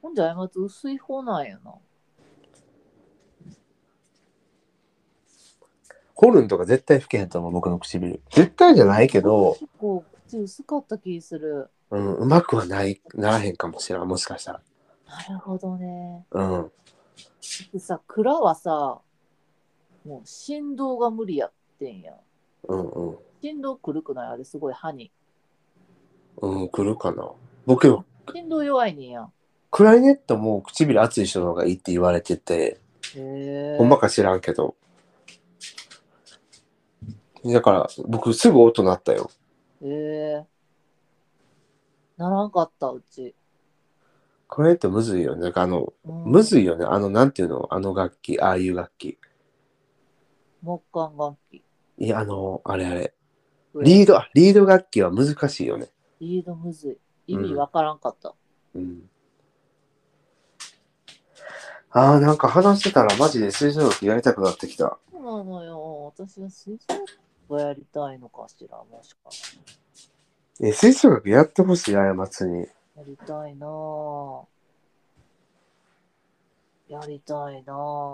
S1: ほんじゃ、まつ薄い方なんやな。
S2: ホルンとか絶対吹けへんと思う、僕の唇。絶対じゃないけど、
S1: 結構、口薄かった気する。
S2: うん、うまくはない、ならへんかもしれん、もしかしたら。
S1: なるほどね。
S2: うん。
S1: でさ蔵はさもう振動が無理やってんやん
S2: うんうん。
S1: 振動くるくないあれすごい歯に
S2: うん、来るかな。僕よ、
S1: 振動弱いねんやん
S2: クラリネットも唇熱い人の方がいいって言われてて、
S1: へえ
S2: ほんまか知らんけど。だから、僕すぐ音鳴ったよ。
S1: へえならんかったうち、
S2: クラリネットむずいよね。なんかあの、
S1: うん、
S2: むずいよね。あの、なんていうのあの楽器、ああいう楽器。
S1: 木管楽器
S2: いや、あの、あれあれ。
S1: リ
S2: リード、あリード楽器は難しいよね。
S1: ードむずい意味わからんかった、
S2: うん。ああ、なんか話してたらマジで吹奏楽やりたくなってきた。
S1: そうなのよ私は吹奏楽をやりたいのかしらもしかして
S2: え、吹奏楽やってほしい、過ちに。
S1: やりたいなぁ。やりたいな
S2: [coughs]
S1: ぁ。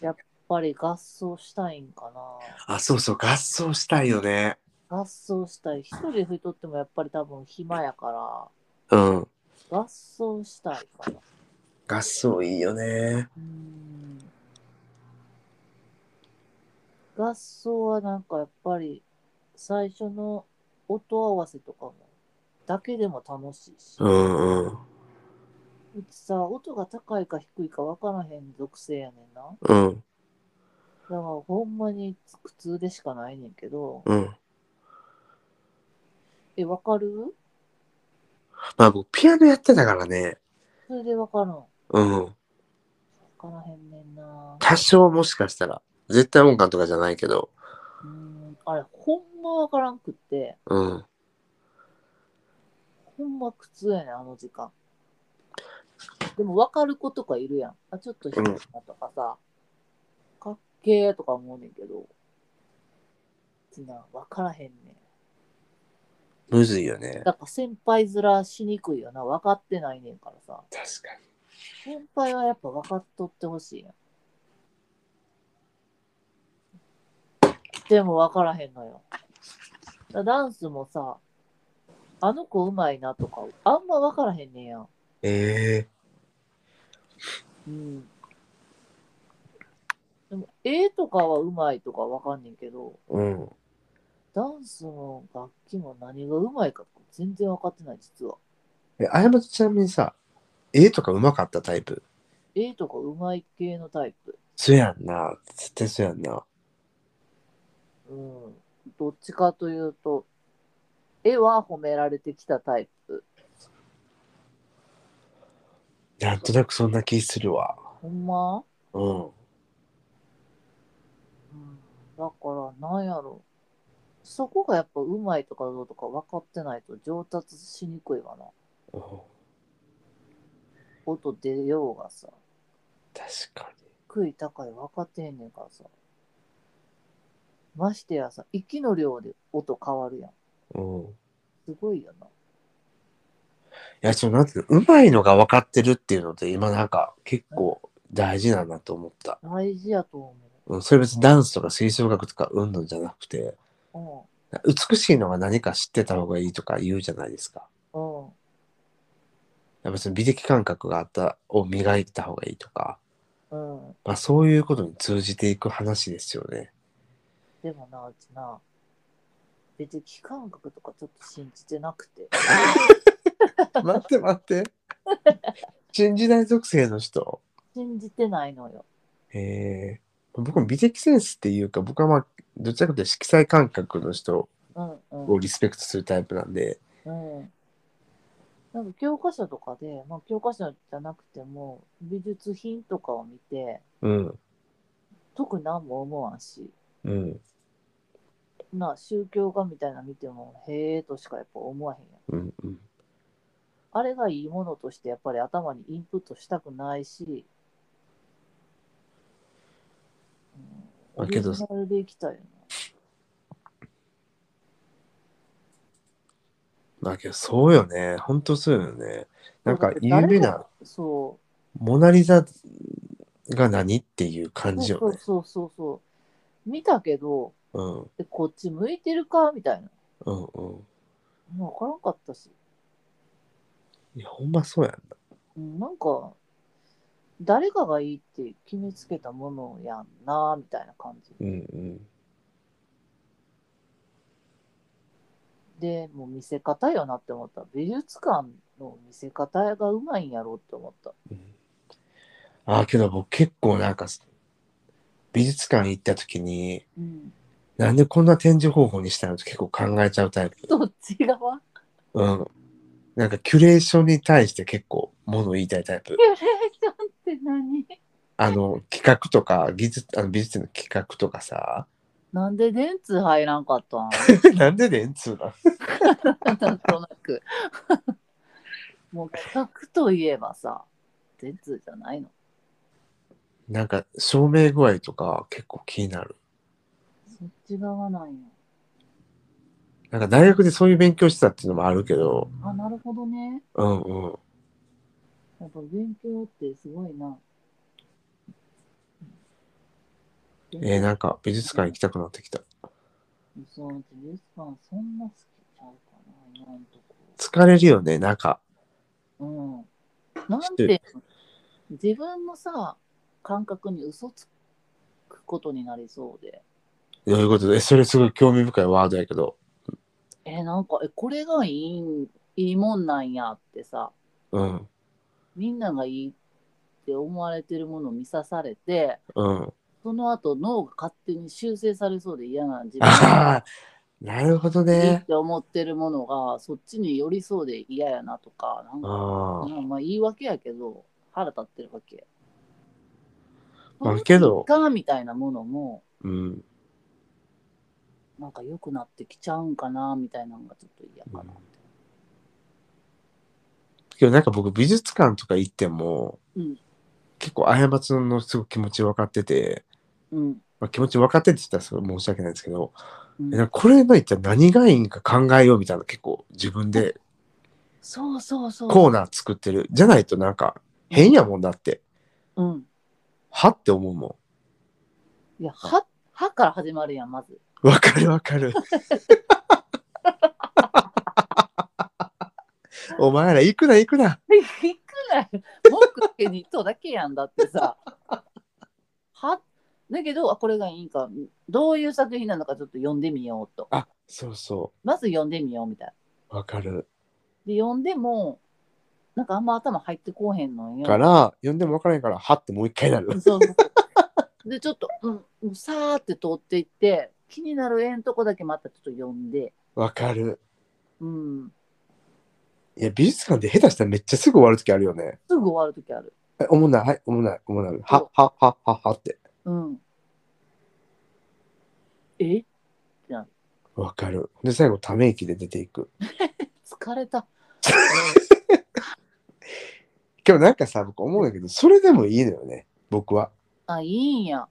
S1: やっぱり合奏したいんかな
S2: あ、そうそう、合奏したいよね。
S1: ぁ。合奏したい。一人で吹いとってもやっぱり多分暇やか
S2: うん。
S1: ら、合奏したいかな。
S2: 合奏いいよね。
S1: うーん。合奏はなんかやっぱり最初の音合わせとかも、だけでも楽しいし。
S2: うんうん。
S1: うちさ、音が高いか低いか分からへん属性やねんな。だか
S2: うん
S1: らほんまに苦痛でしかないねんけど、
S2: うん。
S1: え、分かる
S2: まあ僕、ピアノやってたからね。
S1: それで分からん。分
S2: うん。
S1: からへんねんな。
S2: 多少もしかしたら。絶対音感とかじゃないけど。
S1: うーん、あれ、ほんま分からんくって、
S2: うん。
S1: ほんま苦痛やねん、あの時間。でも分かる子とかいるやん。あ、ちょっと低いなとかさ、かっけーとか思うねんけど、うちな、分からへんねん。
S2: むずいよね。
S1: だから先輩面しにくいよな。分かってないねんからさ。
S2: 確かに。
S1: 先輩はやっぱ分かっとってほしいやん。でも分からへんのよ。だダンスもさ、あの子うまいなとか、あんま分からへんねんやん。
S2: ええ
S1: うん。でも、絵とかはうまいとか分かんねんけど、
S2: うん。
S1: ダンスも楽器も何がうまいか全然分かってない、実は。
S2: え、あやまとちなみにさ、絵とか上手かったタイプ
S1: 絵とかうまい系のタイプ。
S2: そうやんな。絶対そうやんな。
S1: うん、どっちかというと、絵は褒められてきたタイプ。
S2: なんとなくそんな気するわ。
S1: ほんま、うん、
S2: うん。
S1: だから、なんやろ。そこがやっぱうまいとかどうとか分かってないと上達しにくいわな。
S2: うん
S1: 音出ようがさ、
S2: 確か
S1: 低い高い分かってへんねんからさ。ましてやさ、息の量で音変わるやん。
S2: に。うん。
S1: すごいよな。
S2: いや、そのなんていうの、うまいのが分かってるっていうのって、今なんか結構大事だなと思った。
S1: 大事やと思
S2: うん、それ別にダンスとか吹奏楽とかうんぬんじゃなくて、
S1: う。
S2: 美しいのが何か知ってた方がいいとか言うじゃないですか。
S1: うん。うん。
S2: やっぱその美的感覚があった、を磨いてた方がいいとか、
S1: うん。
S2: まあそういうことに通じていく話ですよね。
S1: でもな、うちな、別に期間覚とかちょっと信じてな
S2: [laughs]
S1: くて。
S2: 待って待って。信じない属性の人。
S1: 信じてないのよ。
S2: ええ僕も美的センスっていうか、僕はまあ、どちらかというと色彩感覚の人
S1: うんうん
S2: を。リスペクトするタイプなんで、
S1: うん。なんか教科書とかで、まあ教科書じゃなくても、美術品とかを見て、
S2: うん、
S1: 特に何も思わんし、
S2: うん。
S1: な、宗教画みたいなの見ても、へえとしかやっぱ思わへんやん。
S2: うんうん
S1: あれがいいものとして、やっぱり頭にインプットしたくないし、うん、
S2: まあ
S1: オ
S2: け
S1: リジ
S2: ど
S1: ナルでいきたいよな。
S2: だけどそうよね本当そうよねなんか有名な
S1: そ
S2: 「モナ・リザ」が何っていう感
S1: う
S2: じ
S1: そ
S2: よ
S1: う
S2: ね
S1: そうそうそう見たけど
S2: うん
S1: えこっち向いてるかみたいな
S2: うんうん
S1: 分からんかったし、
S2: いやほんまそうやんな
S1: うん、なんか誰かがいいって決めつけたものやんなみたいな感じ
S2: うんうん
S1: でもう見せ方よなって思った美術館の見せ方がうまいんやろって思った
S2: うんあーけど僕結構なんか美術館行った時に
S1: うん
S2: なんでこんな展示方法にしたのって結構考えちゃうタイプ。
S1: どっち側
S2: うん。なんかキュレーションに対して結構物を言いたいタイプ
S1: キ。ュレーションって何
S2: あの企画とか技術あの美術の企画とかさ [laughs]
S1: なんで電通入らんかったん
S2: なんで電通なの
S1: なんとなく [laughs] もう企画といえばさ電通じゃないの
S2: なんか照明具合とか結構気になる。
S1: そっち側なんや
S2: なんか大学でそういう勉強してたっていうのもあるけど、
S1: あなるほどね
S2: うんうん。
S1: やっぱ勉強ってすごいな
S2: えーなんか美術館行きたくなってきた。
S1: そう、美術館そんな好きちゃうかな、今んと
S2: 疲れるよね、なんか。
S1: こ。うん。なん
S2: 知って
S1: て、自分のさ、感覚に嘘つくことになりそうで。
S2: どういうことで、えそれすごい興味深いワードやけど。
S1: え、なんか、え、これがいいん、いいもんなんやってさ、
S2: うん
S1: みんながいいって思われてるものを見さされて、
S2: うん。
S1: その後脳が勝手に修正されそうで嫌な自分
S2: [laughs]
S1: が
S2: ああ、なるほど
S1: いいっ
S2: ね。
S1: て思ってるものが、そっちに寄りそうで嫌やなとか、なんか
S2: ああ、
S1: まあ、まあ言い訳やけど腹立ってるわけ。
S2: まあけど
S1: その結果みたいなものも
S2: うん。
S1: なんか良くなってきちゃうんかなみたいなのがちょっと嫌かな。
S2: けどなんか僕美術館とか行っても、
S1: うん
S2: 結構過ちのすごく気持ち分かってて、
S1: うん。
S2: まあ、気持ち分かってって言ったらすごい申し訳ないですけど、
S1: うん
S2: えなんかこれの一体何がいいんか考えようみたいな結構自分で
S1: そうそうそう。
S2: コーナー作ってる。じゃないとなんか変やもんだって、
S1: うん。
S2: はって思うも
S1: いや、は、はから始まるやん、まず。 [laughs]
S2: ん。わかるわかる。お前ら行くな行くな。
S1: いくら文句つけに行っとうだけやんだってさ。 [laughs] はだけど、あ、これがいいんか、どういう作品なのかちょっと読んでみようと。
S2: あ、そうそ
S1: まず読んでみようみたい
S2: う。
S1: な。
S2: わかる。
S1: で、読んでも、なんかあんま頭入ってこうへんのよ。
S2: から、読んでも分からへんから、はってもう一回なる。
S1: そうそうそうでちょっと、うんうん、さーって通っていって気になる絵のとこだけまたちょっと読んで、
S2: わかる。
S1: うん、
S2: いや、美術館で下手したらめっちゃすぐ終わるときあるよね。
S1: すぐ終わる時ある、
S2: え、おもんない、はい、おもんない、おもんない。は、は、は、は、はって。
S1: うん、え
S2: わかる。で、最後、ため息で出ていく。
S1: 疲れた
S2: 今日なんかさ、僕思うんだけど、それでもいいのよね。僕は。
S1: あいいんや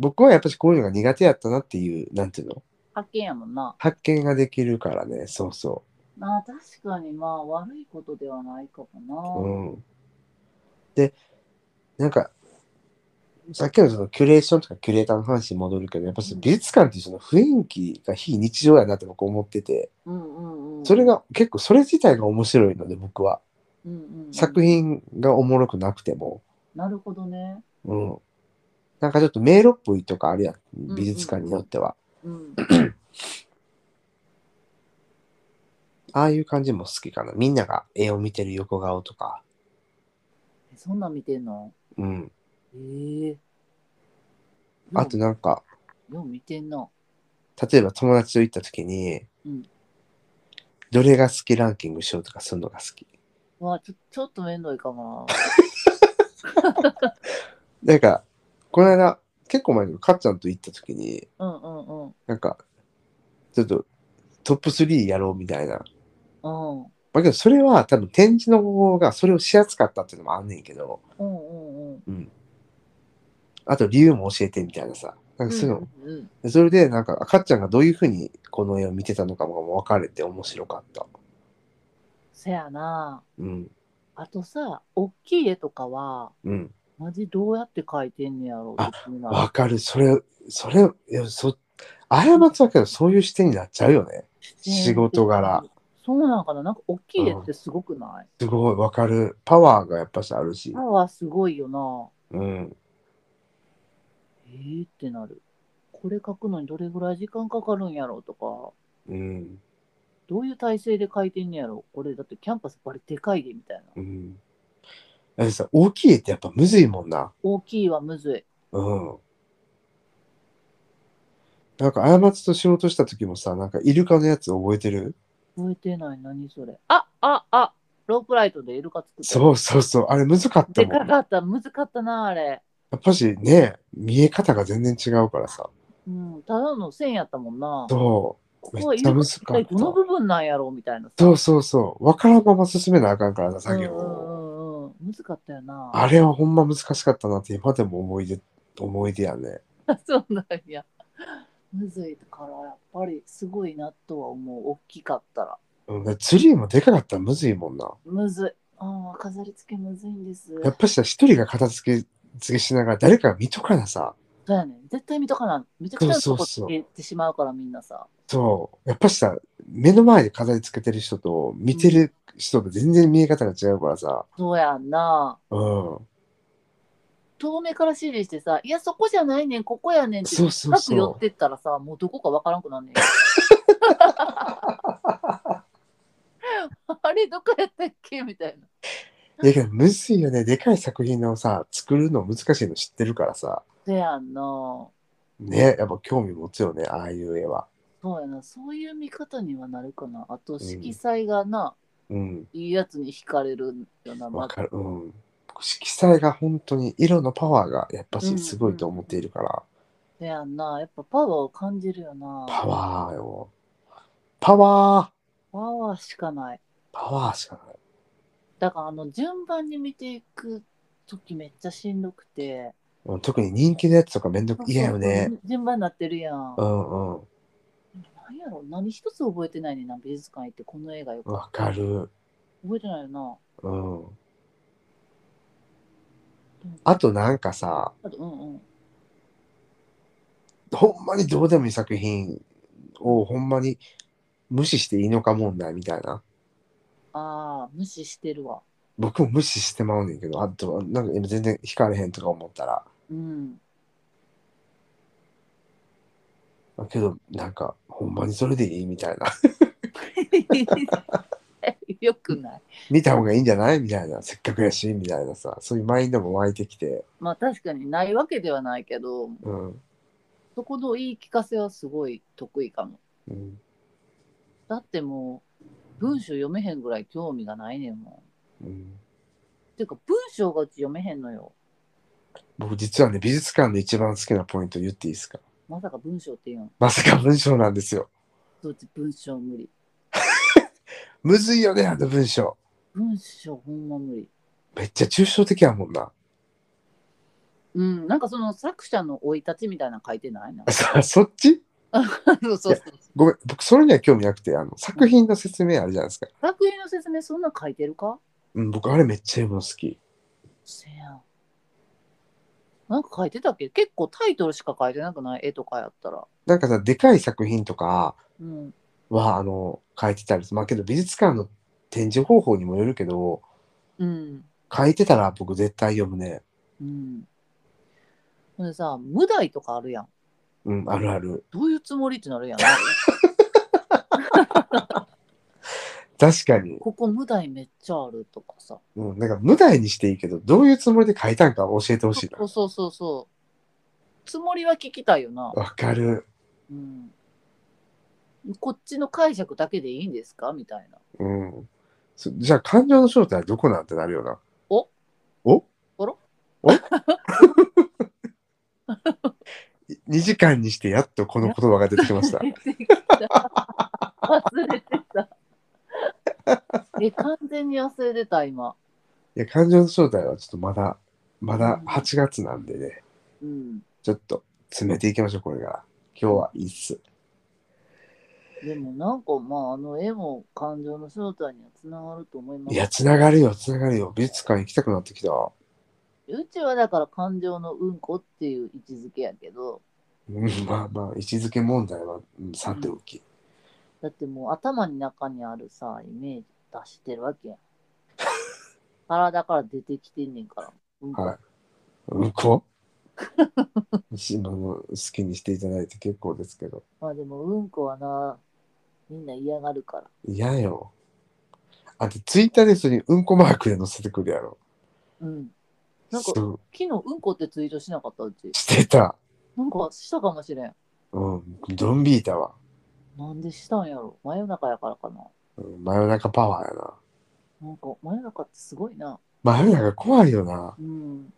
S2: 僕はやっぱりこういうのが苦手やったなっていう、なんていうの
S1: 発見やもんな
S2: 発見ができるからね。そうそ
S1: まあ確かにまあ悪いことではないか
S2: う。
S1: も
S2: うん。で、なんか、さっきのそのキュレーションとかキュレーターの話に戻るけど、やっぱその美術館っていうその雰囲気が非日常やなって僕思ってて。
S1: な、うんうんうん、
S2: それが結構それ自体が面白いので僕は
S1: うんうんうん
S2: 作品がおもろくなくても、
S1: なるほどね、
S2: うん、なんかちょっと迷路っぽいとかあるやん
S1: うん
S2: 美術館によっては、
S1: うん、
S2: ああいう感じも好きかなみんなが絵を見てる横顔とか、
S1: えそんなん見てんの
S2: うん、
S1: ええ
S2: あとなんか
S1: よう見てんな
S2: 例えば友達と行った時に、
S1: うん
S2: どれが好きランキングしようとかするのが好き
S1: まあちょちょっと面倒いかもな
S2: なんかこの間結構前にかっちゃんと行った時に
S1: うんうんうん。
S2: なんかちょっとトップ3やろうみたいな
S1: うん。
S2: まあ、けどそれは多分展示の方がそれをしやすかったっていうのもあんねんけど、
S1: うんうんうん。
S2: うん、あと理由も教えてみたいなさなんかそういうの、
S1: うんうん
S2: それでなんか赤ちゃんがどういうふうにこの絵を見てたのかも分かれて面白かった、
S1: せやな。
S2: うん
S1: あとさ、大きい絵とかは、
S2: うん、
S1: マジどうやって描いてんねやろうって気になる
S2: 分かるそれそれいやそ過ちだけどそういう視点になっちゃうよね仕事柄。
S1: そうなんかななんか大きい絵ってすごくない、
S2: すごいわかる。パワーがやっぱしあるし
S1: パ。ワーすごいよな。
S2: うん。
S1: えーってなる。これ描くのにどれぐらい時間かかるんやろうとか、
S2: うん。
S1: どういう体勢で描いてんねやろうこれだってキャンパスバリでかいでみたい
S2: う
S1: な。
S2: ん。だってさ、大きい絵ってやっぱむずいもんな。
S1: 大きいはむずい。
S2: うん。なんか、過ちと仕事した時もさ、なんか、イルカのやつ覚えてる
S1: 覚えてない、何それ。あああロープライトでイルカ作った。
S2: そうそうそう。あれ難かった
S1: で
S2: もん。
S1: か
S2: や
S1: かった、難かったな、あれ。
S2: っぱしね、見え方が全然違うからさ。
S1: うん、ただの線やったもんな。
S2: そ
S1: こ
S2: う。
S1: こは
S2: めっ
S1: イ
S2: ちゃ
S1: ルカ
S2: 難
S1: 一
S2: か
S1: 体
S2: った
S1: ど。の部分なんやろうみたいなさ。
S2: そうそうそう。わからんまま進めなあかんからな、作業
S1: う
S2: を。
S1: んうんうんうん。難かったよな。
S2: あれはほんま難しかったなって今でも思い出、思い出やね。
S1: [laughs] そうなんや。むずいからやっぱりすごいなとは思う。大きかったら。
S2: うんツリーもでかかったらむずいもんな。
S1: むずい。ああ、飾り付けむずいんです。
S2: やっぱしさ、一人が片付け、付けしながら誰かが見とかなさ。
S1: そうやねん絶対見とかな。めちゃくちゃなとこ
S2: そうそうそう
S1: 行ってしまうからみんなさ。
S2: そう。やっぱしさ、目の前で飾り付けてる人と、見てる人と全然見え方が違うからさ。
S1: そうやんな。
S2: うん。
S1: 遠目から指示してさ、いや、そこじゃないねん、ここやねんって、
S2: そうそうそう
S1: 深く寄ってったらさ、もうどこかわからんくな
S2: [laughs]
S1: んねん。あれ、どこやったっけみたいな。
S2: だけど、むずいよね。でかい作品のさ、作るの難しいの知ってるからさ。
S1: そうやんな。
S2: ね、やっぱ興味持つよね、ああいう絵は。
S1: そうやな、そういう見方にはなるかな。あと、
S2: ん
S1: 色彩がな、
S2: うん。
S1: いいやつに惹かれるよな、
S2: わ
S1: ま
S2: かる。うん。色彩が本当に、色のパワーがやっぱ
S1: う
S2: し
S1: ん
S2: すごいと思っているから。
S1: ずやんな。やっぱパワーを感じるよな。
S2: パワーよ。パワー
S1: パワーしかない。
S2: パワーしかない。
S1: だから、あの、順番に見ていくときめっちゃしんどくて。
S2: うん特に人気のやつとかめんどく嫌よね。。
S1: 順番になってるやん。
S2: うんうん。
S1: なんやろ何一つ覚えてないねんな、美術館行って、この映画よく。
S2: わかる。
S1: 覚えてないよな。
S2: うん。あとなんかさ、
S1: あと、うんうん。
S2: ほんまにどうでもいい作品をほんまに無視していいのかもんなみたいな。
S1: ああ、無視してるわ。
S2: 僕も無視してまうねんけど、あと、なんか今全然惹かれへんとか思ったら。 [laughs]
S1: うん。
S2: けど、なんか、ほんまにそれでいいみたいな。 [laughs]
S1: よくない。
S2: 見た方がいいんじゃないみたいな。せっかくやし、みたいなさ。そういうマインドも湧いてきて。
S1: まあ確かにないわけではないけど、
S2: うん。
S1: そこの言い聞かせはすごい得意かも。
S2: うん。
S1: だってもう、文章読めへんぐらい興味がないねんもん。
S2: うん、
S1: ていうか、文章がうち読めへんのよ。
S2: 僕、実はね、美術館で一番好きなポイント言っていいですか
S1: まさか文章って言うん。
S2: まさか文章なんですよ。
S1: どっち文章無理。
S2: むずいよね、あの文章。
S1: 文章ほんま無理。
S2: めっちゃ抽象的やもんな。。
S1: うん、なんかその作者の生い立ちみたいなの書いて [laughs] ないな
S2: そ [laughs] そっち
S1: そうそうそう。
S2: ごめん、僕、それには興味なくて、あの、作品の説明あるじゃないですか。
S1: 作品の説明そんなん書いてるか
S2: うん、僕、あれめっちゃ読むの好き。
S1: せやん。なんか書いてたっけ結構タイトルしか書いてなくない絵とかやったら。
S2: なんかさ、でかい作品とか
S1: うん。
S2: は、あの、書いてたりする。まあ、けど、美術館の展示方法にもよるけど、
S1: うん。
S2: 書いてたら僕絶対読むね。
S1: うん。ほんでさ、無題とかあるやん。
S2: うん、あるある。
S1: どういうつもりってなるや [laughs] ん。
S2: 確かに。
S1: ここ無題めっちゃあるとかさ。
S2: うん、なんか無題にしていいけど、どういうつもりで書いたんか教えてほしい
S1: そう
S2: な。
S1: そうそうそう。つもりは聞きたいよな。
S2: わかる。
S1: うん。こっちの解釈だけでいいんですかみたいな。
S2: うん。そじゃあ、感情の正体はどこなんてなるよな。
S1: お
S2: お
S1: あら
S2: お ?2 時間にしてやっとこの言葉が出てきま
S1: [laughs]
S2: した。
S1: 出てきた忘れて
S2: [laughs]
S1: た。え、完全に忘れてた、今。
S2: いや、感情の正体はちょっとまだ、まだ8月なんでね、
S1: うん。
S2: ちょっと詰めていきましょう、これから。今日はいいっす。
S1: でもなんかまああの絵も感情の正体にはつながると思います。
S2: いや、つながるよ、つながるよ。美術館行きたくなってきた。
S1: うちはだから感情のうんこっていう位置づけやけど、
S2: うんまあまあ、位置づけ問題はうんさておき。
S1: だってもう頭の中にあるさ、イメージ出してるわけ
S2: [laughs]
S1: やん。体から出てきてんねんから。うんこ
S2: はいうんこ [laughs] 今も好きにしていただいて結構ですけど。
S1: まあでもうんこはな、みんな嫌がるから。
S2: 嫌よ。あと、ツイッターでそれにうんこマークで載せてくるやろ。
S1: うん。なんか、
S2: そ
S1: 昨
S2: う
S1: 日うんこってツイートしなかったうち。
S2: してた。
S1: なんかしたかもしれん。
S2: うん。ドンビータは。
S1: なんでしたんやろ真夜中やからかな。
S2: うん真夜中パワーやな。
S1: なんか真夜中ってすごいな。
S2: 真夜中怖いよな。
S1: うん。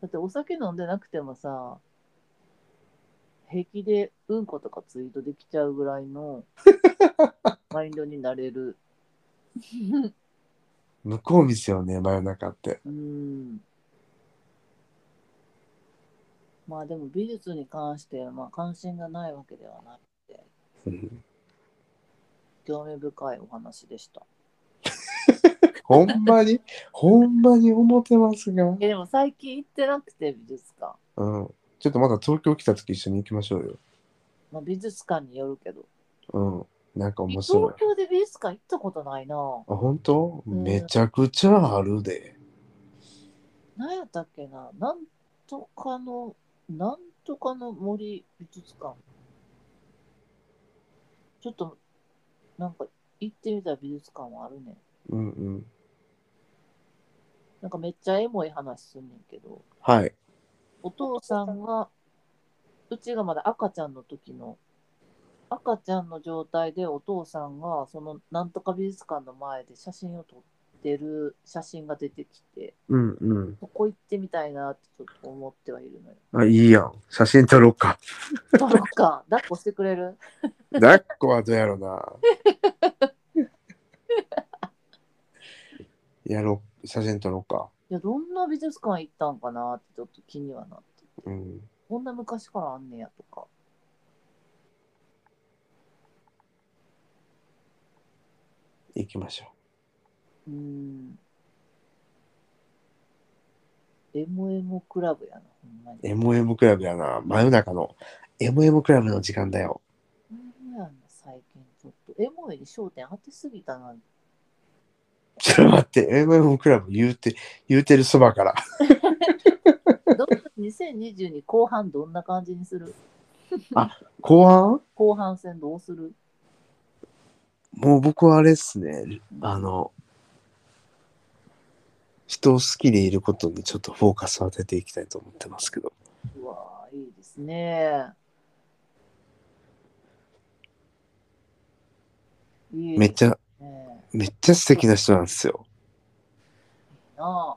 S1: だってお酒飲んでなくてもさ、平気でうんことかツイートできちゃうぐら
S2: [laughs]
S1: いのマインドになれる。
S2: 向こう見せよね、真夜中
S1: [laughs]
S2: って。
S1: うん。まあでも美術に関してはまあ関心がないわけではない。
S2: うん
S1: 興味深いお話でした。
S2: ほんまに、ほんまに思ってますが。
S1: えでも最近行ってなくて美術館。
S2: うん。ちょっとまだ東京来た時一緒に行きましょうよ。
S1: まあ、美術館によるけど。
S2: うん。なんか面
S1: 東
S2: 白い。
S1: 京で美術館行ったことないな。
S2: あ、本当
S1: ん
S2: めちゃくちゃあるで。
S1: 何やったっけな。なんとかの、なんとかの森美術館。ちょっと、なんか行ってみた美術館はあるね。
S2: うんうん。
S1: なんかめっちゃエモい話すんねんけど、
S2: はい。
S1: お父さんが、うちがまだ赤ちゃんの時の、赤ちゃんの状態でお父さんが、そのなんとか美術館の前で写真を撮ってる写真が出てきて、
S2: うんうん。
S1: ここ行ってみたいなってちょっと思ってはいるのよ。
S2: あ、いいやん。写真撮ろう [laughs] か。
S1: どうか、抱っこしてくれる
S2: 抱っこはどうやろ [laughs] な。やろう、写真撮ろうか。
S1: いや、どんな美術館行ったんかなってちょっと気にはなって。
S2: うん。
S1: こんな昔からあんねやとか。
S2: 行きましょ
S1: うーん。エモエモクラブやな、ほんま
S2: う。
S1: に。
S2: エモエモクラブやな。真夜中の。エモエモクラブの時間だよ。
S1: ほんまやな、最近ちょっと。エモいに焦点当てすぎたな。
S2: ちょっと待って、エモエモクラブ言うて、言うてるそばから。
S1: どんな2022後半どんな感じにする
S2: 後半
S1: 後半戦どうする
S2: もう僕はあれっすね。あの、人を好きでいることにちょっとフォーカスを当てていきたいと思ってますけど。
S1: うわーいいですね。いい
S2: めっ
S1: です
S2: ちゃ、
S1: ね。
S2: めっちゃ素敵な人なんですよ。
S1: なあ。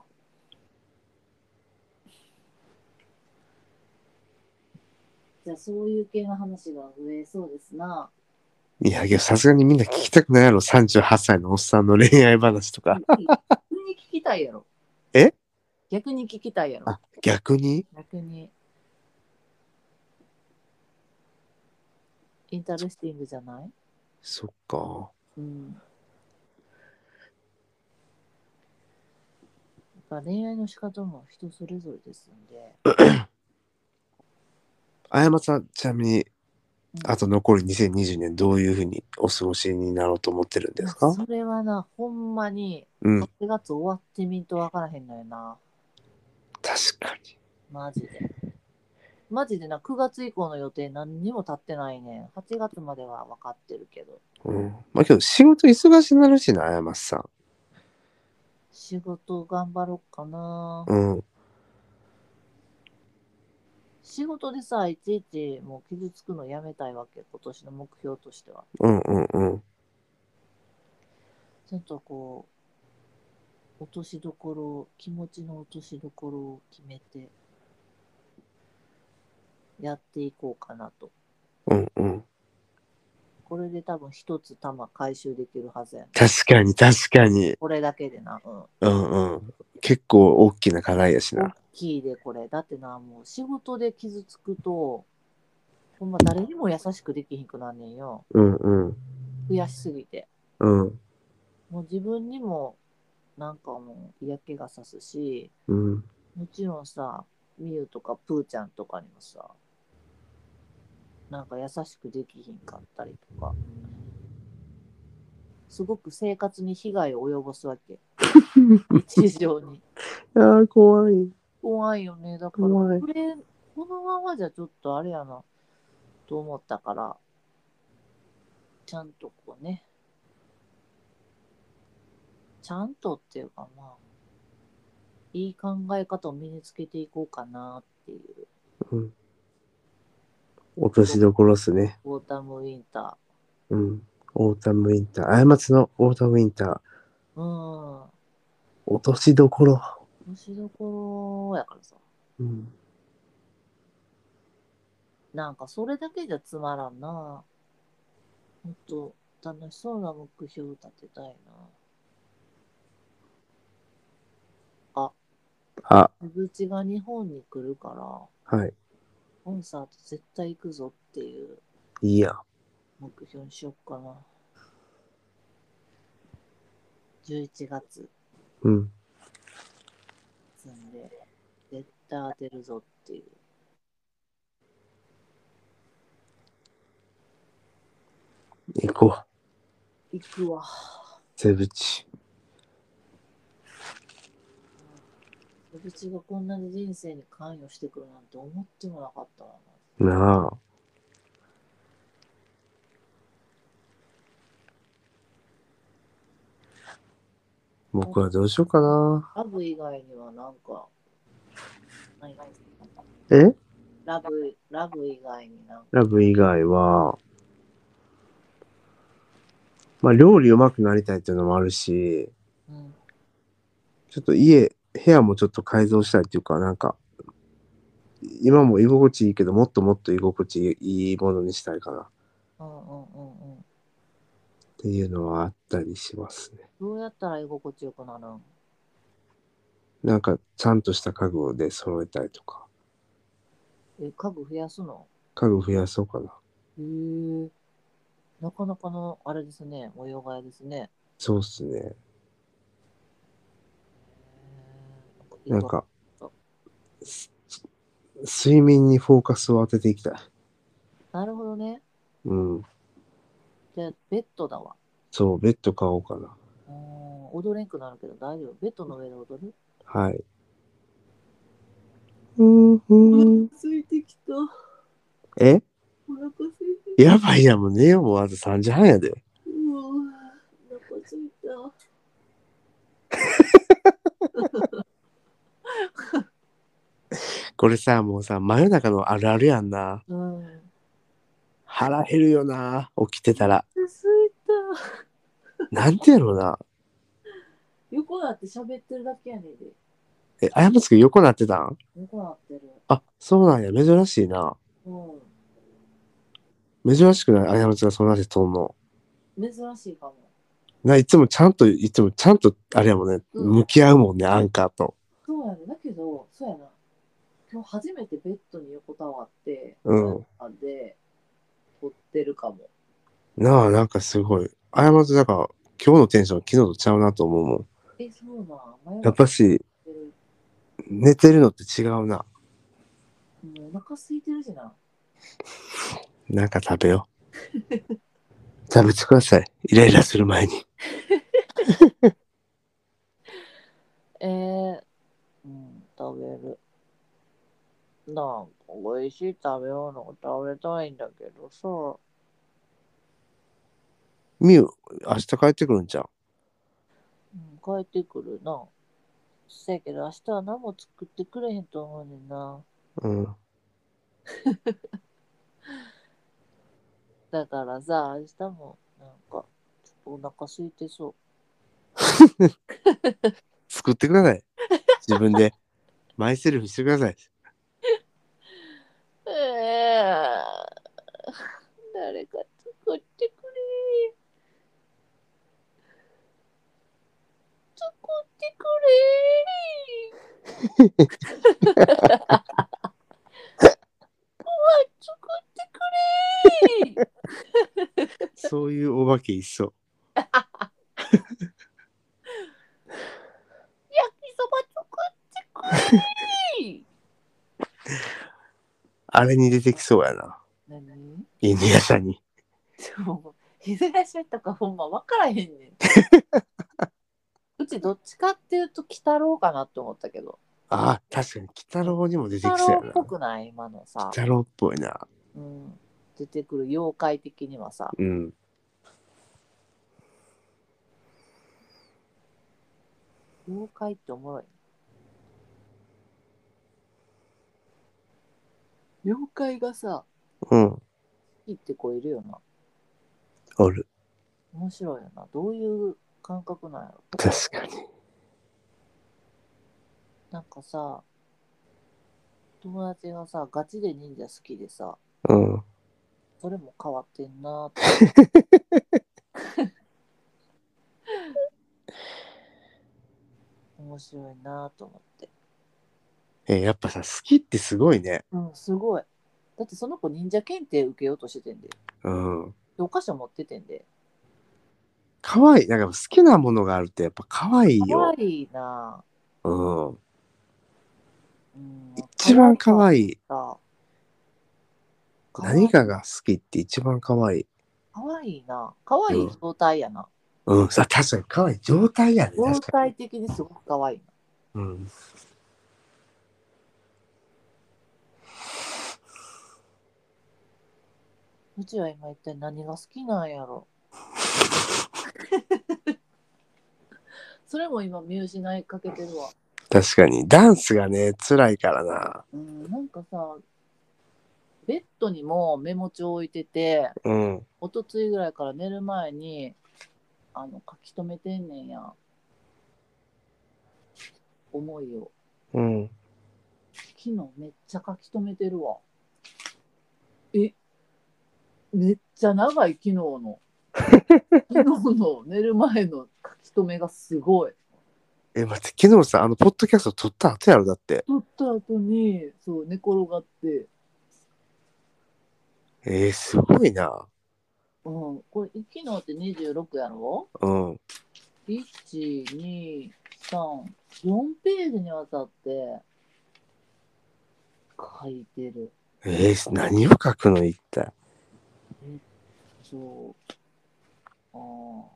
S1: じゃあ、そういう系の話が増えそうですな。
S2: いや、けどさすがにみんな聞きたくないやろ。38歳のおっさんの恋愛話とか。
S1: 逆に聞きたいやろ。
S2: え
S1: 逆に聞きたいやろ
S2: あ。逆に
S1: 逆に。インタレスティングじゃない
S2: そっか。
S1: うん。やっぱ恋愛の仕方も人それぞれですんで。
S2: あやまさん、ちなみに、
S1: うん
S2: あと残る2020年どういうふうにお過ごしになろうと思ってるんですか
S1: それはな、ほんまに、
S2: うん、
S1: 8月終わってみんとわからへんのよな。
S2: 確かに。
S1: マジで。マジでな、9月以降の予定何にも立ってないね。8月までは分かってるけど。
S2: うん。まあけど仕事忙しくなるしな、あやまさん。
S1: 仕事頑張ろうかな。
S2: うん。
S1: 仕事でさ、いちいちもう傷つくのやめたいわけ。今年の目標としては。
S2: うんうんうん。
S1: ちょっとこう、落としどころを、気持ちの落としどころを決めて、やっていこうかなと。
S2: うんうん。
S1: これで多分一つ玉回収できるはずやね。
S2: 確かに確かに。
S1: これだけでな。うん。
S2: うんうん。結構大きな課題やし
S1: 大
S2: な。
S1: きいでこれ。だってな、もう仕事で傷つくと、ほんま誰にも優しくできひんくなんねんよ。
S2: うんうん。
S1: 悔しすぎて。
S2: うん
S1: もう自分にも、なんかもう嫌気がさすし、
S2: うん。
S1: もちろんさ、みゆとかぷーちゃんとかにもさ、なんか優しくできひんかったりとかすごく生活に被害を及ぼすわけ日常に
S2: ああ、怖い。
S1: 怖いよねだから
S2: 怖い
S1: これこのままじゃちょっとあれやなと思ったからちゃんとこうねちゃんとっていうかまあいい考え方を身につけていこうかなっていう
S2: 落としどころっすね。
S1: ウォータムウィンタ
S2: うん。オータムウィンター。過ちのオータムウィンター。
S1: ーうん
S2: 落としどころ。
S1: 面白どころやからさ
S2: うん。
S1: なんかそれだけじゃつまらんなもっと楽しそうな目標を立てたい
S2: あ、
S1: なうちが日本に来るから
S2: はい。
S1: コンサート絶対行くぞっていう
S2: いいや。
S1: 目標にしよっかな。11月
S2: うん。
S1: 積んで、絶対当てるぞっていう。
S2: 行こう。
S1: 行くわ。
S2: セブチ。
S1: うちがこんなに人生に関与してくるなんて思ってもなかったわな。
S2: なあ。僕はどうしようかな。
S1: ラブ以外にはなんか、ない
S2: え
S1: ラブ、ラブ以外になんか、
S2: ラブ以外は、まあ料理うまくなりたいっていうのもあるし、
S1: うん、
S2: ちょっと家、部屋もちょっと改造したいっていうか、なんか、今も居心地いいけど、もっともっと居心地いいものにしたいかなっ
S1: うんうんうんうん。
S2: ていうのはあったりしますね。
S1: どうやったら居心地よくなるん
S2: なんか、ちゃんとした家具で揃えたいとか、
S1: え、家具増やすの
S2: 家具増やそうかな。
S1: へえ。なかなかの、あれですね、模様替えですね。
S2: そうっすね。
S1: へー
S2: なん、か、す睡眠にフォーカスを当てていきたい。
S1: なるほどね。
S2: うん。
S1: じゃあベッドだわ。
S2: そう、ベッド買おうかな。
S1: うん踊れんくなるけど大丈夫。ベッドの上で踊る
S2: はい。うんうん、
S1: 空いてきた。お
S2: え
S1: 腹空いて
S2: やばいやん、もう寝よう、もうあと3時半やで。
S1: きた。うわお腹空いた。
S2: これさ、もうさ、真夜中のあるあるやんな。
S1: うん。空い
S2: 腹減るよな、起きてたら。
S1: た。
S2: なんてやろうな。
S1: 横だって喋ってるだけやねんで。
S2: え、あやむつくん横なってたん
S1: 横なってる。
S2: あ、そうなんや、珍しいな。
S1: う
S2: 珍しくない、あやむつがそんなでとんの。
S1: ん。珍しいかも。
S2: な、いつもちゃんと、いつもちゃんと、あれやもんね、
S1: うん
S2: 向き合うもんね、アンカーと。
S1: そうやね。だけど、そうやな。今日初めてベッドに横たわって、
S2: うん。
S1: で、撮ってるかも。
S2: なあ、なんかすごい。あやむつ、だから、今日のテンション、昨日とちゃうなと思うもん。
S1: え、そうなん。
S2: やっぱし、
S1: 真夜中に
S2: 寝てるのって違うな。
S1: 撮ってる。もうお腹空いてるしな。
S2: なんか食べよう。食べてください。イライラする前に。
S1: えー、うん、食べる。なんか、美味しい食べ物を食べたいんだけどさ、
S2: みゆ、明日帰ってくるんじゃん。
S1: うん、帰ってくるな。せやけど、明日は何も作ってくれへんと思うねんな。
S2: うん。
S1: だからさ、明日も、なんか、ちょっとお腹空いてそう。
S2: 作ってください。自分で。マイセルフしてください。
S1: ええ誰か作ってくれ。作ってくれ。怖い、作ってくれ。
S2: そういうお化けいっそ。
S1: 焼きそば作ってくれ。
S2: あれに出てきそうやな。
S1: 何
S2: インド屋さんに。
S1: でも秀吉とかほんま分からへんねんうちどっちかっていうと鬼太郎かなって思ったけど
S2: ああ、確かに、鬼太郎にも出て
S1: 鬼
S2: きそう
S1: 太
S2: や
S1: 郎
S2: な。鬼
S1: っぽくない今のさ、
S2: 太郎っぽいな。
S1: うん、出てくる妖怪的にはさ
S2: うん。
S1: 妖怪っておもろい妖怪がさ
S2: うん。
S1: いいって子いるよな
S2: おる。
S1: 面白いよなどういう感覚なんやろ
S2: 確かに。
S1: なんかさ友達がさガチで忍者好きでさ
S2: うん。
S1: それも変わってんなーって面白いなと思って。
S2: えーやっぱさ、好きってすごいね。
S1: うん、すごい。だってその子忍者検定受けようとしててんで。
S2: うん。
S1: 教科書持っててんで。
S2: かわいい。なんか好きなものがあるってやっぱかわいい
S1: かわ
S2: よ。
S1: いいな
S2: うん。
S1: うん、
S2: 一番かわ
S1: い
S2: いい。
S1: かわいい
S2: 何かが好きって一番かわいい。
S1: かわいいなかわいい状態やな。
S2: うん。さ、確かにかわいい状態やね。
S1: 状
S2: 確かに。
S1: 態的にすごくかわいいな。
S2: うん。
S1: うちは今一体何が好きなんや
S2: [laughs]
S1: ろそれも今見失いかけてるわ。
S2: 確かに。ダンスがね、辛いからな。
S1: うん、なんかさ、ベッドにもメモ帳置いてて、
S2: うん。
S1: おとついぐらいから寝る前に、あの、書き留めてんねんや。思いを。
S2: うん。
S1: 昨日めっちゃ書き留めてるわ。え、めっちゃ長い昨日の。昨日の寝る前の書き留めがすごい。
S2: え、待って、昨日さ、あの、ポッドキャスト撮った後やろ、だって。
S1: 取った後に、そう、寝転がって、
S2: えー、すごいな。
S1: うん、これ、昨日って26やろ
S2: うん。
S1: ?1、2、3、4ページにわたって、書いてる。
S2: えー、何を書くの一体。
S1: そう。ああ。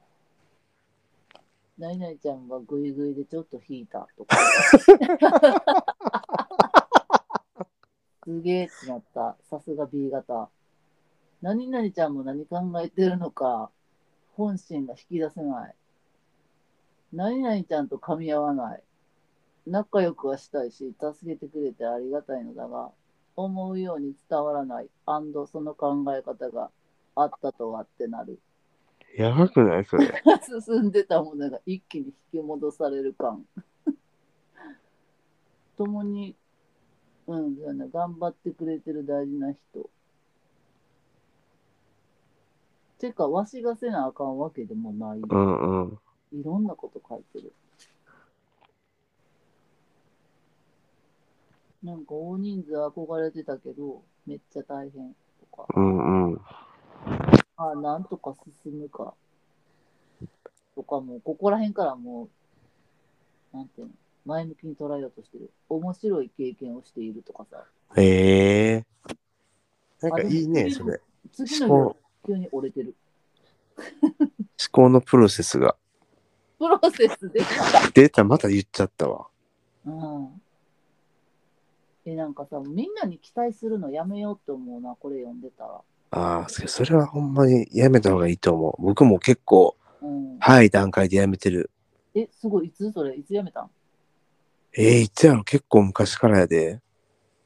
S1: ないないちゃんがグイグイでちょっと引いたとか。すげえってなった。さすが B 型。何々ちゃんも何考えてるのか、本心が引き出せない。何々ちゃんと噛み合わない。仲良くはしたいし、助けてくれてありがたいのだが、思うように伝わらない、アンドその考え方があったとはってなる。
S2: やばくないそれ。
S1: [laughs] 進んでたものが一気に引き戻される感。 [laughs] 共に、うん、そうやな頑張ってくれてる大事な人。てか、わしがせなあかんわけでもない。
S2: うんうん。
S1: いろんなこと書いてる。なんか大人数憧れてたけど、めっちゃ大変とか。
S2: うんうん。
S1: あなんとか進むか。とかもう、ここら辺からもう、なんていうの、前向きに捉えようとしてる。面白い経験をしているとかさ。
S2: ええー。なんかいい
S1: あ
S2: ね、
S1: でも
S2: それ。思
S1: 次の
S2: 思考
S1: 日、急に折れてる。
S2: 考のプロセスが。
S1: プロセスできた。
S2: データまた言っちゃったわ。
S1: うん。え、なんかさ、みんなに期待するのやめようって思うな、これ読んでたら。
S2: ああ、それはほんまにやめた方がいいと思う。僕も結構、
S1: うん。
S2: 早い段階でやめてる。
S1: え、すごい、いつそれ、いつやめたん
S2: ええいつやろ結構昔からやで。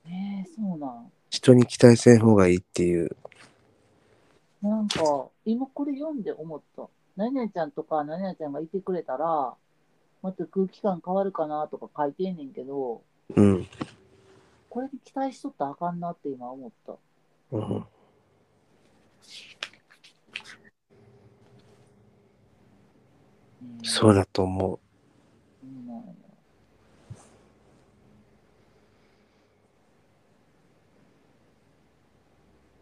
S1: えー、そうなん。
S2: 人に期待せん方がいいっていう。
S1: なんか、今これ読んで思った。何々ちゃんとか何々ちゃんがいてくれたら、また空気感変わるかなとか書いてんねんけど、
S2: うん。
S1: これに期待しとったらあかんなって今思った。
S2: うん、
S1: う
S2: そうだと思
S1: ん。いいな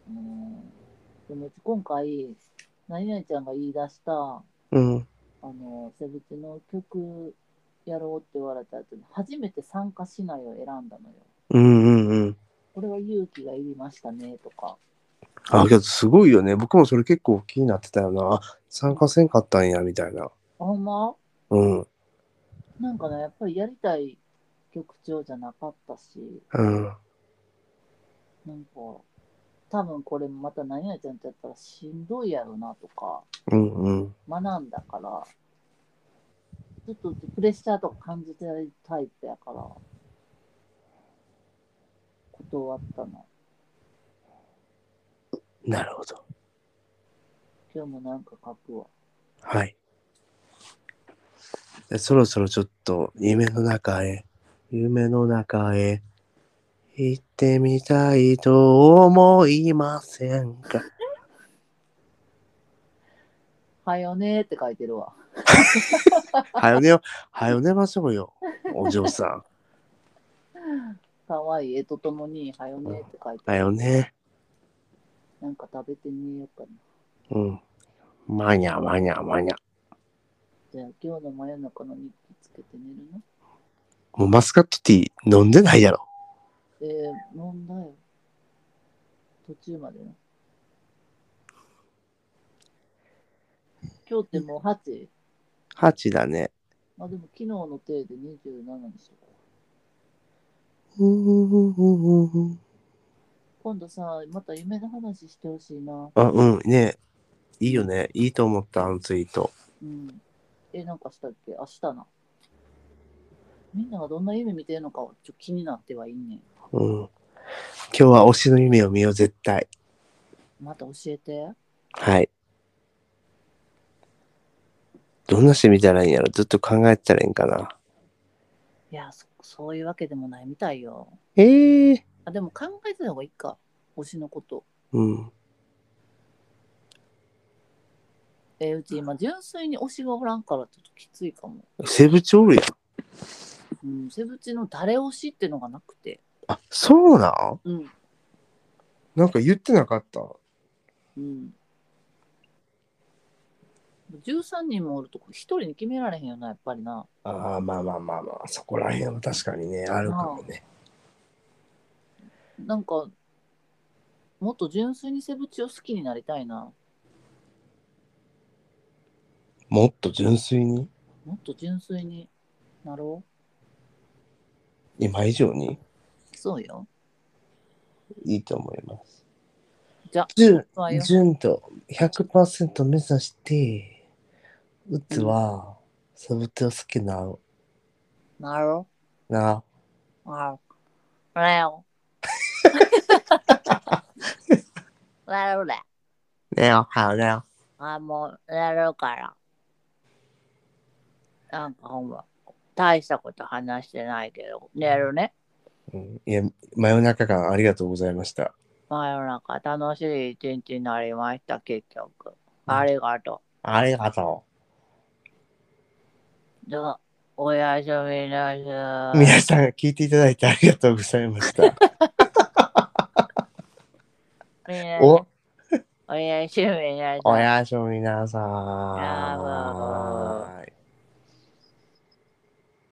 S1: うん。でもうち今回、何々ちゃんが言い出した、
S2: う。うん。
S1: あの、セブチの曲やろうって言われた後に、初めて参加しないを選んだのよ。
S2: うんうんうん。
S1: これは勇気がいりましたねとか、
S2: あ、けどすごいよね。僕もそれ結構気になってたよな。あ、参加せんかったんや、みたいな。
S1: あほんま
S2: うん。
S1: なんかね、やっぱりやりたい曲調じゃなかったし、
S2: うん。
S1: なんか、多分これもまた何々ちゃんとやったらしんどいやろなとか、
S2: うんうん。
S1: 学んだから、ちょっとプレッシャーとか感じてるタイプやから、断ったな。
S2: なるほど。
S1: 今日もなんか書くわ。
S2: はい。でそろそろちょっと夢の中へ、夢の中へ行ってみたいと思いませんか
S1: はよねーって書いてるわ。
S2: はよ寝よ、はよ寝ましょうよ、お嬢さん。
S1: かわいい絵とともに、はよねーって書いて
S2: はよね。
S1: なんか食べてみようかな。
S2: うん。まにゃまにゃまにゃ。
S1: じゃあ今日の真夜中の日記つけて寝るの
S2: もうマスカットティー飲んでないやろ。
S1: えー、飲んだよ。途中までな。今日ってもう 8?
S2: 8だね。
S1: まあでも昨日の手で27にしとこう。今度さ、また夢の話してほしいな。
S2: あ、うん、ねいいよね。いいと思った、あのツイート。
S1: うん。え、なんかしたっけ明日な。みんながどんな夢見てるのかはちょっと気になってはいんねん。
S2: うん。今日は推しの夢を見よう、絶対。
S1: また教えて。
S2: はい。どんなしてみたらいいんやろずっと考えてたらいいんかな。
S1: いやそ、そういうわけでもないみたいよ。
S2: ええ
S1: あ、でも考えてた方がいいか。推しのこと。
S2: うん。
S1: えーうち今、純粋に推しがおらんからちょっときついかも。
S2: セブチおるやん。
S1: うん、セブチの誰推しってのがなくて。
S2: あ、そうなん
S1: うん。
S2: なんか言ってなかった。
S1: うん。13人もおるとこ1人に決められへんよな、やっぱりな。
S2: ああ、まあまあまあまあ、そこら辺は確かにね、あるかもね。
S1: なんか、もっと純粋にセブチを好きになりたいな。
S2: もっと純粋に
S1: もっと純粋になろ
S2: 今以上に
S1: う。そうよ。
S2: いいと思います。
S1: じゃ
S2: 純
S1: そうよ
S2: 純度100%目指して、うつは、サブテを好きな、
S1: なろ
S2: な、
S1: う。なろう。なろう。なろうだ。
S2: ねお、はよねお。
S1: あ、もう、なろうから。なんかほんま、大したこと話してないけど、寝るね。
S2: うんいや、真夜中感ありがとうございました。
S1: 真夜中楽しい一日になりました、結局。ありがと
S2: ありがと
S1: う。じゃあ、おやすみなさい。
S2: 皆さん聞いていただいてありがとうございました。
S1: みんな
S2: お、
S1: おやすみなさい。
S2: おやすみなさ
S1: やば
S2: ーい。